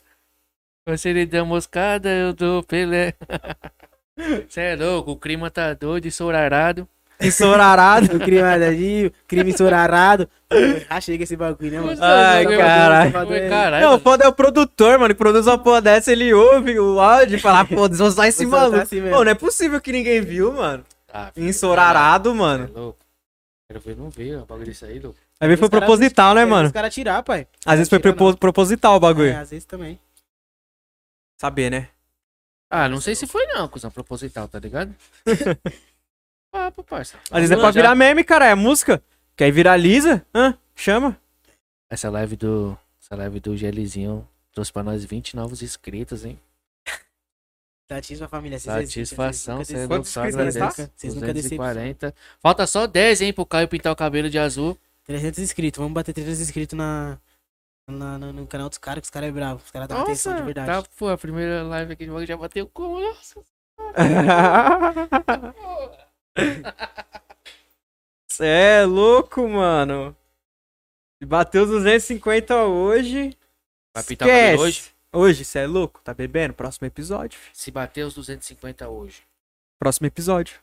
A: Se ele der moscada, eu dou Pelé. Cê é louco, o clima tá doido e sourarado.
B: Ensorarado.
C: O crime arado, crime ensorarado. Achei que esse bagulho, né, mano?
B: Ai,
C: Salvador,
B: caralho.
C: Salvador, é-
A: Caralho,
B: Não, o foda é o produtor, mano. Ele produz uma porra dessa, ele ouve o áudio e fala, "Ah, pô, vou usar esse
C: Vou soltar
B: maluco.
C: assim mesmo.
B: Pô, não é possível que ninguém viu, mano.
A: Ah, filho,
B: Ensorarado,
A: caralho,
B: mano.
A: cê é louco. Quero ver, não ver o bagulho disso aí, louco.
B: Às vezes foi
C: Os caras-
B: proposital, né,
C: Quero
B: mano?
C: Os caras tirar, pai.
B: Às vezes foi
C: tirar,
B: propo- proposital o
C: É,
B: bagulho.
C: às vezes também.
B: Saber, né?
A: Ah, não sei se foi não, cuzão, proposital, tá ligado? Papo, parça.
C: Tá
B: Às vezes é pra virar meme, cara. É música. Que aí viraliza. Hã? Chama.
A: Essa live do. Essa live do Gelizinho trouxe pra nós 20 novos inscritos, hein?
C: Satisfação, família. vocês existem,
A: Satisfação,
C: vocês
A: você
C: nunca
A: não
B: Quantos
A: sabe,
B: inscritos nós
A: agradece.
C: tá? Vocês nunca
A: 240. Falta só 10, hein, pro Caio pintar o cabelo de azul.
C: 300 inscritos, vamos bater 300 inscritos na, na- no, no canal dos caras, que os caras é bravo, os caras dão atenção de verdade.
A: tá, pô, a primeira live aqui de bagulho já bateu como? Nossa,
B: Cê é louco, mano. Bateu 250 hoje.
A: Vai pintar o cabelo hoje?
B: Hoje, cê é louco. Tá bebendo? Próximo episódio. fi.
A: Se bater os 250 hoje,
B: Próximo episódio.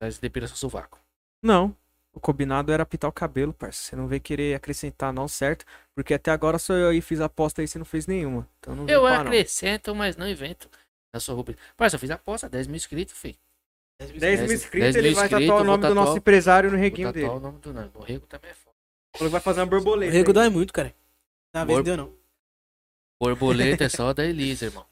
A: nós depila seu sovaco.
B: Não. O combinado era pintar o cabelo, parça. Você não vai querer acrescentar, não, certo? Porque até agora só eu aí fiz aposta aí, você não fez nenhuma. Então não vem
A: Eu
B: pá, não.
A: acrescento, mas não invento. Na sua roupa. Parça, eu fiz a aposta, 10 mil inscritos, filho.
B: 10 mil
A: 10
B: inscritos,
A: mil
B: ele vai
A: inscritos,
B: tatuar o
A: eu vou
B: nome do nosso
A: tatuar-
B: empresário no
A: Vou
B: reguinho
A: tatuar
B: dele.
A: o nome do nome. O rego também é foda.
B: Falou que vai fazer uma
C: O
B: borboleta.
C: rego
B: aí.
C: dói muito, cara. Tá, vez
A: Bor-
C: não deu não.
A: Borboleta é só da Elisa, irmão.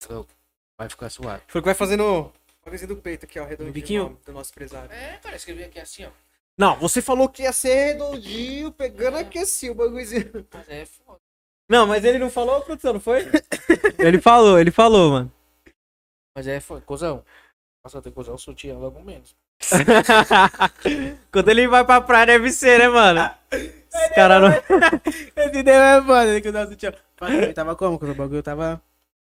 A: Tá louco? Vai ficar suave.
B: Falou que vai fazer no. Uma do peito aqui, ó, redondinho.
C: biquinho?
B: o nome Do nosso empresário.
A: É, cara, escrevi aqui assim, ó.
B: Não, você falou que ia ser redondinho, pegando aqui assim o bagulhozinho.
A: Mas é foda.
B: Não, mas ele não falou, produção, não foi? ele falou, ele falou, mano.
A: Mas é foda. Cozão. Nossa, tem cozão, sutiã logo menos.
B: Quando ele vai pra praia, deve ser, né, mano? Esse cara não.
C: Esse deu é foda, né, que o nosso tio. Pai, eu tava como? Quando o bagulho tava.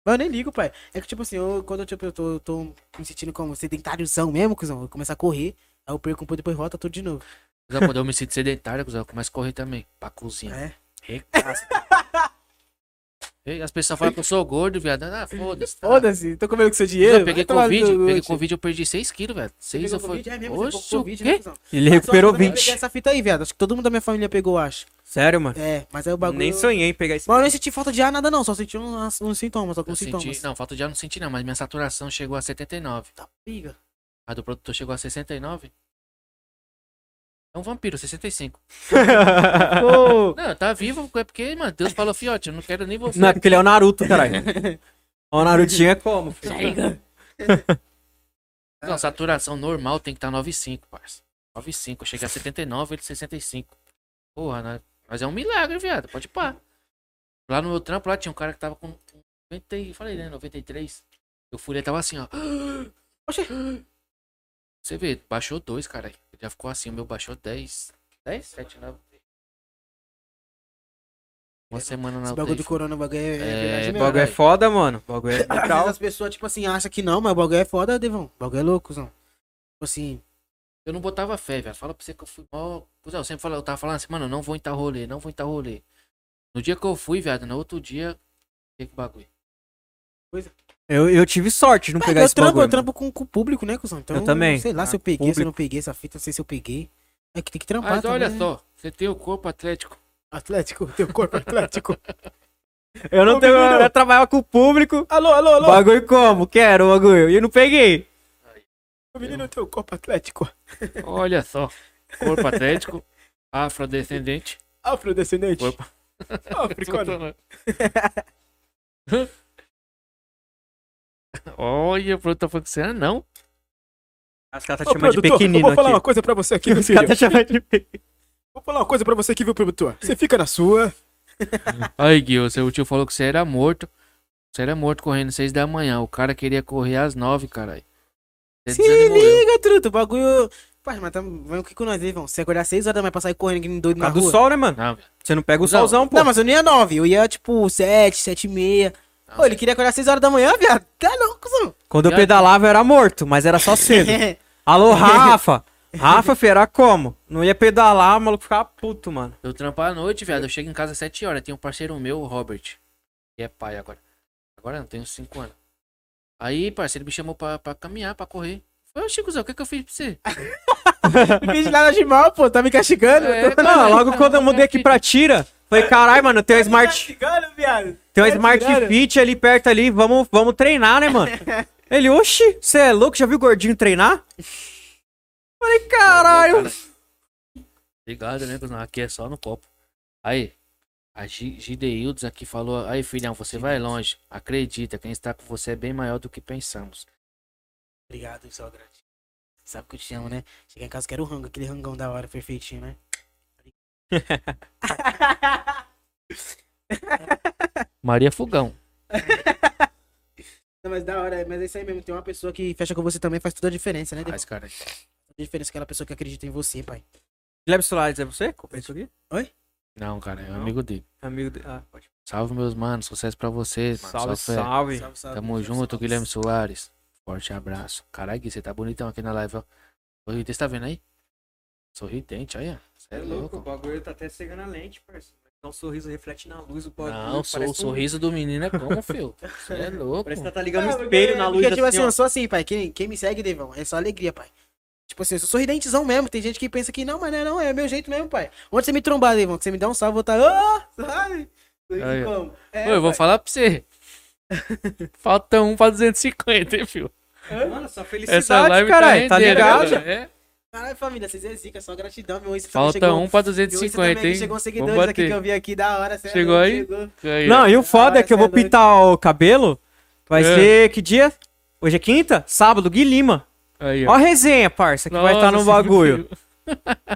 C: Mas eu nem ligo, pai. É que, tipo assim, eu, quando eu, tipo, eu tô, eu tô me sentindo como sedentáriozão mesmo, cuzão, eu começo a correr, aí eu perco um pouco, depois volta tudo de novo.
A: Cuzão, quando eu me sinto sedentário, cuzão, eu começo a correr também. Pra cozinha.
C: É.
A: Recaça. Ei, As pessoas falam que eu sou gordo, viado. Ah, foda-se. tá?
E: Foda-se, tô comendo com seu
A: Cuzão,
E: dinheiro.
A: Eu peguei
E: vai tomar no
A: Covid,
E: seu
A: peguei
E: cu, tio.
A: Covid, eu perdi 6 quilos, velho. 6 eu
C: Pegou
A: fui.
C: Covid, é mesmo, você pegou
A: Oxe, o
C: Covid,
A: quê?
C: né, cuzão?
B: Ele
C: Mas só
B: recuperou
C: eu também peguei
B: 20.
C: essa fita aí, viado. Acho que todo mundo da minha família pegou, acho.
B: Sério, mano?
C: É, mas aí o bagulho.
B: Nem sonhei em pegar esse.
C: Mas eu nem senti falta de ar, nada não. Só senti um uns, uns sintomas,
A: Eu
C: alguns sintomas.
A: senti, não, falta de ar eu não senti não, mas minha saturação chegou a 79.
C: Tá briga.
A: A do produtor chegou a 69. É um vampiro, 65.
B: Ô,
A: Não, tá vivo, é porque, mano, Deus falou, fiote, eu não quero nem você.
B: Não, é porque ele é o Naruto, caralho. Ó, o Narutinho é como?
E: Tá
B: filho?
A: Não, saturação normal tem que estar tá 9,5, parça. 9,5. Eu cheguei a 79, ele 65. Porra, né? mas é um milagre, viado. Pode pá. Lá no meu trampo, lá tinha um cara que tava com 90 e... Falei, né? 93. Eu fui, ele tava assim, ó.
C: Oxê.
A: Você vê, baixou 2, cara. Ele já ficou assim, o meu baixou 10. 10? 7, 9. Uma semana na
C: Esse bagulho do corona, o bagulho é, é verdade
A: É,
B: O
C: mesmo.
B: bagulho é foda, mano. O bagulho é
C: Às vezes
B: brutal.
C: as pessoas, tipo assim, acham que não, mas o bagulho é foda, Devão. O bagulho é louco, Zão. Tipo assim,
A: Eu não botava fé, velho. Fala pra você que eu fui mó. Cusão, Eu sempre falava, eu tava falando assim, mano, eu não vou em tal rolê, não vou em tal rolê. No dia que eu fui, viado, no outro dia, que que bagulho.
B: Eu, eu tive sorte de não
C: é,
B: pegar
C: eu
B: esse
C: trampo,
B: bagulho.
C: eu trampo com, com o público, né, cuzão? Então,
B: Eu também.
C: Sei lá se eu
B: Ah,
C: peguei, se eu
B: público.
C: não peguei essa fita, não sei se eu peguei. É que tem que trampar.
A: Mas Ah, então olha
C: também, né?
A: só, você tem o corpo atlético.
C: Atlético, teu corpo atlético.
B: mano. Eu não tenho. Eu trabalhava com o público.
E: Alô, alô, alô.
B: Bagulho como? Quero o bagulho. E eu não peguei.
E: Menino, teu corpo atlético.
A: Olha só. Corpo atlético, afrodescendente.
E: Afrodescendente.
A: Corpo.
E: Africano.
A: Olha, o produtor falou que você é era não.
B: As caras
E: Ô, produtor, eu vou falar uma coisa pra você aqui, meu filho.
B: tá chamando de pequenino.
E: Vou falar uma coisa pra você aqui, viu, produtor? Você fica na sua.
A: Aí, Gil, seu tio falou que você era morto. Você era morto correndo às seis da manhã. O cara queria correr às nove, caralho. Você
C: se
A: desanimou eu.
C: liga, truta, o bagulho. Pai, mas tá, vem o que com nós aí, vão. Se acordar 6 horas da manhã pra sair correndo que nem doido
B: Por
C: na
B: causa do
C: rua.
B: sol, né, mano?
A: Não, velho.
B: Você não pega o
A: Não.
B: solzão, pô.
C: Não, mas eu não ia 9, eu ia tipo 7, 7 e meia.
A: Não,
C: Pô, ele queria acordar 6 horas da manhã, viado. Tá louco, cuzão.
B: Quando eu
A: Viado.
B: pedalava, eu era morto, mas era só cedo. Alô, Rafa. Rafa, feira como? Não ia pedalar, o maluco ficava puto, mano.
A: Eu trampo à noite, viado. Eu chego em casa às 7 horas. Tem um parceiro meu, o Robert. Que é pai agora. Agora não, tenho 5 anos. Aí, parceiro, me chamou pra, pra caminhar, pra correr. Falei, ô Chico Zé, o que, que eu fiz pra você?
E: Não fiz nada de mal, pô. Tá me castigando.
A: É,
B: Não, logo quando eu mudei aqui pra Tira, falei, caralho, mano, tem um
C: Tá
B: smart,
E: castigando, viado.
B: tem um
E: tá
B: smart
E: tirando.
B: fit ali perto ali, vamos, vamos treinar, né, mano? Ele, oxi, você é louco? Já viu o gordinho treinar? Falei, caralho.
A: Obrigado, né, cuzão? Aqui é só no copo. Aí, a Gi- Gideildes aqui falou: Aí, filhão, você vai longe. Acredita, quem está com você é bem maior do que pensamos.
C: Obrigado, sogra. Sabe que eu te amo, né? Cheguei em casa, quero o rango, aquele rangão da hora, perfeitinho, né?
A: Maria Fogão.
C: Não, mas da hora, mas é isso aí mesmo. Tem uma pessoa que fecha com você também, faz toda a diferença, né? Tem
A: Mas, cara,
C: toda a diferença aquela pessoa que acredita em você, pai.
B: Guilherme Solares, é você? Comprei isso aqui?
A: não, cara, é um
B: Não.
A: amigo dele.
B: Amigo dele. Ah, pode.
A: Salve, meus manos. Sucesso pra vocês, mano.
B: Salve,
A: Só fé.
B: salve.
A: Tamo junto, Guilherme Soares. Forte abraço. Caralho, Gui, você tá bonitão aqui na live, ó. Sorridente, você tá vendo aí? Sorridente, olha. Você é, louco.
B: bagulho tá até cegando a lente, parceiro. Não, o um sorriso reflete na luz, o
A: Não, sou- o sorriso do menino é como, filho? Você é louco.
B: um Parece que tá ligando
C: Ah,
B: o
C: porque-
B: espelho na luz,
C: Porque, tipo assim,
B: assim, ó.
C: eu sou assim, pai. Quem, quem me segue, Devão, é só alegria, pai. Tipo assim, eu sou sorridentezão mesmo. Tem gente que pensa que não, mas não é, não, é meu jeito mesmo, pai. Onde você me trombar, Devão, que você me dá um salve, eu vou estar. Ah, sabe?
A: Aí, ó.
C: Como? É,
A: Pô, eu vou
C: pai.
A: falar pra você. Falta um pra 250, hein, filho?
B: Mano, só
A: Essa
B: felicidade,
A: live
B: caralho. Tá
A: rendendo,
B: ligado?
A: cara, é.
C: Caralho, família, vocês é zica, só gratidão, meu. Esse também
A: Falta
C: chegou-
A: um pra
C: meu, esse
A: 250,
C: também
A: hein?
C: que Chegou
A: Vamos
C: uns seguidores aqui que eu
A: bater.
C: vi aqui, da hora. cê é
A: Chegou
C: louco,
A: aí?
C: Chegou.
A: Aí, ó.
B: Não, e o foda é
C: Agora
B: que eu
C: cê é
B: vou
C: doido.
B: pintar o cabelo. Vai
A: É.
B: ser que dia? Hoje é quinta? Sábado, Guilherme.
A: Aí,
B: Ó a resenha, parça, que vai estar no
A: Nossa,
B: bagulho.
A: filho.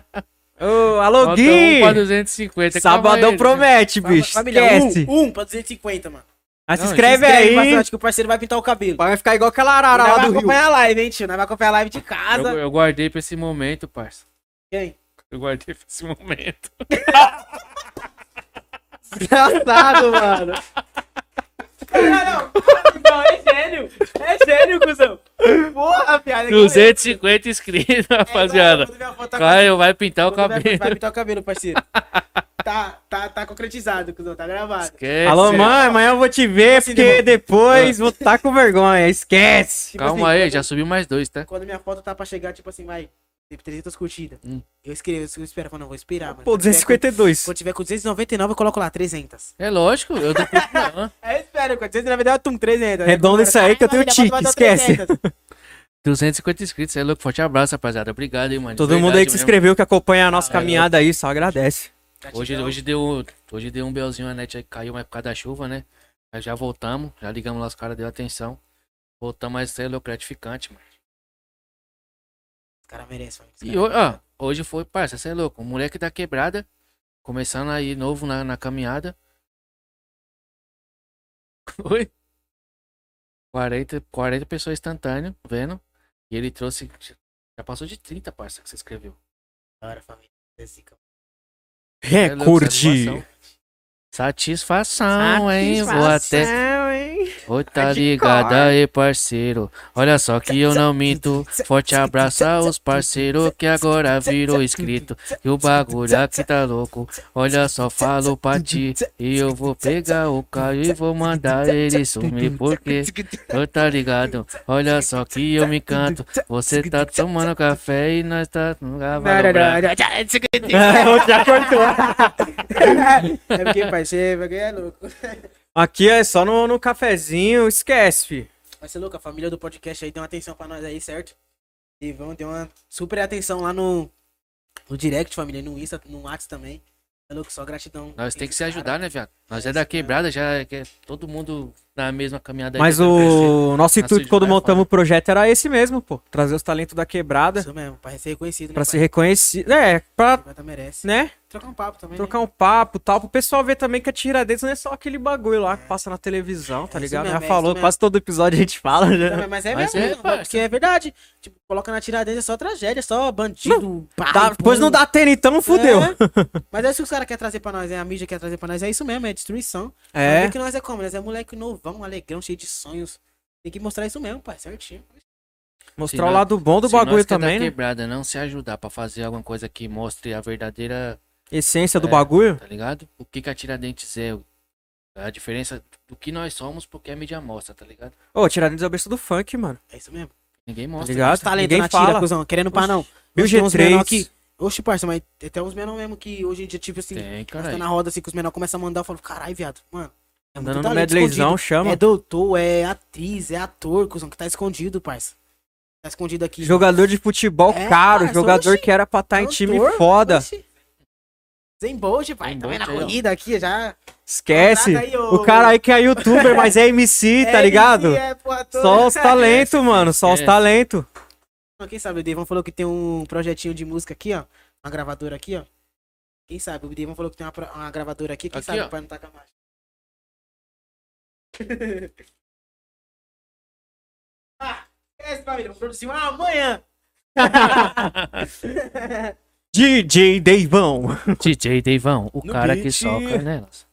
B: Ô, alô,
A: Falta um pra
B: Gui!
A: 250. calma
B: Sabadão
A: aí. né?
B: promete, bicho.
C: Família,
B: Esquece.
C: um, um pra 250, mano.
B: Mas se
A: Não,
B: inscreve
C: parceiro,
B: aí.
C: acho que o parceiro vai pintar o cabelo.
B: Vai ficar igual aquela arara
C: Nós
B: lá
C: vai
B: do Rio.
C: acompanhar a live, hein, tio? Nós vai acompanhar a live de casa.
A: Eu, eu guardei pra esse momento, parça.
C: Quem?
A: Eu guardei pra esse momento.
C: Engraçado, mano. Caralho, ó, é gênio. É gênio, cuzão. Porra, piada.
A: 250 inscritos,
C: É,
A: rapaziada.
C: tá
A: Caio vai pintar o cabelo.
C: Vai pintar o cabelo, parceiro. Tá, tá, tá concretizado, cuzão. Tá gravado.
A: Esquece. Tipo
B: Alô, mãe, amanhã eu vou te ver,
C: Assim,
B: porque
C: irmão.
B: depois vou estar com vergonha. Esquece.
C: Tipo
A: ah. Calma
C: assim,
A: aí,
C: quando-
A: já subiu mais dois, tá?
C: Quando minha foto tá pra chegar, tipo assim, vai. Tipo, 300 curtidas.
A: Hum.
C: Eu escrevo, eu espero, eu falo, não, vou esperar, mano.
B: Pô, 252.
C: Quando tiver com 299, eu coloco lá 300.
A: É lógico, eu dou não.
C: É, espero, com 299, tum, 300.
B: Redondo isso aí que eu
C: Ah,
B: tenho tique, esquece.
A: 250 inscritos, é louco. Forte abraço, rapaziada. Obrigado, hein, mano. de
B: Todo mundo aí que
A: verdade
B: se
A: mesmo.
B: inscreveu, que acompanha a nossa
A: Ah,
B: caminhada aí, só agradece.
A: Hoje, hoje, deu, hoje deu um belzinho, a net aí caiu, mas por causa da chuva, né? Mas já voltamos, já ligamos lá, os caras deu atenção. Voltamos, mas isso é louco, gratificante, mano.
C: Os caras merecem, mano.
A: E hoje, ó, hoje foi, parça, você é louco. Um moleque da quebrada, começando aí novo na, na caminhada. Oi? 40, 40 pessoas instantâneo, vendo? E ele trouxe. Já passou de 30, parça, que você escreveu.
C: Bora, família. É zica.
A: Cê é louco,
B: Recorde.
A: satisfação. Satisfação, hein? Vou até. Oi, tá
B: Hardcore.
A: ligado aí, parceiro. Olha só que eu não minto. Forte abraço aos parceiros que agora virou inscrito. E o bagulho aqui tá louco. Olha só, falo pra ti. E eu vou pegar o Caio e vou mandar ele sumir, porque eu tá ligado. Olha só que eu me canto. Você tá
C: É
A: tomando café e nós tá no cavalo branco.
B: Já cortou.
C: É porque, parceiro, porque é louco.
B: Aqui é só no, no cafezinho, esquece, fi.
C: Vai ser louco, a família do podcast aí deu uma atenção pra nós aí, certo? E vão ter uma super atenção lá no, no direct, família, no Insta, no Whats também. É louco, só gratidão.
A: Nós tem que se
C: Cara,
A: ajudar, né, viado? Nós
C: É
A: é da
C: isso mesmo.
A: quebrada, já é que é todo mundo na mesma caminhada. aí,
B: Mas
A: né, parceiro?
B: o nosso intuito
A: Assunto
B: quando
A: de pai,
B: montamos o projeto era esse mesmo, pô. Trazer os talentos da quebrada
C: Isso mesmo, pra ser reconhecido.
B: pra ser reconhecido. É, pra,
C: reconhecido. merece.
B: né,
C: Trocar um papo também. né?
B: trocar um papo e tal, pro pessoal ver também que a Tiradentes não é só aquele bagulho lá que passa na televisão, tá
C: É isso
B: ligado?
C: mesmo,
B: Já
C: é
B: falou,
C: isso
B: quase todo episódio a gente fala,
C: Não,
B: né?
C: mas- mas é
A: Mas
C: mesmo,
A: é,
C: né?
A: parça.
C: porque é verdade. Tipo, coloca na tiradentes é só tragédia, é só bandido, pá,
B: Dá-
C: pum.
B: pois não tá, dá tênis, então fudeu.
C: É. Mas é isso que os caras querem trazer pra nós, é a mídia quer trazer pra nós, é isso mesmo, é destruição.
B: É.
C: Mas que nós é como? Nós é moleque novão, alegrão, cheio de sonhos. Tem que mostrar isso mesmo, pai, certinho.
B: Mostrar
A: Se
B: o
A: nós-
B: lado bom do
A: Se nós
B: bagulho
A: que é da
B: também, né?
A: quebrada não se ajudar pra fazer alguma coisa que mostre a verdadeira,
B: Essência do
A: É.
B: bagulho.
A: tá ligado? O que que a Tiradentes é, a diferença do que nós somos porque a mídia mostra, tá ligado?
B: Ô, Tiradentes é o berço do funk, mano.
C: É isso mesmo.
A: Ninguém
B: Tá
A: mostra.
B: ligado?
C: Os talentos
B: Ninguém
C: na tira,
B: fala.
C: cuzão, querendo pá não.
B: Meu
C: Hoje tem uns menor
B: G3.
C: que- é Oxe, parça, mas tem até uns menor mesmo que hoje em dia, tipo assim,
A: Tem,
C: nós tá
A: caralho.
C: na roda assim, que os menor começam a mandar, eu falo, caralho, viado, mano. é muito
B: Andando no
C: talento
B: medleyzão,
C: escondido.
B: chama.
C: É doutor, é atriz, é ator, cuzão, que tá escondido, parça. Tá escondido aqui.
B: Jogador de futebol
C: É,
B: caro,
C: parça,
B: jogador
C: oxi.
B: que era pra estar em time
C: Cantor,
B: foda.
C: oxi. Zen Bolt, pai,
A: Zen
C: também na
B: é.
A: Bolt aí, ó.
C: corrida aqui já.
B: Esquece.
C: Contrata aí, ô-
B: O cara aí que é youtuber, mas é MC, tá
C: É,
B: ligado?
C: MC, é, pô, ator.
B: Só os talentos, mano. Só os
A: É.
B: talentos.
C: Quem sabe o Devon falou que tem um projetinho de música aqui, ó. Uma gravadora aqui, ó. Quem sabe? O Devon falou que tem uma, pro- uma gravadora aqui. Quem
A: Aqui,
C: sabe
A: ó.
C: o pai não tá com a marcha. ah, esquece, família. Vamos produzir uma Ah, amanhã.
B: DJ Deivão.
A: DJ Deivão, o
C: No
A: cara que
C: beat.
A: soca nelas.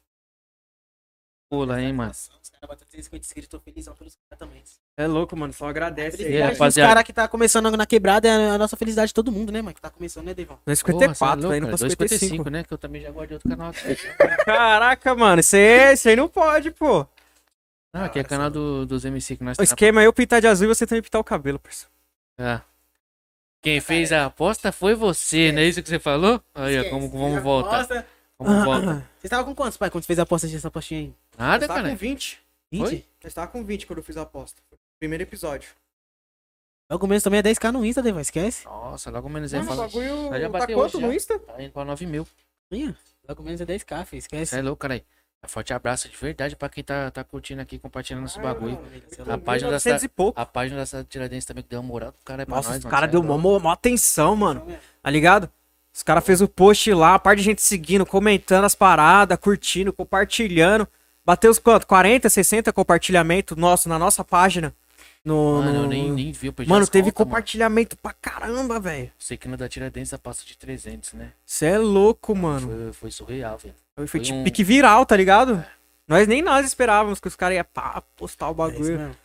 A: Pula, hein, mano.
C: Os caras bateram 350 inscritos. Tô felizão pelos caras também.
B: É louco, mano. Só agradece
A: aí.
C: Felicidade dos
A: rapaziada.
C: caras que tá começando na quebrada é a nossa felicidade de todo mundo, né, mano? Que tá começando, né, Devon?
B: Não
A: Porra,
B: é
A: cê é
B: 54,
A: louco,
B: aí não
A: cara.
B: pra 55.
A: 2,55, né? Que eu também já guardei outro canal aqui.
B: Caraca, mano. Isso aí, isso aí não pode, pô.
A: Ah, aqui é canal do, dos MC que nós
B: O esquema é eu pintar de azul e você também pintar o cabelo, parceiro.
A: Ah. Quem fez a aposta foi você, não é isso que você falou? Aí, ó,
C: Esquece.
A: como
C: Fez a
A: vamos voltar.
C: aposta.
B: Ah,
A: Vamos voltar.
C: Você tava com quantos, pai, quando você fez a aposta dessa apostinha aí?
A: Nada,
B: Tá
A: cara.
B: 20.
A: Oi?
B: Eu estava com 20 quando eu fiz a aposta. Primeiro episódio.
C: Logo menos também é 10k no Insta, Devon, esquece.
A: Nossa, logo menos aí fala.
B: bagulho
A: Mas já tá bateu quanto hoje, no já?
B: Insta?
A: Tá indo pra 9 mil.
C: Ih, Logo menos é 10k, filho,
A: Você
C: esquece.
A: é louco, cara. Forte abraço de verdade pra quem tá, tá curtindo aqui, compartilhando esse Tá bagulho.
C: Você é
A: A
C: louco.
A: página, dessa,
B: 1900 e pouco.
A: a página dessa Tiradentes também que deu uma moral pro cara. É pra
B: Nossa,
A: nós,
B: os
A: mano,
B: caras
A: cê é
B: deu
A: louco.
B: mó, mó- mó atenção, mano. Tá ligado? Os caras fez o post lá, a parte de gente seguindo, comentando as paradas, curtindo, compartilhando. Bateu os quanto? 40, 60 compartilhamento nosso na nossa página. No,
A: Mano,
B: no-
A: eu nem, nem vi. Eu perdi
B: Mano,
A: as
B: teve
A: contas, mano.
B: compartilhamento pra caramba, velho.
A: Sei que no da Tiradentes a passa de 300, né?
B: Você é louco, mano.
A: Foi, foi surreal, velho.
B: Foi,
A: foi
B: tipo
A: um-
B: pique viral, tá ligado? Nós nem nós esperávamos que os caras iam pá, postar o
C: isso
B: bagulho.
C: mesmo.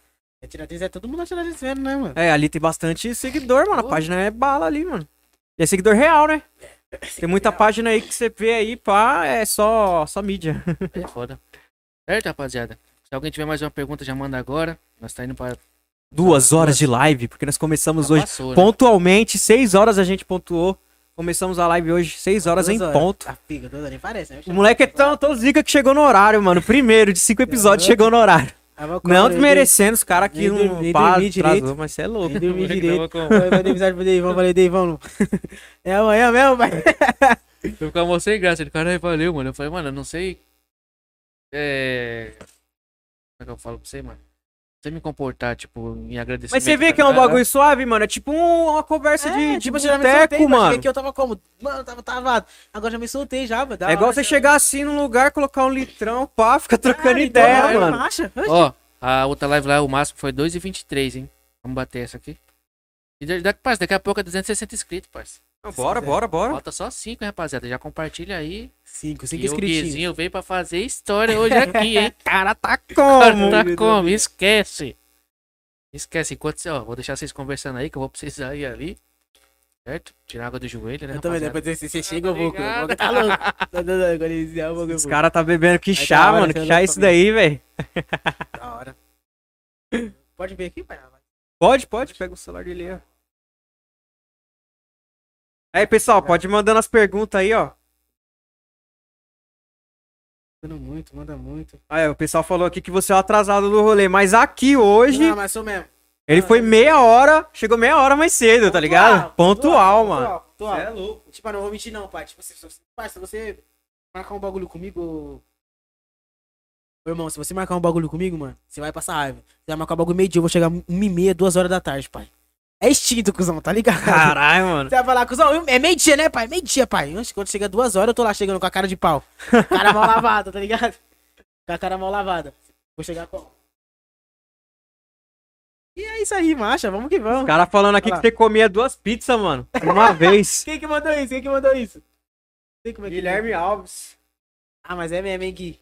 C: É Tiradentes, é todo mundo na Tiradentes vendo, né, mano?
B: É, ali tem bastante seguidor, mano. A página é bala ali, mano. E é seguidor real, né? Tem muita página aí que você vê aí, pá, é só, só mídia.
A: É foda. Certo, rapaziada? Se alguém tiver mais uma pergunta, já manda agora. Nós tá indo pra.
B: Duas horas de live, porque nós começamos
A: já
B: hoje
A: passou, né?
B: pontualmente, seis horas a gente pontuou. Começamos a live hoje, seis horas em
C: Duas
B: ponto.
C: A figa, duas horas, nem parece, né?
B: O moleque é tão, tão zica que chegou no horário, mano. Primeiro de cinco episódios chegou no horário.
C: Ah, vai com-
B: Não
C: ele-
B: merecendo, os caras que
C: nem dormi-
B: não
C: nem
B: pá,
C: dormi direito.
B: atrasou, mas você é louco.
C: ele dormiu
A: Moleque
C: direito.
A: tava com-
C: Vai vai dar amizade pro Deivão, falei, Deivão, não. É amanhã mesmo, vai.
A: Eu ficava mó sem graça. Ele, caralho, valeu, mano. Eu falei, mano, eu não sei. É. Como é que eu falo pra você, mano? Não sei me comportar, tipo, em agradecimento.
B: Mas você vê que é um bagulho suave, mano. É tipo um- uma conversa de, de
C: já me soltei,
B: boteco,
C: mas
B: tipo mano.
C: achei que tipo, eu tava como? Mano, eu tava travado. Agora já me soltei já, mano. Da
B: É igual
C: hora,
B: você
C: já-
B: chegar assim num lugar, colocar um litrão, pá, fica trocando
C: Ah, então,
B: ideia,
C: vai,
B: mano.
C: Acha?
A: Ó, a outra live lá, o máximo foi 2,23, hein? Vamos bater essa aqui. E da- da- parça, daqui a pouco é 260 inscritos, parça.
B: Bora, bora, bora.
A: Falta só 5, hein, rapaziada. Já compartilha aí.
C: Cinco, cinco
A: E o
C: inscritinhos.
A: Guizinho veio pra fazer história hoje aqui, hein?
B: Cara, tá
A: Cara,
B: como?
C: né,
A: tá como? Esquece. Esquece. Enquanto você, ó, vou deixar vocês conversando aí, que eu vou precisar ir ali. Certo? Tirar água do joelho, né?
C: Eu também,
A: rapaziada?
C: depois assim, você-
B: Tá
C: você chega, eu vou.
A: Obrigado.
C: eu vou- Tá louco. Tá dando agora iniciar o bagulho.
B: Os caras tá bebendo que
C: da
B: chá,
C: hora,
B: mano.
C: você
B: Que
C: é
B: chá é
C: louco
B: isso daí, velho?
C: Da hora. Pode vir aqui, pai.
B: Pode, pode. Pega o celular dele aí, ó. Aí, pessoal, pode ir mandando as perguntas aí, ó.
C: Manda muito, manda muito.
B: Aí, o pessoal falou aqui que você é o atrasado do rolê, mas aqui hoje,
C: Não, mas sou mesmo.
B: ele foi meia hora, chegou meia hora mais cedo, tá ligado? Pontual, mano.
C: Pontual.
B: Cê é louco.
C: Tipo, eu não vou mentir não, pai. Tipo, se, se, pai, se você marcar um bagulho comigo... ô- Ô, irmão, se você marcar um bagulho comigo, mano, você vai passar raiva. Você vai marcar um bagulho meio-dia, eu vou chegar um e meia, duas horas da tarde, pai. É extinto, cuzão, tá ligado?
B: Caralho, mano.
C: Você vai falar, cuzão, é meio-dia, né, pai? Meio-dia, pai. Antes, quando chega duas horas, eu tô lá chegando com a cara de pau. Cara mal lavada, tá ligado? Com a cara mal lavada. Vou chegar com... E é isso aí, macha. Vamos que
B: O
C: vamos.
B: cara falando aqui
C: é Olha
B: que
C: lá.
B: você comia duas pizzas, mano. Uma vez.
C: Quem que mandou isso? Quem que mandou isso? Sei como é que-
B: Alves.
C: Ah, mas é mesmo, hein, Gui?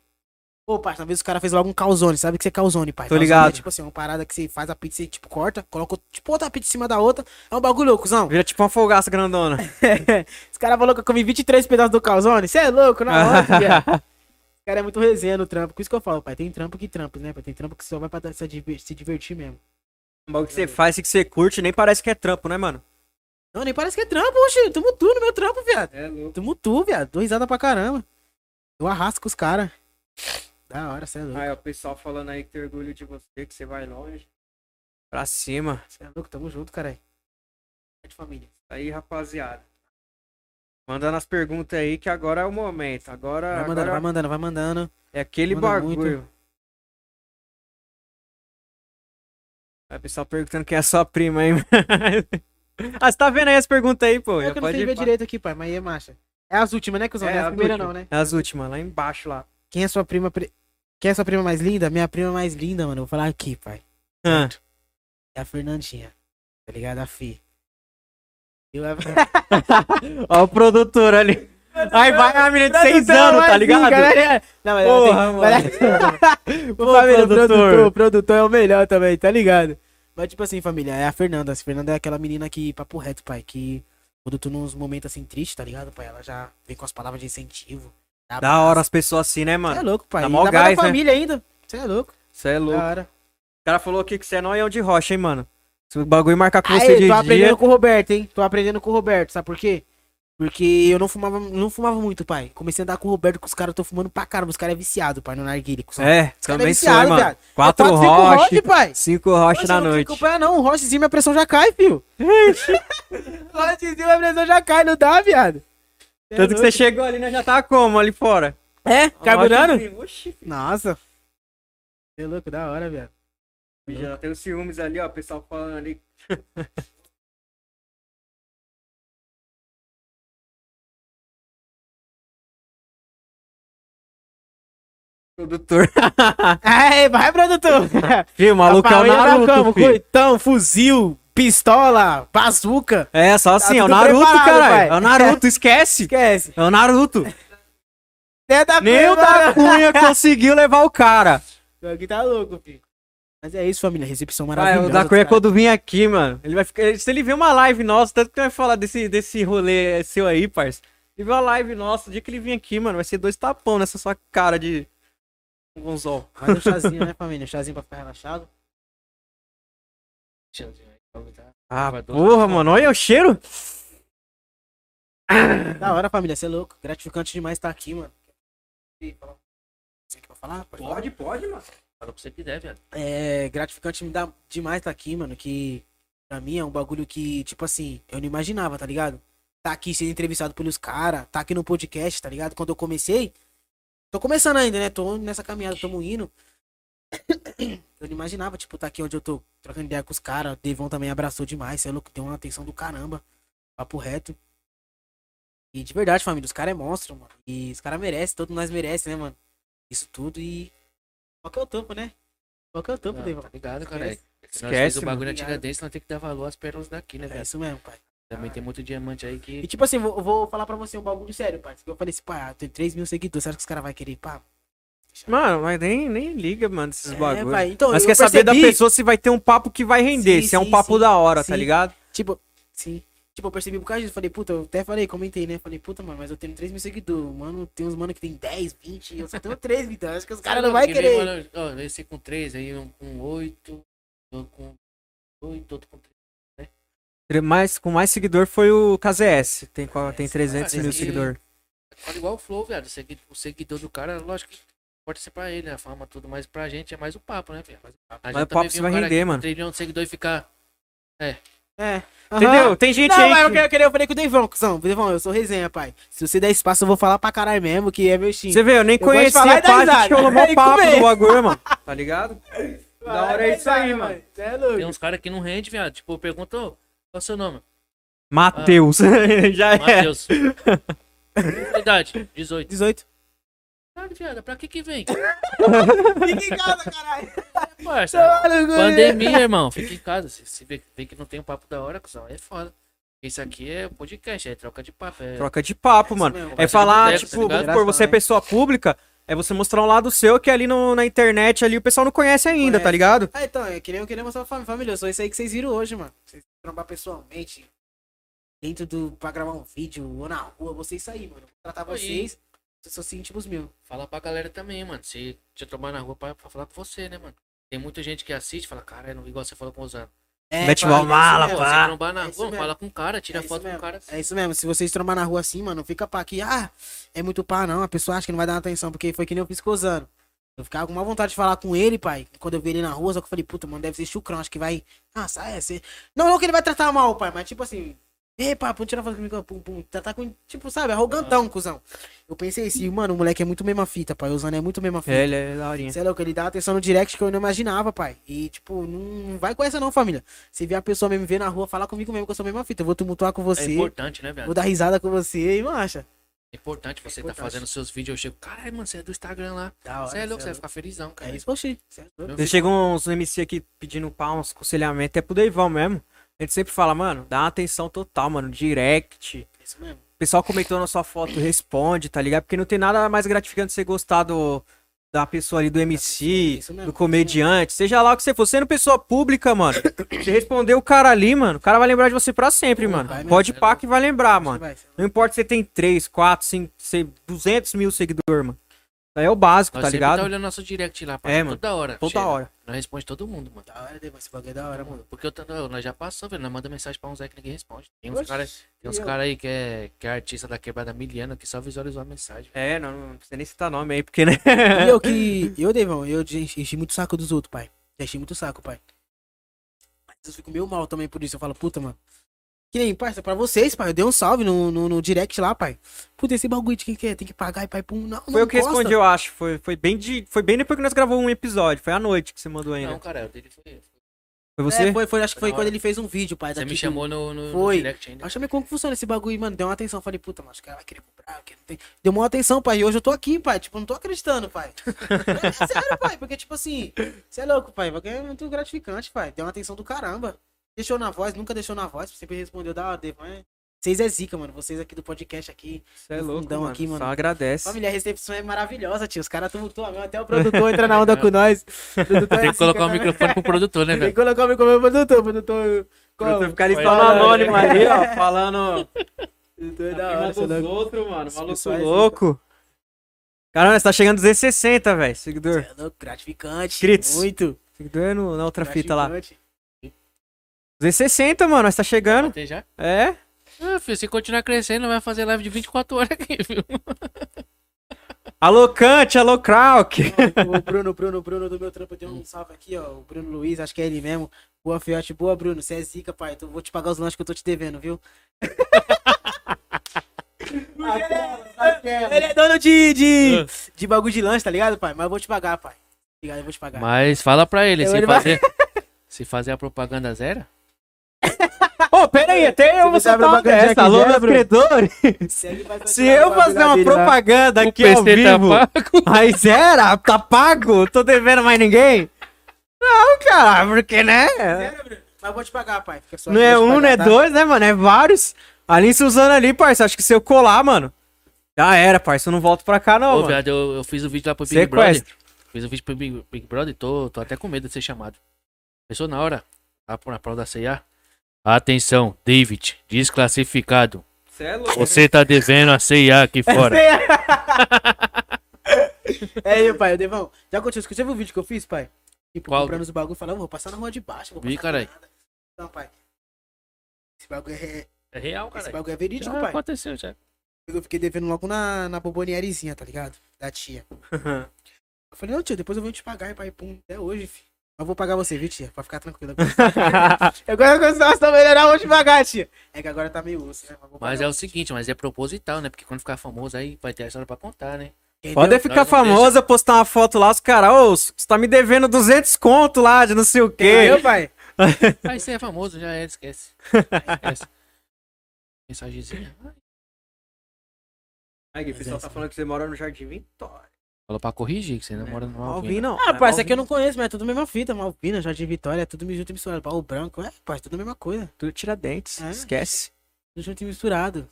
C: Pô, parça, uma vez o cara fez logo um calzone. Sabe o que você é calzone, pai?
B: Tô
C: Calzone
B: ligado.
C: É, tipo assim, uma parada que você faz a pizza e, tipo, corta, coloca, tipo, outra pizza em cima da outra. É um bagulho, cuzão.
B: Vira tipo uma folgaça grandona.
C: Os caras falaram que eu comi 23 pedaços do calzone. Você é louco, na hora, viado. Os cara é muito resenha no trampo. Por isso que eu falo, pai, tem trampo que trampo, né, pai? Tem trampo que só vai pra dar- se diver- se divertir mesmo.
B: Um bagulho que você faz, que você curte, nem parece que é trampo, né, mano?
C: Não, nem parece que é trampo, oxe. Tamo tu no meu trampo, viado.
B: É louco.
C: Tamo tu, viado. Dois risada pra caramba. Eu arrasco os caras. Da hora, você é louco.
B: Aí, o pessoal falando aí que tem orgulho de você, que você vai longe. Pra cima.
C: Você é louco, tamo junto, caralho. É de família.
B: Aí, rapaziada. Mandando as perguntas aí, que agora é o momento. Agora,
C: Vai mandando,
B: agora
C: vai mandando, vai mandando.
B: é aquele
C: manda
B: bagulho. Aí, o pessoal perguntando quem é a sua prima, hein? ah, você tá vendo aí as perguntas aí, pô?
C: É que eu não sei ver direito aqui, pai, mas aí é marcha. É as últimas, né, cuzão?
B: É,
C: não é
B: as
C: a primeira
B: últimas.
C: não, né?
B: É as últimas, lá embaixo, lá.
C: Quem é sua prima... Pre... Quem é sua prima mais linda? Minha prima mais linda, mano. Eu vou falar aqui, pai.
B: Ah.
C: É a Fernandinha. Tá ligado? A Fi. Eu é...
B: Ó o produtor ali. Aí vai a menina de 6 anos, tá ligado?
C: Não, mas assim,
B: Porra,
C: ela tem... mano. Ô,
B: produtor.
C: família, produtor. produtor, é o melhor também, tá ligado? Mas tipo assim, família, é a Fernanda. A Fernanda é aquela menina que, papo reto, pai, que quando tu nos momentos assim tristes, tá ligado, pai? Ela já vem com as palavras de incentivo.
B: Da hora as pessoas assim, né,
C: Você é
B: mano?
C: louco, pai.
B: Dá mó
C: Ainda mais
B: gás,
C: na
B: né?
C: família ainda. Você é louco.
B: Isso é
C: Da
B: louco.
C: hora.
B: O cara falou aqui que você é noião de rocha, hein, mano? Se o bagulho marcar com você
C: Aí,
B: de
C: tô aprendendo
B: dia...
C: com o Roberto, hein? Tô aprendendo com o Roberto, sabe por quê? Porque eu não fumava, não fumava muito, pai. Comecei a andar com o Roberto, que os caras tão fumando pra caramba. Os caras é viciado, pai, no narguile. cuzão.
B: É,
C: cara é
B: também sou,
C: viciado,
B: mano.
C: viado.
B: Quatro
C: cinco
B: rochas,
C: roche, pai.
B: cinco rochas
C: Poxa,
B: na
C: eu não
B: noite.
C: Não acompanha não, o rochezinho, minha pressão já cai, filho. rochezinho, minha pressão já cai, não dá, viado. Cê é
B: Tanto que você
C: louco.
B: chegou ali, né? Já tava como ali fora?
C: É? Carburando?
B: Rocha, assim, oxi,
C: Nossa. Você é louco, da hora, viado.
B: filho, Já tem os ciúmes ali, ó. O pessoal falando ali. Produtor.
C: Ai, vai, produtor.
B: Viu, o maluco Ah. é o
C: Família da
B: Naruto,
C: Camo,
B: filho.
C: coitão, fuzil, pistola, bazuca.
B: É, só assim,
C: Tá
B: é o
C: tudo
B: Naruto,
C: preparado,
B: caralho.
C: pai.
B: É o Naruto, esquece.
C: Esquece.
B: É o Naruto.
C: Até da
B: Nem o da Cunha conseguiu levar o cara.
C: Aqui tá louco, filho. Mas é isso, família. Recepção
B: Vai,
C: maravilhosa.
B: Ah,
C: tá?
B: o da Cunha
C: dos caras.
B: quando vir aqui, mano. Ele vai ficar. Se ele ver uma live nossa, tanto que ele vai falar desse, desse rolê seu aí, parça. Ele vê uma live nossa, o dia que ele vir aqui, mano, vai ser dois tapão nessa sua cara de. Gonzol.
C: Mas um chazinho, né, família? Um chazinho pra ficar relaxado.
B: Ah, porra, mano. Olha o cheiro.
C: Da hora, família. Você é louco. Gratificante demais estar aqui, mano. E falar- Você quer falar? Pode falar?
B: pode, mano.
A: Fala pra você que deve, velho.
C: É gratificante me dá demais estar aqui, mano. Que pra mim é um bagulho que, tipo assim, eu não imaginava, tá ligado? Tá aqui sendo entrevistado pelos caras, tá aqui no podcast, tá ligado? Quando eu comecei, tô começando ainda, né? Tô nessa caminhada, tamo indo. Eu não imaginava, tipo, tá aqui onde eu tô trocando ideia com os caras. O Devon também abraçou demais, sei lá, deu uma atenção do caramba. Papo reto. E de verdade, família, os caras é monstro, mano. E os caras merecem, todos nós merecem, né, mano? Isso tudo e. Qual que é o tampo, né? Qual que é o tampo,
A: Não,
C: Devon?
A: tá ligado, cara.
C: Esquece.
A: Se nós fez
B: Esquece,
A: o bagulho na
C: mano.
A: Tiradentes, nós temos que dar valor às pérolas daqui, né,
C: É
A: velho?
C: isso mesmo, pai.
A: Também tem muito diamante aí
C: E
A: que.
C: tipo assim, vou, vou falar pra você um bagulho sério, pai. Eu falei assim, pai, eu tenho 3 mil seguidores, será que os caras vão querer, pá?
B: Mano, mas nem, nem liga, mano, desses bagulhos.
C: pai, então,
B: Mas
C: eu
B: quer saber da
C: percebi-
B: pessoa se vai ter um papo que vai render,
C: Sim,
B: se é um
C: sim,
B: papo
C: sim.
B: da hora, tá
C: Sim.
B: ligado?
C: Tipo, sim. Tipo, eu percebi por causa disso. Falei, puta, eu até falei, comentei, né? Falei, puta, mano, mas eu tenho 3 mil seguidores. Mano, tem uns mano que tem 10, 20, eu só tenho 3, então acho que os caras não vão
A: Que nem,
C: querer.
A: mano, Ó, eu sei com três, aí um com oito, outro com oito, outro com três.
B: Mais, com mais seguidor foi o KZS. Tem, qua- tem
A: KZS,
B: 300 mil
A: cara,
B: seguidor.
A: Fala igual o Flow, velho. O segui- O seguidor do cara, lógico que pode ser pra ele, né? a fama, tudo, mas pra gente é mais o papo, né, velho? Mas
B: Mas o papo
C: um
B: se vai
A: um
B: render, mano.
A: 3 milhões de seguidores e ficar.
C: É, Aham.
B: Entendeu? Tem gente
C: Não, mas
B: aí
C: eu,
B: que...
C: queria- eu, queria- eu falei com o Deivão, cuzão. Deivão, eu sou resenha, pai. Se você der espaço, eu vou falar pra caralho mesmo, que é meu time.
B: Você vê, eu nem
C: gosto de
B: conhecia
C: falar e
B: a
C: dar
B: página, a
C: risada. É
B: gente rolou mó
C: E
B: papo
C: comer.
B: do bagulho, mano. Tá ligado? da hora é isso aí, mano.
C: Você é louco.
A: Tem uns caras que não rende, viado. Tipo, pergunta, ô, qual é o seu nome?
B: Matheus. Já é.
A: Matheus. Qual a Idade, 18.
C: 18.
A: Caralho, viado, pra que que vem?
C: Fica em casa, caralho.
A: Parça, pandemia, irmão. Fica em casa. Se, se vê, vê que não tem um papo da hora, cuzão, é foda. Isso aqui é podcast, é troca de papo. É...
B: Troca de papo, mano.
C: mesmo,
B: É
A: conversa de
B: falar,
A: boteco, tá
B: tipo, vamos
A: ligado?
B: supor, você é
C: Engraçado, né?
B: pessoa pública, é você mostrar um lado seu que ali no- na internet ali o pessoal não conhece ainda, tá
C: Conhece.
B: ligado?
C: Ah, então, eu queria, eu queria mostrar pra fam- família. Eu sou isso aí que vocês viram hoje, mano. Vocês trombar pessoalmente. Dentro do. pra gravar um vídeo ou na rua, vocês aí, mano. Vou tratar
A: Oi.
C: vocês. Vocês são íntimos meus.
A: Fala pra galera também, mano. Se te tomar na rua pra, pra falar com você, né, mano? Tem muita gente que assiste e fala, cara, é igual você falou com o Zano.
C: É,
B: Mete
C: pai,
B: uma mala,
C: é isso
A: Pô,
C: mesmo.
B: pá.
A: Você trombar na
C: É isso
A: rua,
C: mesmo.
A: fala com o cara, tira
C: É isso
A: foto com o
C: mesmo.
A: cara. assim.
C: É isso mesmo, se vocês trombar na rua assim, mano, não fica pá que, ah, é muito pá não, a pessoa acha que não vai dar atenção, porque foi que nem eu fiz com o Zano. Eu ficava com uma vontade de falar com ele, pai, quando eu vi ele na rua, só que eu falei, puta, mano, deve ser chucrão, acho que vai, ah, sai, é, você... não, não que ele vai tratar mal, pai, mas tipo assim, ei, pá, pum, tira uma foto comigo, pum, pum, tratar com, tipo, sabe, arrogantão, cuzão. Eu pensei assim, mano, o moleque é muito mesma fita, pai, o Zano é muito mesma fita.
B: É, ele é daorinha.
C: Você é louco, ele dá atenção no direct que eu não imaginava, pai. E, tipo, não vai com essa não, família. Se vier a pessoa mesmo, ver na rua, falar comigo mesmo que eu sou a mesma fita. Eu vou tumultuar com
A: É
B: assim.
C: você,
A: importante, né, velho?
C: vou dar risada com você e marcha.
A: É importante você tá
C: importante.
A: fazendo seus vídeos. Eu chego, caralho, mano, você é do Instagram lá.
C: Da hora,
A: Você é louco,
C: cê
A: você
C: é
A: vai ficar felizão, cara.
C: É isso, oxi. cê é louco.
A: Eu
B: Você
A: fico-
B: chega uns MC aqui pedindo pau, uns aconselhamentos, é pro Deivão mesmo. A gente sempre fala, mano, dá uma atenção total, mano, direct.
C: É isso mesmo.
B: O pessoal comentou na sua foto, responde, tá ligado? Porque não tem nada mais gratificante você gostar do, da pessoa ali, do MC,
C: Isso mesmo,
B: do comediante, seja lá o que você for. Sendo pessoa pública, mano, você responder o cara ali, mano, o cara vai lembrar de você pra sempre, mano.
C: vai mesmo,
B: Pode
A: é
B: pá que vai lembrar,
C: Você
B: mano.
C: vai, cê-
B: Não importa se você tem 3, 4, 5, 200 mil seguidores, mano. Daí é o básico,
A: Nós
B: tá
A: sempre tá
B: ligado?
A: olhando nosso direct lá,
B: É,
A: pai.
B: mano.
A: Toda hora.
B: Toda
C: né?
A: chega.
B: hora.
A: Nós responde todo mundo, mano.
C: Da hora, Devo, esse bagulho é da hora, mano.
A: Porque eu tô- não, nós já passamos, velho. Nós mandamos mensagem pra um Zé que ninguém responde. Tem uns
C: Oxi,
A: caras
C: e eu?
A: cara aí que é, que é artista da quebrada miliana que só visualizou a mensagem.
B: É, não, não precisa nem citar nome aí, porque, né?
C: E eu que. Eu, Devão, eu de- enchi muito o saco dos outros, pai. Já enchi muito o saco, pai. Mas eu fico meio mal também por isso. Eu falo, puta, mano. Que nem, parça, pra vocês, pai. Eu dei um salve no, no, no direct lá, pai. Puta, esse bagulho de quem que é? Tem que pagar e pai, pum. Não,
B: Foi
C: não
B: o que
C: encosta.
B: respondi, eu acho. Foi, foi, bem de, foi bem depois que nós gravamos um episódio. Foi à noite que você mandou ainda.
A: Não, cara, o dele foi.
B: foi
C: É,
B: você?
C: foi, foi, acho que
A: Foi
C: foi
A: na
C: quando
A: hora.
C: ele fez um vídeo, pai.
A: Você
C: daqui
A: me
C: do-
A: chamou no, no- no
C: Foi.
A: direct ainda.
C: Eu achei meio como que funciona esse bagulho, mano. Deu uma atenção. Falei, puta, mano, acho que ela vai querer comprar, que não tem. Deu uma atenção, pai. E hoje eu tô aqui, pai. Tipo, não tô acreditando, pai. é, é sério, pai. Porque, tipo assim, você é louco, pai. Bagulho é muito gratificante, pai. Deu uma atenção do caramba. Deixou na voz, nunca deixou na voz. Sempre respondeu da hora, Devan. é Vocês é zica, mano. Vocês aqui do podcast aqui.
B: Você é
C: no
B: louco,
C: fundão
B: mano.
C: aqui, mano.
B: Só agradece.
C: Família, a recepção é maravilhosa, tio. Os caras tumultuam mesmo. Até o produtor entra na onda com nós. é
A: Tem que colocar o microfone pro produtor, né,
C: Tem que
A: velho?
C: colocar o microfone pro produtor, o produtor.
B: Pra tu
C: Como?
B: ficar ali
A: Foi
B: falando
A: da hora.
B: anônimo ali, ó, falando
C: Produtor é
B: da
C: da hora, seu
B: dos
C: nome.
B: outros, mano.
C: Esse
B: Maluco
C: pessoal é zica.
B: louco. Caramba, você tá chegando 260, velho, seguidor.
C: É louco, gratificante.
B: Inscritos.
C: Muito.
B: Seguidor é no- na outra fita lá.
C: gratificante.
B: 260, mano, nós tá chegando.
A: Tem já?
B: É?
A: Ah, filho, se continuar crescendo, vai fazer live de 24 horas aqui, viu?
B: Alô, Kant, alô, Krauk.
C: o Bruno, Bruno, Bruno do meu trampo deu um salve aqui, ó. O Bruno Luiz, acho que é ele mesmo. Boa, Fiote. Boa, Bruno. Você é zica, pai. Então vou te pagar os lanches que eu tô te devendo, viu? Aquelas, aquelas. ele é dono de, de, de bagulho de lanche, tá ligado, pai? Mas eu vou te pagar, pai. Ligado, eu vou te pagar.
A: Mas fala pra ele,
C: Eu-
A: se
C: ele vai-
A: fazer, se fazer a propaganda zero,
B: Ô, pera aí, até eu vou
C: É. você abre
B: soltar uma
C: uma caixinha
B: dessa. Alô,
C: quiser,
B: meus
C: Bruno.
B: credores.
C: Segue, mas vai
B: Se
C: tirar
B: eu
C: bagulho
B: fazer
C: lá
B: uma
C: dele lá.
B: propaganda
A: o
B: aqui ao
A: PC tá
B: vivo,
A: pago.
B: mas era, tá pago? Tô devendo mais ninguém? Não, cara, porque, né?
C: Sério, Bruno? Mas eu vou te pagar, pai. Fica só
B: Não
C: aqui,
B: é
C: eu vou te
B: um, não é
C: pagar, tá?
B: dois, né, mano? É vários. Ali em Suzano ali, parça, acho que se eu colar, mano, já era, parça. Eu não volto pra cá, não,
A: Ô,
B: mano.
A: viado, eu, eu fiz o vídeo lá pro Big Brother.
B: Sequestro.
A: Fiz o vídeo pro Big, Big Brother e tô, tô até com medo de ser chamado. Pensou na hora, lá pro- na prova da CIA. Atenção, David, desclassificado.
B: Você é louco.
A: Você tá devendo a CIA aqui fora.
C: É eu, pai. Eu devão. Já aconteceu. isso. Você viu o vídeo que eu fiz, pai? Tipo,
A: Qual?
C: comprando os bagulho. Falando, vou passar na rua de baixo. Vou
A: Vi,
C: passar por
A: caralho.
C: nada. Não, pai. Esse bagulho é,
A: É real,
C: esse
A: cara.
C: bagulho é verídico,
A: Já
C: pai.
A: aconteceu, já.
C: Eu fiquei devendo logo na, na bombonierizinha, tá ligado? Da tia. Eu falei, não, tio, depois eu vou te pagar, e pai, pum, até hoje, filho. Mas eu vou pagar você, viu, tia? Pra ficar tranquilo. agora que eu estou melhorar, eu vou te pagar, tia. É que agora tá meio osso, né? vou
A: Mas
C: pagar
A: é o seguinte, mas é proposital, né? Porque quando ficar famoso aí vai ter a história pra contar, né?
C: você, entendeu?
B: Pode ficar
A: Nós não
B: famosa, postar uma foto lá, os caras, ô, você tá me devendo 200 conto lá de não sei o quê.
C: Entendeu, pai?
A: Aí você é famoso, já é, esquece. esquece. Mensagenzinha.
B: Aí, o
C: pessoal tá
B: falando que você mora no Jardim Vitória.
A: Falou pra corrigir, que você namora no
B: Alvin,
A: Alvino.
B: não.
C: Ah, pai, isso aqui eu não conheço, mas é tudo mesma fita. Malvina, Jardim Vitória, é tudo junto e misturado. Pau branco, é, pai, tudo a mesma coisa.
B: Tudo tira dentes,
C: É.
B: esquece.
C: Tudo junto e misturado.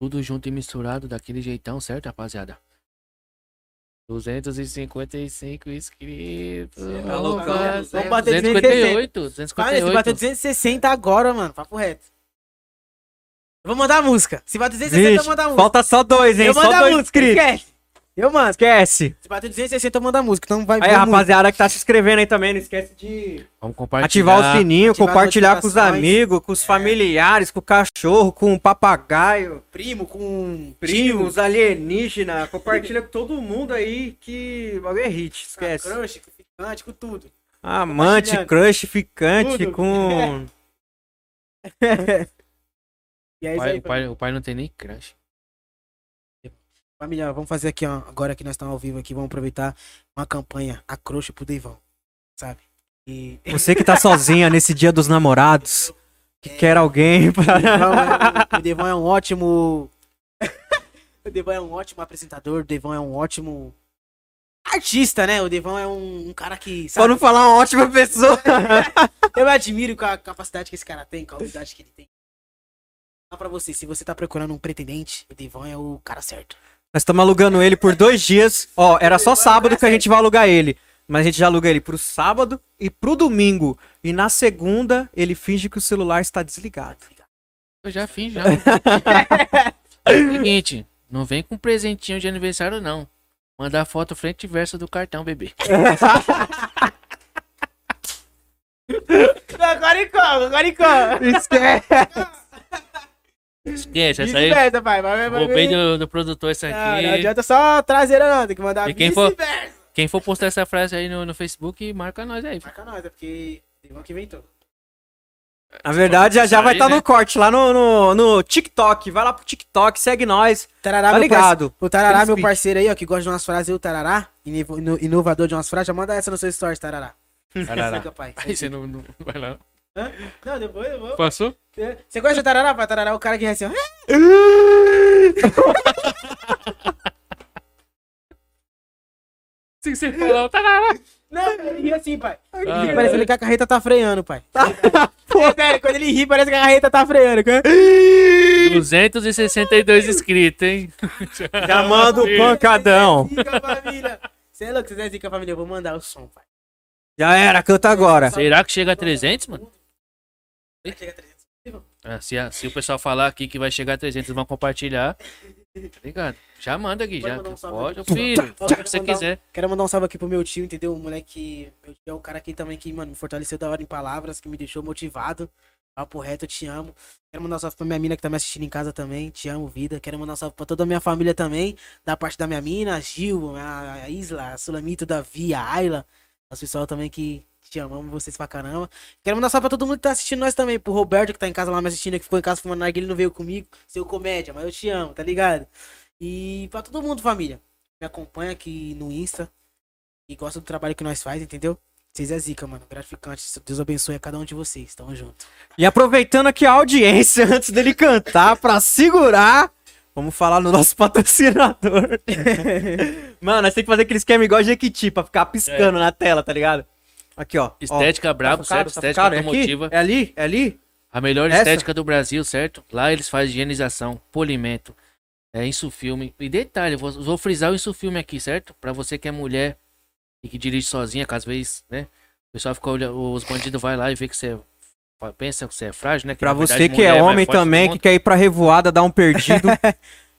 A: Tudo junto e misturado daquele jeitão, certo, rapaziada? 255 inscritos.
B: tá loucão,
A: Opa,
B: vamos
C: bater
A: 258.
C: Pai, se
A: 258.
C: bater 260 agora, mano, papo reto. Eu vou mandar a música. Se bater 260, eu
B: Vixe,
C: vou mandar a música.
B: falta só dois, hein?
C: Eu mando
B: Só
C: a
B: dois
C: música,
B: inscritos.
C: esquece. Eu mando.
B: Esquece.
C: Se bater 260, eu mando a música. Então vai
B: Aí,
C: ver muito.
B: rapaziada que tá se inscrevendo aí também, não esquece de
A: Vamos compartilhar.
B: ativar o sininho,
C: ativar as
B: compartilhar com os
C: notificações. É.
B: amigos, com os familiares, com o cachorro, com o papagaio.
C: primo com
B: primos, alienígena, compartilha com todo mundo aí que o bagulho é hit, esquece.
C: esquece. Crush, com ficante, com tudo.
B: Amante,
C: compartilhando.
B: crush, ficante,
C: Tudo.
B: com.
C: E é
A: O
C: isso
A: pai,
C: aí,
A: o, pai, o pai não tem nem crush.
C: família. Vamos fazer aqui, ó. Agora que nós estamos ao vivo aqui, vamos aproveitar uma campanha, a crush pro Deivão. Sabe? E.
B: Você que tá sozinha nesse dia dos namorados, que quer alguém pra.
C: Devon é um- o Devon é um ótimo. o Devon é um ótimo apresentador, o Devon é um ótimo artista, né? O Devon é um, um cara que.
B: Só não falar uma ótima pessoa.
C: Eu admiro com a capacidade que esse cara tem, com a habilidade que ele tem. Fala pra você, se você tá procurando um pretendente, o Devon é o cara certo.
B: Nós estamos alugando ele por dois dias. Ó, era só sábado que a gente vai alugar ele. Mas a gente já aluga ele pro sábado e pro domingo. E na segunda, ele finge que o celular está desligado.
A: Eu já fiz, já. É o seguinte, não vem com presentinho de aniversário, não. Mandar foto frente e verso do cartão, bebê.
C: Agora em como? Agora em como?
B: Esquece.
A: Esquece, essa aí.
C: pai. Vai,
A: Vou bem do, do produtor isso
C: Não, não
A: aqui.
C: adianta só traseira, não. Tem que mandar
A: E quem for-
C: vice-versa.
A: Quem for postar essa frase aí no, no Facebook, marca nós aí.
C: Marca nós, é porque o Devon que inventou.
B: Na verdade, já já vai
A: Aí,
B: estar
A: né?
B: no corte lá no, no, no TikTok. Vai lá pro TikTok, segue nós.
C: Tarará,
B: Tá
C: meu parceiro.
B: ligado?
C: O Tarará,
B: Free
C: meu
B: speech.
C: parceiro aí, ó, que gosta de umas frases, eu, Tarará, inivo- ino- inovador de umas frases, já manda essa no seu stories, Tarará. Saca, pai.
A: Aí você não, não vai lá.
C: Não, depois eu vou.
A: Passou?
C: Você gosta de Tarará, pai? Tarará é o cara que é assim, ó.
A: Sem você falar, tá lá, lá.
C: Não, ele ri assim, pai.
A: Ah,
C: Parece que ele- que a carreta tá freando, pai.
B: Pô.
C: É sério, quando ele ri, parece que a carreta tá freando. cara.
A: 262 inscritos, hein?
B: Já manda o pancadão.
C: Zica, família. Você é louco, você é zica, família. Eu vou mandar o som, pai.
B: Já era, canta agora.
A: Será que chega a 300, mano?
C: Chega 300.
A: Ah, se, a- se o pessoal falar aqui que vai chegar a 300, vão compartilhar. Tá ligado? Já manda aqui,
C: Pode
A: já.
C: mandar um salve
A: Pode, ô
C: aqui.
A: filho.
C: Pode
A: Se você
C: mandar um-
A: quiser.
C: Quero mandar um salve aqui pro meu tio, entendeu? O moleque. Meu tio é o cara aqui também que, mano, me fortaleceu da hora em palavras, que me deixou motivado. Papo reto, eu te amo. Quero mandar um salve pra minha mina que tá me assistindo em casa também. Te amo, vida. Quero mandar um salve pra toda a minha família também. Da parte da minha mina, a Gil, a a Isla, a Sulamito, Davi, a Ayla. As pessoal também que te amamos vocês pra caramba. Quero mandar um salve pra todo mundo que tá assistindo nós também. Pro Roberto que tá em casa lá me assistindo, que ficou em casa fumando narguilha e não veio comigo. Seu comédia, mas eu te amo, tá ligado? E pra todo mundo, família. Me acompanha aqui no Insta e gosta do trabalho que nós faz, entendeu? Vocês é zica, mano. Gratificante. Deus abençoe a cada um de vocês. Tamo junto.
B: E aproveitando aqui a audiência, antes dele cantar, pra segurar, vamos falar no nosso patrocinador. Mano, nós temos que fazer aquele esquema igual Jequiti, pra ficar piscando na tela, tá ligado? Aqui, ó. tá
A: Estética É. brabo,
C: tá
A: certo? Estética
B: é
A: automotiva.
B: É ali? É ali?
A: A melhor
B: Essa?
A: estética do Brasil, certo? Lá eles fazem higienização, polimento, é, insufilme. E detalhe, vou, vou frisar o insufilme aqui, certo? Pra você que é mulher e que dirige sozinha, que às vezes, né? O pessoal fica olhando, os bandidos vai lá e vê que você é- pensa que você é frágil, né? Que
B: Pra
A: na
B: você
A: verdade
B: que
A: mulher
B: é
A: é mais
B: homem
A: forte do
B: também, que
A: mundo.
B: quer ir pra revoada, dar um perdido.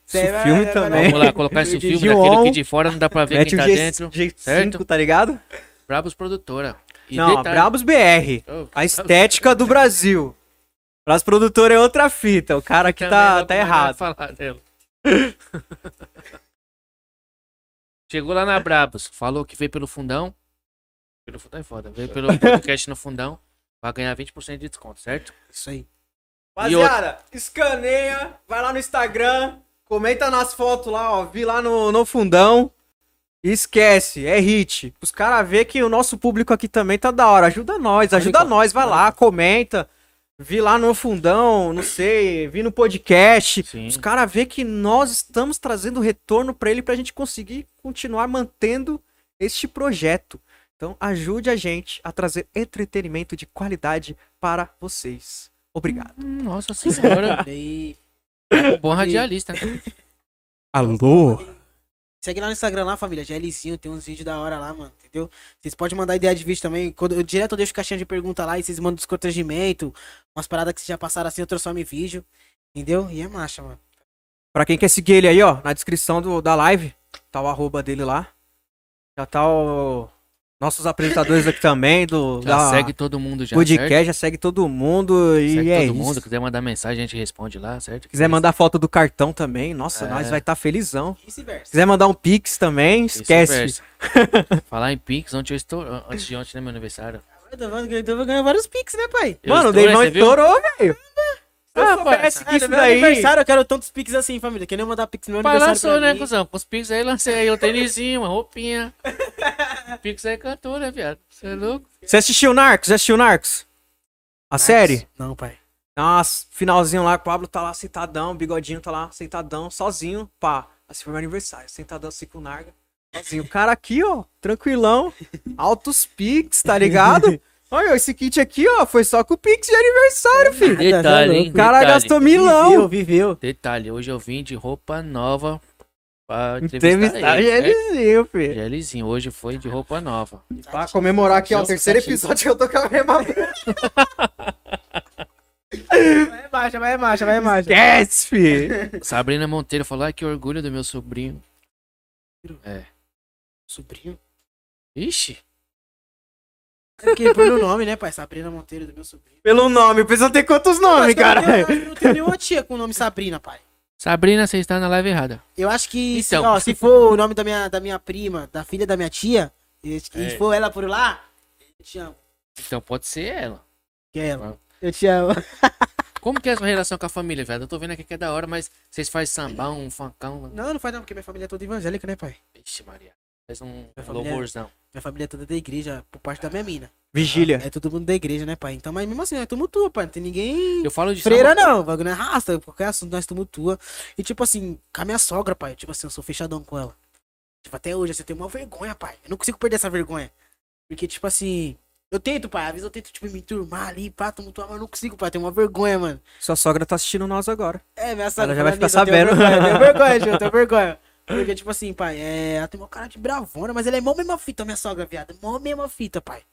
C: Cê
B: Esse
C: vai-
B: filme
C: vai-
B: também.
A: Vamos lá, colocar esse
B: Perdi
A: filme
B: de
A: daquele
B: on.
A: que de fora não dá pra ver
B: Mete
A: quem
B: o
A: tá
B: G,
A: dentro. certo?
B: G5, tá ligado?
A: Brabos produtora. E
B: Não,
A: detalhe-
B: Brabos BR.
A: Oh,
B: A estética do Brasil. Brabos produtor é outra fita. O cara aqui
A: também é
B: tá,
A: logo
B: tá
A: mais vai
B: errado.
A: falar dela. Chegou lá na Brabos, falou que veio pelo fundão. Pelo fundão é foda. Veio pelo podcast no fundão. Vai ganhar 20% de desconto, certo?
C: Isso aí.
A: E
B: Rapaziada, escaneia, vai lá no Instagram, comenta nas fotos lá, ó, vi lá no, no fundão. E esquece, é hit. Os caras vê que o nosso público aqui também tá da hora. Ajuda nós, ajuda nós, vai lá, comenta. Vi lá no fundão, não sei, vi no podcast.
A: Sim.
B: Os caras vê que nós estamos trazendo retorno pra ele pra gente conseguir continuar mantendo este projeto. Então ajude a gente a trazer entretenimento de qualidade para vocês. Obrigado.
A: Nossa senhora,
C: E
A: um bom radialista. né?
B: Alô?
C: segue lá no Instagram lá, família. GLzinho, tem uns vídeos da hora lá, mano. Entendeu? Vocês podem mandar ideia de vídeo também. Quando, eu direto eu deixo caixinha de pergunta lá e vocês mandam descortejamento. Umas paradas que vocês já passaram assim, eu transformo em vídeo. Entendeu? E é marcha, mano.
B: Pra quem quer seguir ele aí, ó, na descrição do, da live, tá o arroba dele lá. Já tá o... Nossos apresentadores aqui também, do
A: Já
B: da
A: segue todo mundo já,
B: Ah, podcast,
A: certo?
B: já segue todo mundo e
A: Segue
B: é
A: todo
B: isso.
A: mundo. Quiser mandar mensagem, a gente responde lá, certo?
B: Quiser mandar foto do cartão também, nossa,
A: É.
B: nós vai estar tá felizão.
C: Vice-versa.
B: Quiser mandar um pix também,
A: é
B: esquece.
A: Vice-versa. Falar em Pix, ontem eu estou. Antes de ontem, né, meu aniversário.
C: Eu tô vou- eu vou ganhar vários pics, né, pai?
A: Eu
B: Mano, o
A: estourei,
B: Deivão
A: você viu?
B: estourou, velho. Ah,
A: sou
B: parece
A: parça.
B: que isso
C: é meu
B: daí.
C: aniversário, eu quero tantos pics assim, família. Quem não mandar pics no meu
A: Pai,
C: aniversário.
A: lançou,
C: pra
A: né,
C: mim,
A: cuzão? Com os Pix aí, lancei aí o tênisinho, uma roupinha. Pix aí cantou, né, viado? Você é louco?
B: Você assistiu Narcos? Já assistiu Narcos? A série?
C: Não, pai.
B: Nossa, finalzinho lá, o Pablo tá lá sentadão, o bigodinho tá lá sentadão, sozinho, pá. Assim foi meu aniversário, sentadão assim com o Narga. Sozinho. O cara aqui, ó, tranquilão, altos Pix, tá ligado? Olha, esse kit aqui, ó, foi só com o Pix de
A: É,
B: aniversário, filho.
A: Detalhe, hein?
B: O cara
A: detalhe.
B: gastou milão.
C: Viveu, viveu.
A: Detalhe, hoje eu vim de roupa nova pra entrevistar
B: Entrevistar
A: ele, é. certo?
B: GLzinho, filho.
A: Gelizinho, hoje foi de roupa nova.
B: Pra comemorar aqui, ó, o terceiro episódio que eu tô com a mesma
C: Vai marcha, vai marcha, vai marcha.
B: Esquece, fi.
A: Sabrina Monteiro falou, ai, que orgulho do meu sobrinho.
C: Sobrinho?
A: Ixi,
C: É porque pelo nome, né, pai? Sabrina Monteiro, do meu sobrinho.
B: Pelo nome, precisa ter quantos nomes,
C: Mas eu não
B: cara?
C: tenho- eu Não tenho nenhuma tia com o nome Sabrina, pai.
A: Sabrina, você está na live errada.
C: Eu acho que, se,
A: Então.
C: ó, se for o nome da minha, da minha prima, da filha da minha tia, e se
A: É.
C: for ela por lá, eu te amo.
A: Então pode ser ela.
C: Que é ela. Eu te amo.
A: Como que é a sua relação com a família, viado? Eu tô vendo aqui que é da hora, mas vocês fazem sambão, um facão.
C: Não, não faz não, porque minha família é toda evangélica, né, pai?
A: Ixi, Maria. Faz um
C: Minha família-
A: louvorzão.
C: Minha família é toda da igreja, por parte da minha mina.
B: Vigília.
C: É todo mundo da igreja, né, pai? Então, mas mesmo assim, nós tumultua, pai. Não tem ninguém.
A: Eu falo de
C: Freira não, o bagulho é raça, qualquer assunto nós tumultua. E tipo assim, com a minha sogra, pai, tipo assim, eu sou fechadão com ela. Tipo, até hoje, assim, eu tenho uma vergonha, pai. Eu não consigo perder essa vergonha. Porque, tipo assim, eu tento, pai. Às vezes eu tento, tipo, me turmar ali, pá, tumultuar, mas eu não consigo, pai. Tem uma vergonha, mano.
B: Sua sogra tá assistindo nós agora.
C: É, minha
B: Ela já vai ficar
C: fala, "Amigo,
B: sabendo.
C: Eu tenho vergonha, eu tenho vergonha, tio, eu tenho vergonha. Porque, tipo assim, pai, é, ela tem uma cara de bravona, mas ela é mó mesma fita, minha sogra, viado. Mó mesma fita, pai.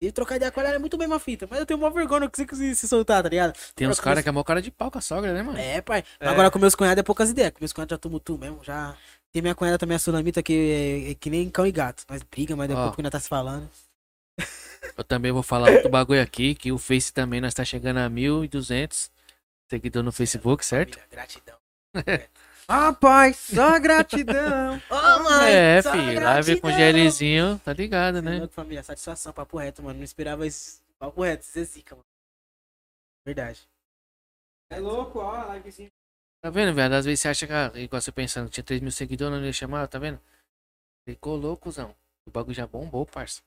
C: E trocar ideia com ela ela é muito mesma fita. Mas eu tenho mó vergonha, eu não consigo se, se soltar, tá ligado?
A: Tem uns
C: Pra
A: caras que é mó cara de pau com a sogra, né, mano?
C: É, pai.
B: É.
C: Agora com meus cunhados é poucas ideias. Com meus cunhados já tomo tu mesmo, já. Tem minha cunhada também, a Sunamita, que é, é que nem cão e gato. Nós briga, mas daqui a
A: Ó.
C: pouco ainda tá se falando.
A: Eu também vou falar outro bagulho aqui, que o Face também, nós tá chegando a 1.200 seguidor no Facebook, certo?
C: Família, Gratidão.
B: Rapaz, só gratidão.
C: Ô, mãe!
A: é,
C: só
A: filho, live com o
C: gratidão.
A: GLzinho, tá ligado,
C: Cê é
A: né?
C: louco, família, satisfação, papo reto, mano. Não esperava isso. Papo reto, isso é zica, mano. Verdade.
F: É louco, ó, a assim. livezinha.
A: Tá vendo, velho? Às vezes você acha que, ah, igual você pensando, tinha 3 mil seguidores, não ia chamar, tá vendo? Ficou louco, cuzão. O bagulho já bombou, parça.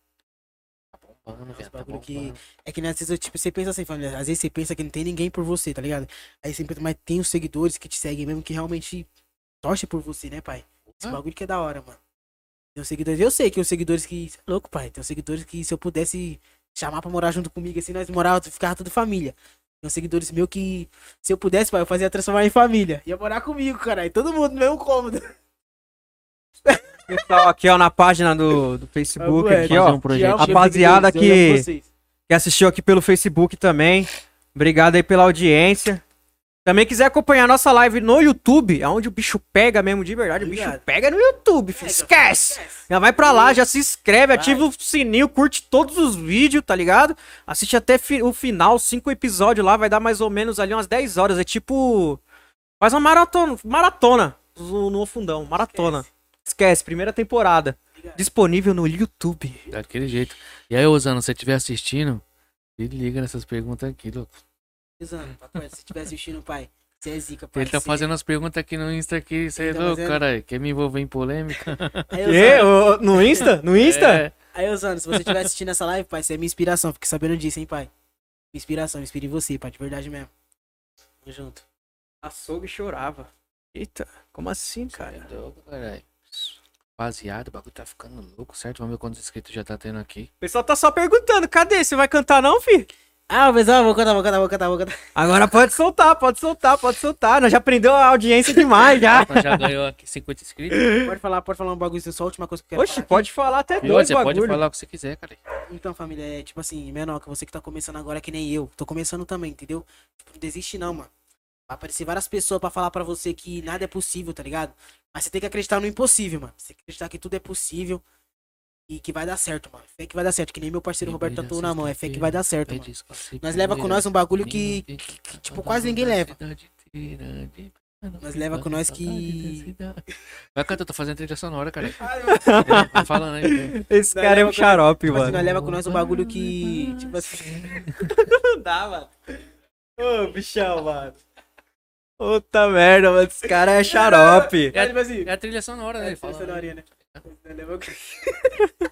A: Tá bombando, velho, tá
C: bagulho
A: bombando.
C: que- É que né, às vezes eu, tipo, você pensa assim, família. Às vezes você pensa que não tem ninguém por você, tá ligado? Aí você pensa, mas tem os seguidores que te seguem mesmo, que realmente torcem por você, né, pai? Esse
A: Ah.
C: bagulho que é da hora, mano. Tem os seguidores. Eu sei que os seguidores que. Cê é louco, pai. Tem os seguidores que se eu pudesse chamar pra morar junto comigo, assim, nós morávamos, ficava tudo família. Tem uns seguidores meus que, se eu pudesse, pai, eu fazia transformar em família. Ia morar comigo, cara. E todo mundo no mesmo cômodo.
B: Pessoal, aqui ó, na página do, do Facebook,
C: Ué,
B: aqui
A: fazer
B: ó.
A: um projeto.
B: Rapaziada
C: Eu amo
B: que-
C: vocês.
B: que assistiu aqui pelo Facebook também. Obrigado aí pela audiência. Também quiser acompanhar nossa live no YouTube, aonde o bicho pega mesmo de verdade. O bicho
C: Obrigado.
B: pega no YouTube, filho. Esquece! Já vai pra lá, já se inscreve, ativa o sininho, curte todos os vídeos, tá ligado? Assiste até fi- o final, cinco episódios lá, vai dar mais ou menos ali umas 10 horas. É tipo. Faz uma maratona. Maratona. No no fundão, maratona. Esquece, primeira temporada. Disponível no YouTube.
A: Daquele jeito. E aí, Osano, se você estiver assistindo, se liga nessas perguntas aqui, louco.
C: Exame, papai, se tiver assistindo, pai, você é zica, pai.
A: Ele tá
C: cê-
A: fazendo as perguntas aqui no Insta aqui, você é
C: Ele tá
A: louco,
C: fazendo-
A: caralho. Quer me envolver em polêmica?
C: Aí,
B: E,
C: Osano,
B: no Insta? No Insta?
A: É,
C: aí, Osano, se você estiver assistindo essa live, pai, você é minha inspiração. Fique sabendo disso, hein, pai. Minha inspiração, me inspire em você, pai, de verdade mesmo. Tamo junto.
B: Açougue chorava. Eita, como assim, cara?
A: é louco, caralho. Rapaziada, o bagulho tá ficando louco, certo? Vamos ver quantos inscritos já tá tendo aqui.
B: O pessoal tá só perguntando, cadê? Você vai cantar não, fi?
C: Ah, pessoal, vou cantar, vou cantar, vou cantar, vou cantar.
B: Agora pode soltar, pode soltar, pode soltar. Nós já prendeu a audiência demais, já.
A: Nós já ganhou aqui 50 inscritos.
C: Pode falar, pode falar um bagulho, isso é só a última coisa que eu quero
B: Oxe,
C: falar.
B: pode falar até
A: E olha,
B: dois
A: você pode
B: bagulho.
A: falar o que você quiser, cara.
C: Então, família, é tipo assim, menor, que você que tá começando agora é que nem eu. Tô começando também, entendeu? Tipo, não desiste não, mano. Vai aparecer várias pessoas pra falar pra você que nada é possível, tá ligado? Mas você tem que acreditar no impossível, mano. Você tem que acreditar que tudo é possível e que vai dar certo, mano. Fé que vai dar certo, que nem meu parceiro
A: Tem
C: Roberto
A: brilho
C: tatuou na mão. É fé que vai dar certo, mano. Nós leva
A: levamos
C: com nós um bagulho que,
A: tá
C: tipo, quase ninguém leva. Nós leva com nós que-
A: Vai cantar, eu tô fazendo trilha sonora, cara.
C: é
A: Tá falando aí.
B: Esse
C: Nós
B: cara é
C: leva
B: um
C: com-
B: xarope,
C: tipo assim,
B: mano.
C: nós leva com nós um bagulho que, tipo assim,
B: Não dá, mano. Ô, bichão, mano. Puta merda, mano. Esse cara é xarope.
A: É,
C: tipo assim,
A: é a trilha sonora, né? Ele fala,
C: essa daorinha, né? Nós leva com-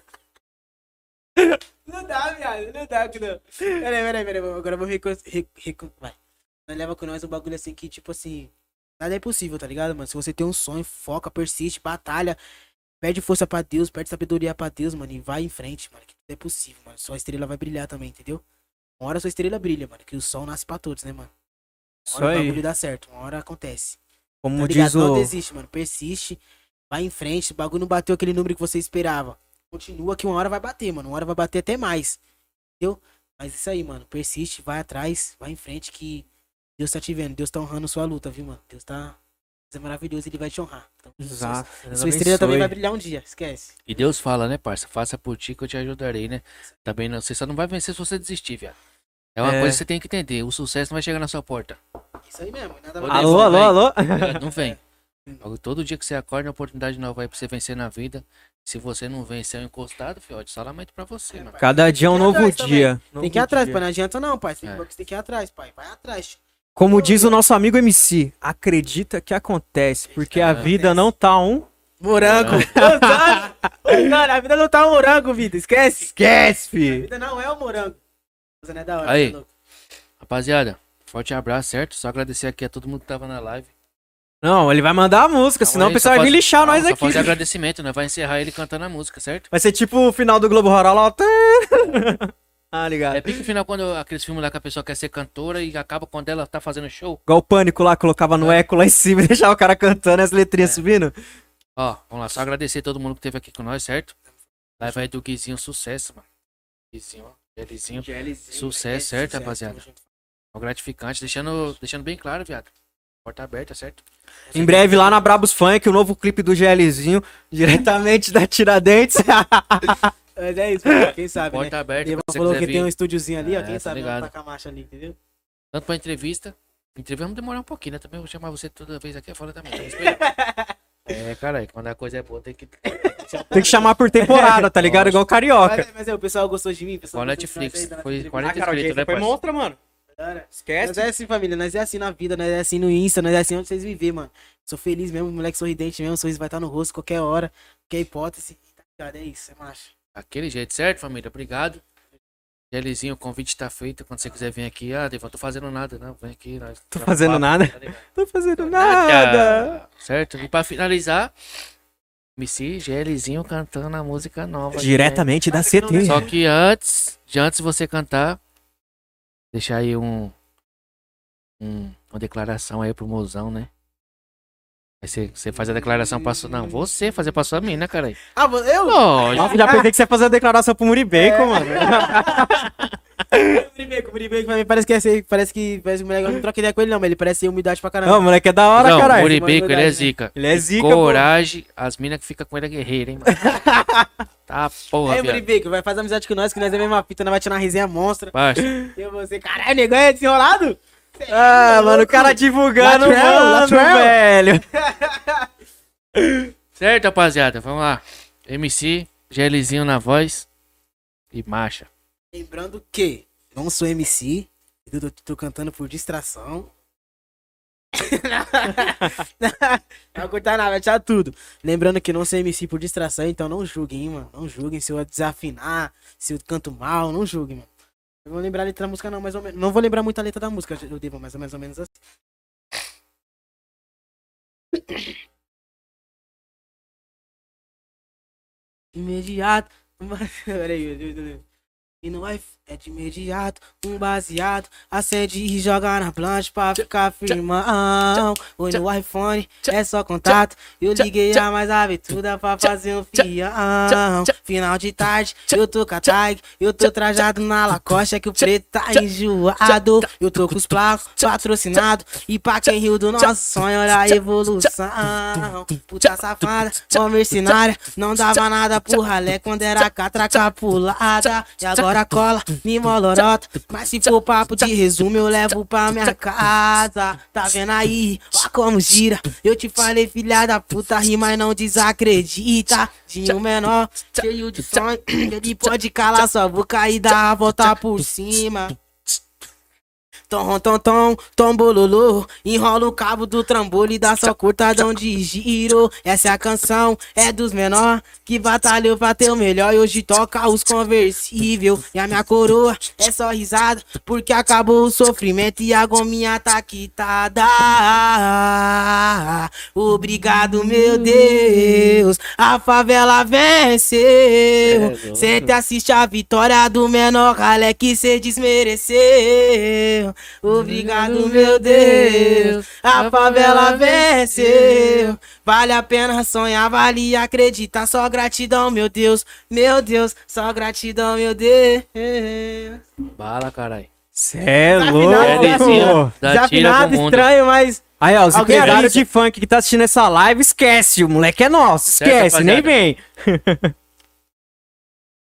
C: Não dá, viado, não dá que não. Peraí, peraí, peraí, agora eu vou recon... re- recon- Vai. Nós leva com nós um bagulho assim que, tipo assim, nada é possível, tá ligado, mano? Se você tem um sonho, foca, persiste, batalha, pede força pra Deus, pede sabedoria pra Deus, mano, e vai em frente, mano, que tudo é possível, mano. Sua estrela vai brilhar também, entendeu? Uma hora sua estrela brilha, mano, que o sol nasce pra todos, né, mano? Uma
B: Isso
C: hora o
B: aí.
C: bagulho dá certo, uma hora acontece. Tá
B: Como
C: ligado?
B: diz
C: Não
B: o...
C: desiste, mano. Persiste. Vai em frente. Se O bagulho não bateu aquele número que você esperava. Continua que uma hora vai bater, mano. Uma hora vai bater até mais. Entendeu? Mas isso aí, mano. Persiste, vai atrás, vai em frente que Deus tá te vendo. Deus tá honrando sua luta, viu, mano? Deus tá. Deus é maravilhoso, ele vai te honrar. Então, sua-
B: Exato.
C: Sua,
B: Deus
C: estrela também vai
B: abençoe.
C: brilhar um dia, esquece.
A: E Deus fala, né, parça? Faça por ti que eu te ajudarei, né? Também não, você só não vai vencer se você desistir, viado. É uma
B: É.
A: coisa que você tem que entender. O sucesso não vai chegar na sua porta.
C: Isso aí mesmo, nada
A: Ô,
C: mais. É,
B: Alô, alô, alô.
A: Não vem. Todo dia que você acorda, é uma oportunidade nova aí pra você vencer na vida. Se você não vencer é um encostado, fiote, só lamento pra você, mano.
B: Cada dia é um
C: Tem que ir
B: novo
C: atrás também.
B: dia.
C: Tem que ir atrás,
B: Novo
C: pai. Não adianta não, pai. Você
A: É.
C: tem que ir atrás, pai. Vai atrás.
B: Como diz o nosso amigo MC, acredita que acontece, porque a vida não tá um.
C: Morango. Mano, a vida não tá um morango, vida. Esquece.
B: Esquece,
C: A
B: fi!
C: vida não é o morango. Mas não é da hora,
A: Aí.
C: tá louco?
A: Rapaziada, forte abraço, certo? Só agradecer aqui a todo mundo que tava na live.
B: Não, ele vai mandar a música,
A: Calma
B: senão
A: aí,
B: o pessoal
A: só
B: vai vir
A: faz-
B: lixar
A: calma,
B: nós
A: só
B: aqui.
A: fazer agradecimento, né? Vai encerrar ele cantando a música, certo?
B: Vai ser tipo o final do Globo Rural lá. ó. ah, ligado.
A: É pique final quando aqueles filmes lá que a pessoa quer ser cantora e acaba quando ela tá fazendo show.
B: Igual o pânico lá, colocava no
A: É.
B: eco lá em cima e deixava o cara cantando e as letrinhas subindo.
A: Ó, vamos lá, só agradecer todo mundo que esteve aqui com nós, certo? Live aí do Guizinho, sucesso, mano. Guizinho, ó, Gelizinho. Sucesso, certo, rapaziada? Ó, gratificante, deixando, deixando bem claro, viado. Porta aberta, certo?
B: Em breve lá na Brabus Funk, o novo clipe do GLzinho, diretamente da Tiradentes.
C: Mas é isso, mano, quem sabe, né?
A: Porta aberta,
C: Ele
A: quando você
C: falou
A: quiser
C: que tem um
A: vir.
C: estúdiozinho ali,
A: É,
C: ó. Quem
A: tá
C: sabe
A: ligado.
C: não taca a marcha ali, entendeu?
A: Tanto pra entrevista. Entrevista vamos demorar um pouquinho, né? Também vou chamar você toda vez aqui fora também. tá respeito? é, caralho, quando a coisa é boa, tem que.
B: Tem que chamar por temporada, tá ligado? Igual carioca.
C: Mas, mas é, o pessoal gostou de mim, o pessoal
A: Igual
C: gostou de nós
A: Netflix.
C: aí, Ah, da
A: Foi
C: Netflix.
A: 40 inscritos, né, parceiro?
B: monstra, mano. Esquece.
C: Nós é assim, família. Nós é assim na vida, nós é assim no Insta, nós é assim onde vocês viver, mano. Sou feliz mesmo, moleque sorridente mesmo, sorriso vai estar no rosto qualquer hora, qualquer hipótese. Tá ligado? É isso, é macho.
A: Aquele jeito, certo, família? Obrigado. Gelizinho, o convite tá feito. Quando você quiser vir aqui, ah, Devan, tô fazendo nada, não. Vem aqui. Nós
B: Tô fazendo nada.
A: tá ligado?
B: Tô fazendo nada.
A: certo? E pra finalizar, MC Gelizinho cantando a música nova. aí, né?
B: Diretamente da CT.
A: Só que antes, de antes de você cantar, deixar aí um, um- uma declaração aí pro mozão, né? Aí você, você faz a declaração pra sua. Não, você fazer pra sua mina, cara.
C: Ah, mano, eu?
A: Lógico.
B: Nossa, já pensei que você ia fazer a declaração pro
A: É.
B: Muribeco, mano.
C: Brinco, brinco, pra mim parece que é ser, parece que parece que o moleque eu não troca ideia com ele, não, mas ele parece ser humildade pra caramba.
B: Não, moleque é da hora,
A: Não,
B: caralho.
A: Muribeco, ele é
C: verdade, né?
A: zica.
B: Ele é zica, pô.
A: Coragem, as minas que ficam com ele é guerreira, hein, mano. tá porra,
C: É,
A: viado.
C: Muribeco, vai fazer amizade com nós, que nós é a mesma fita, nós vai tirar uma resenha monstra.
A: Baixa.
C: Eu vou ser, caralho, negão é desenrolado?
B: Ah, mano, o cara divulgando,
C: Latrell,
B: mano,
C: Latrell.
B: velho.
A: Certo, rapaziada? Vamos lá. MC, GLzinho na voz e marcha.
C: Lembrando que não sou MC, eu tô, tô cantando por distração. não vou cortar nada, vai tirar tudo. Lembrando que não sou MC por distração, então não julguem, hein, mano. Não julguem se eu desafinar, se eu canto mal, não julguem, mano. Eu vou lembrar a letra da música, não, mais ou menos. Não vou lembrar muito a letra da música, eu devo mais ou, mais ou menos assim. Imediato. Peraí, meu Deus. E no iPhone é de imediato, um baseado. Acende e joga na plancha pra ficar firmão. Oi no iPhone, é só contato. Eu liguei a mais aventura pra fazer um fião. Final de tarde, eu tô com a tag. Eu tô trajado na Lacoste, é que o preto tá enjoado. Eu tô com os placos patrocinado. E pra quem riu do nosso sonho, olha a evolução. Puta tá safada, mó mercenária. Não dava nada pro ralé quando era catraca pulada. E agora cola, me molorota. Mas se for papo de resumo, eu levo pra minha casa. Tá vendo aí? Ó como gira. Eu te falei, filha da puta, ri, mas não desacredita. De um menor, cheio de sonho. Ele pode calar sua boca e dar a volta por cima. Tom, tom, tom, tom, bololô. Enrola o cabo do trambolho e dá só curtadão de giro. Essa é a canção, é dos menor que batalhou pra ter o melhor. E hoje toca os conversível. E a minha coroa é só risada, porque acabou o sofrimento e a gominha tá quitada. Obrigado, meu Deus. A favela venceu. Senta e assiste a vitória do menor ralé que cê desmereceu. Obrigado, meu Deus. A favela venceu. Vale a pena sonhar, vale acreditar. Só gratidão, meu Deus. Meu Deus, só gratidão, meu Deus.
A: Bala, caralho.
B: Cê é
A: GLzinho,
B: louco.
A: da tira pro
C: Desafinado,
A: mundo.
C: estranho, mas.
B: Aí, ó, os
C: Alguém
B: empresários
C: avisa.
B: de funk que tá assistindo essa live, esquece, o moleque é nosso,
A: Certo,
B: esquece, nem
A: rapaziada.
B: vem.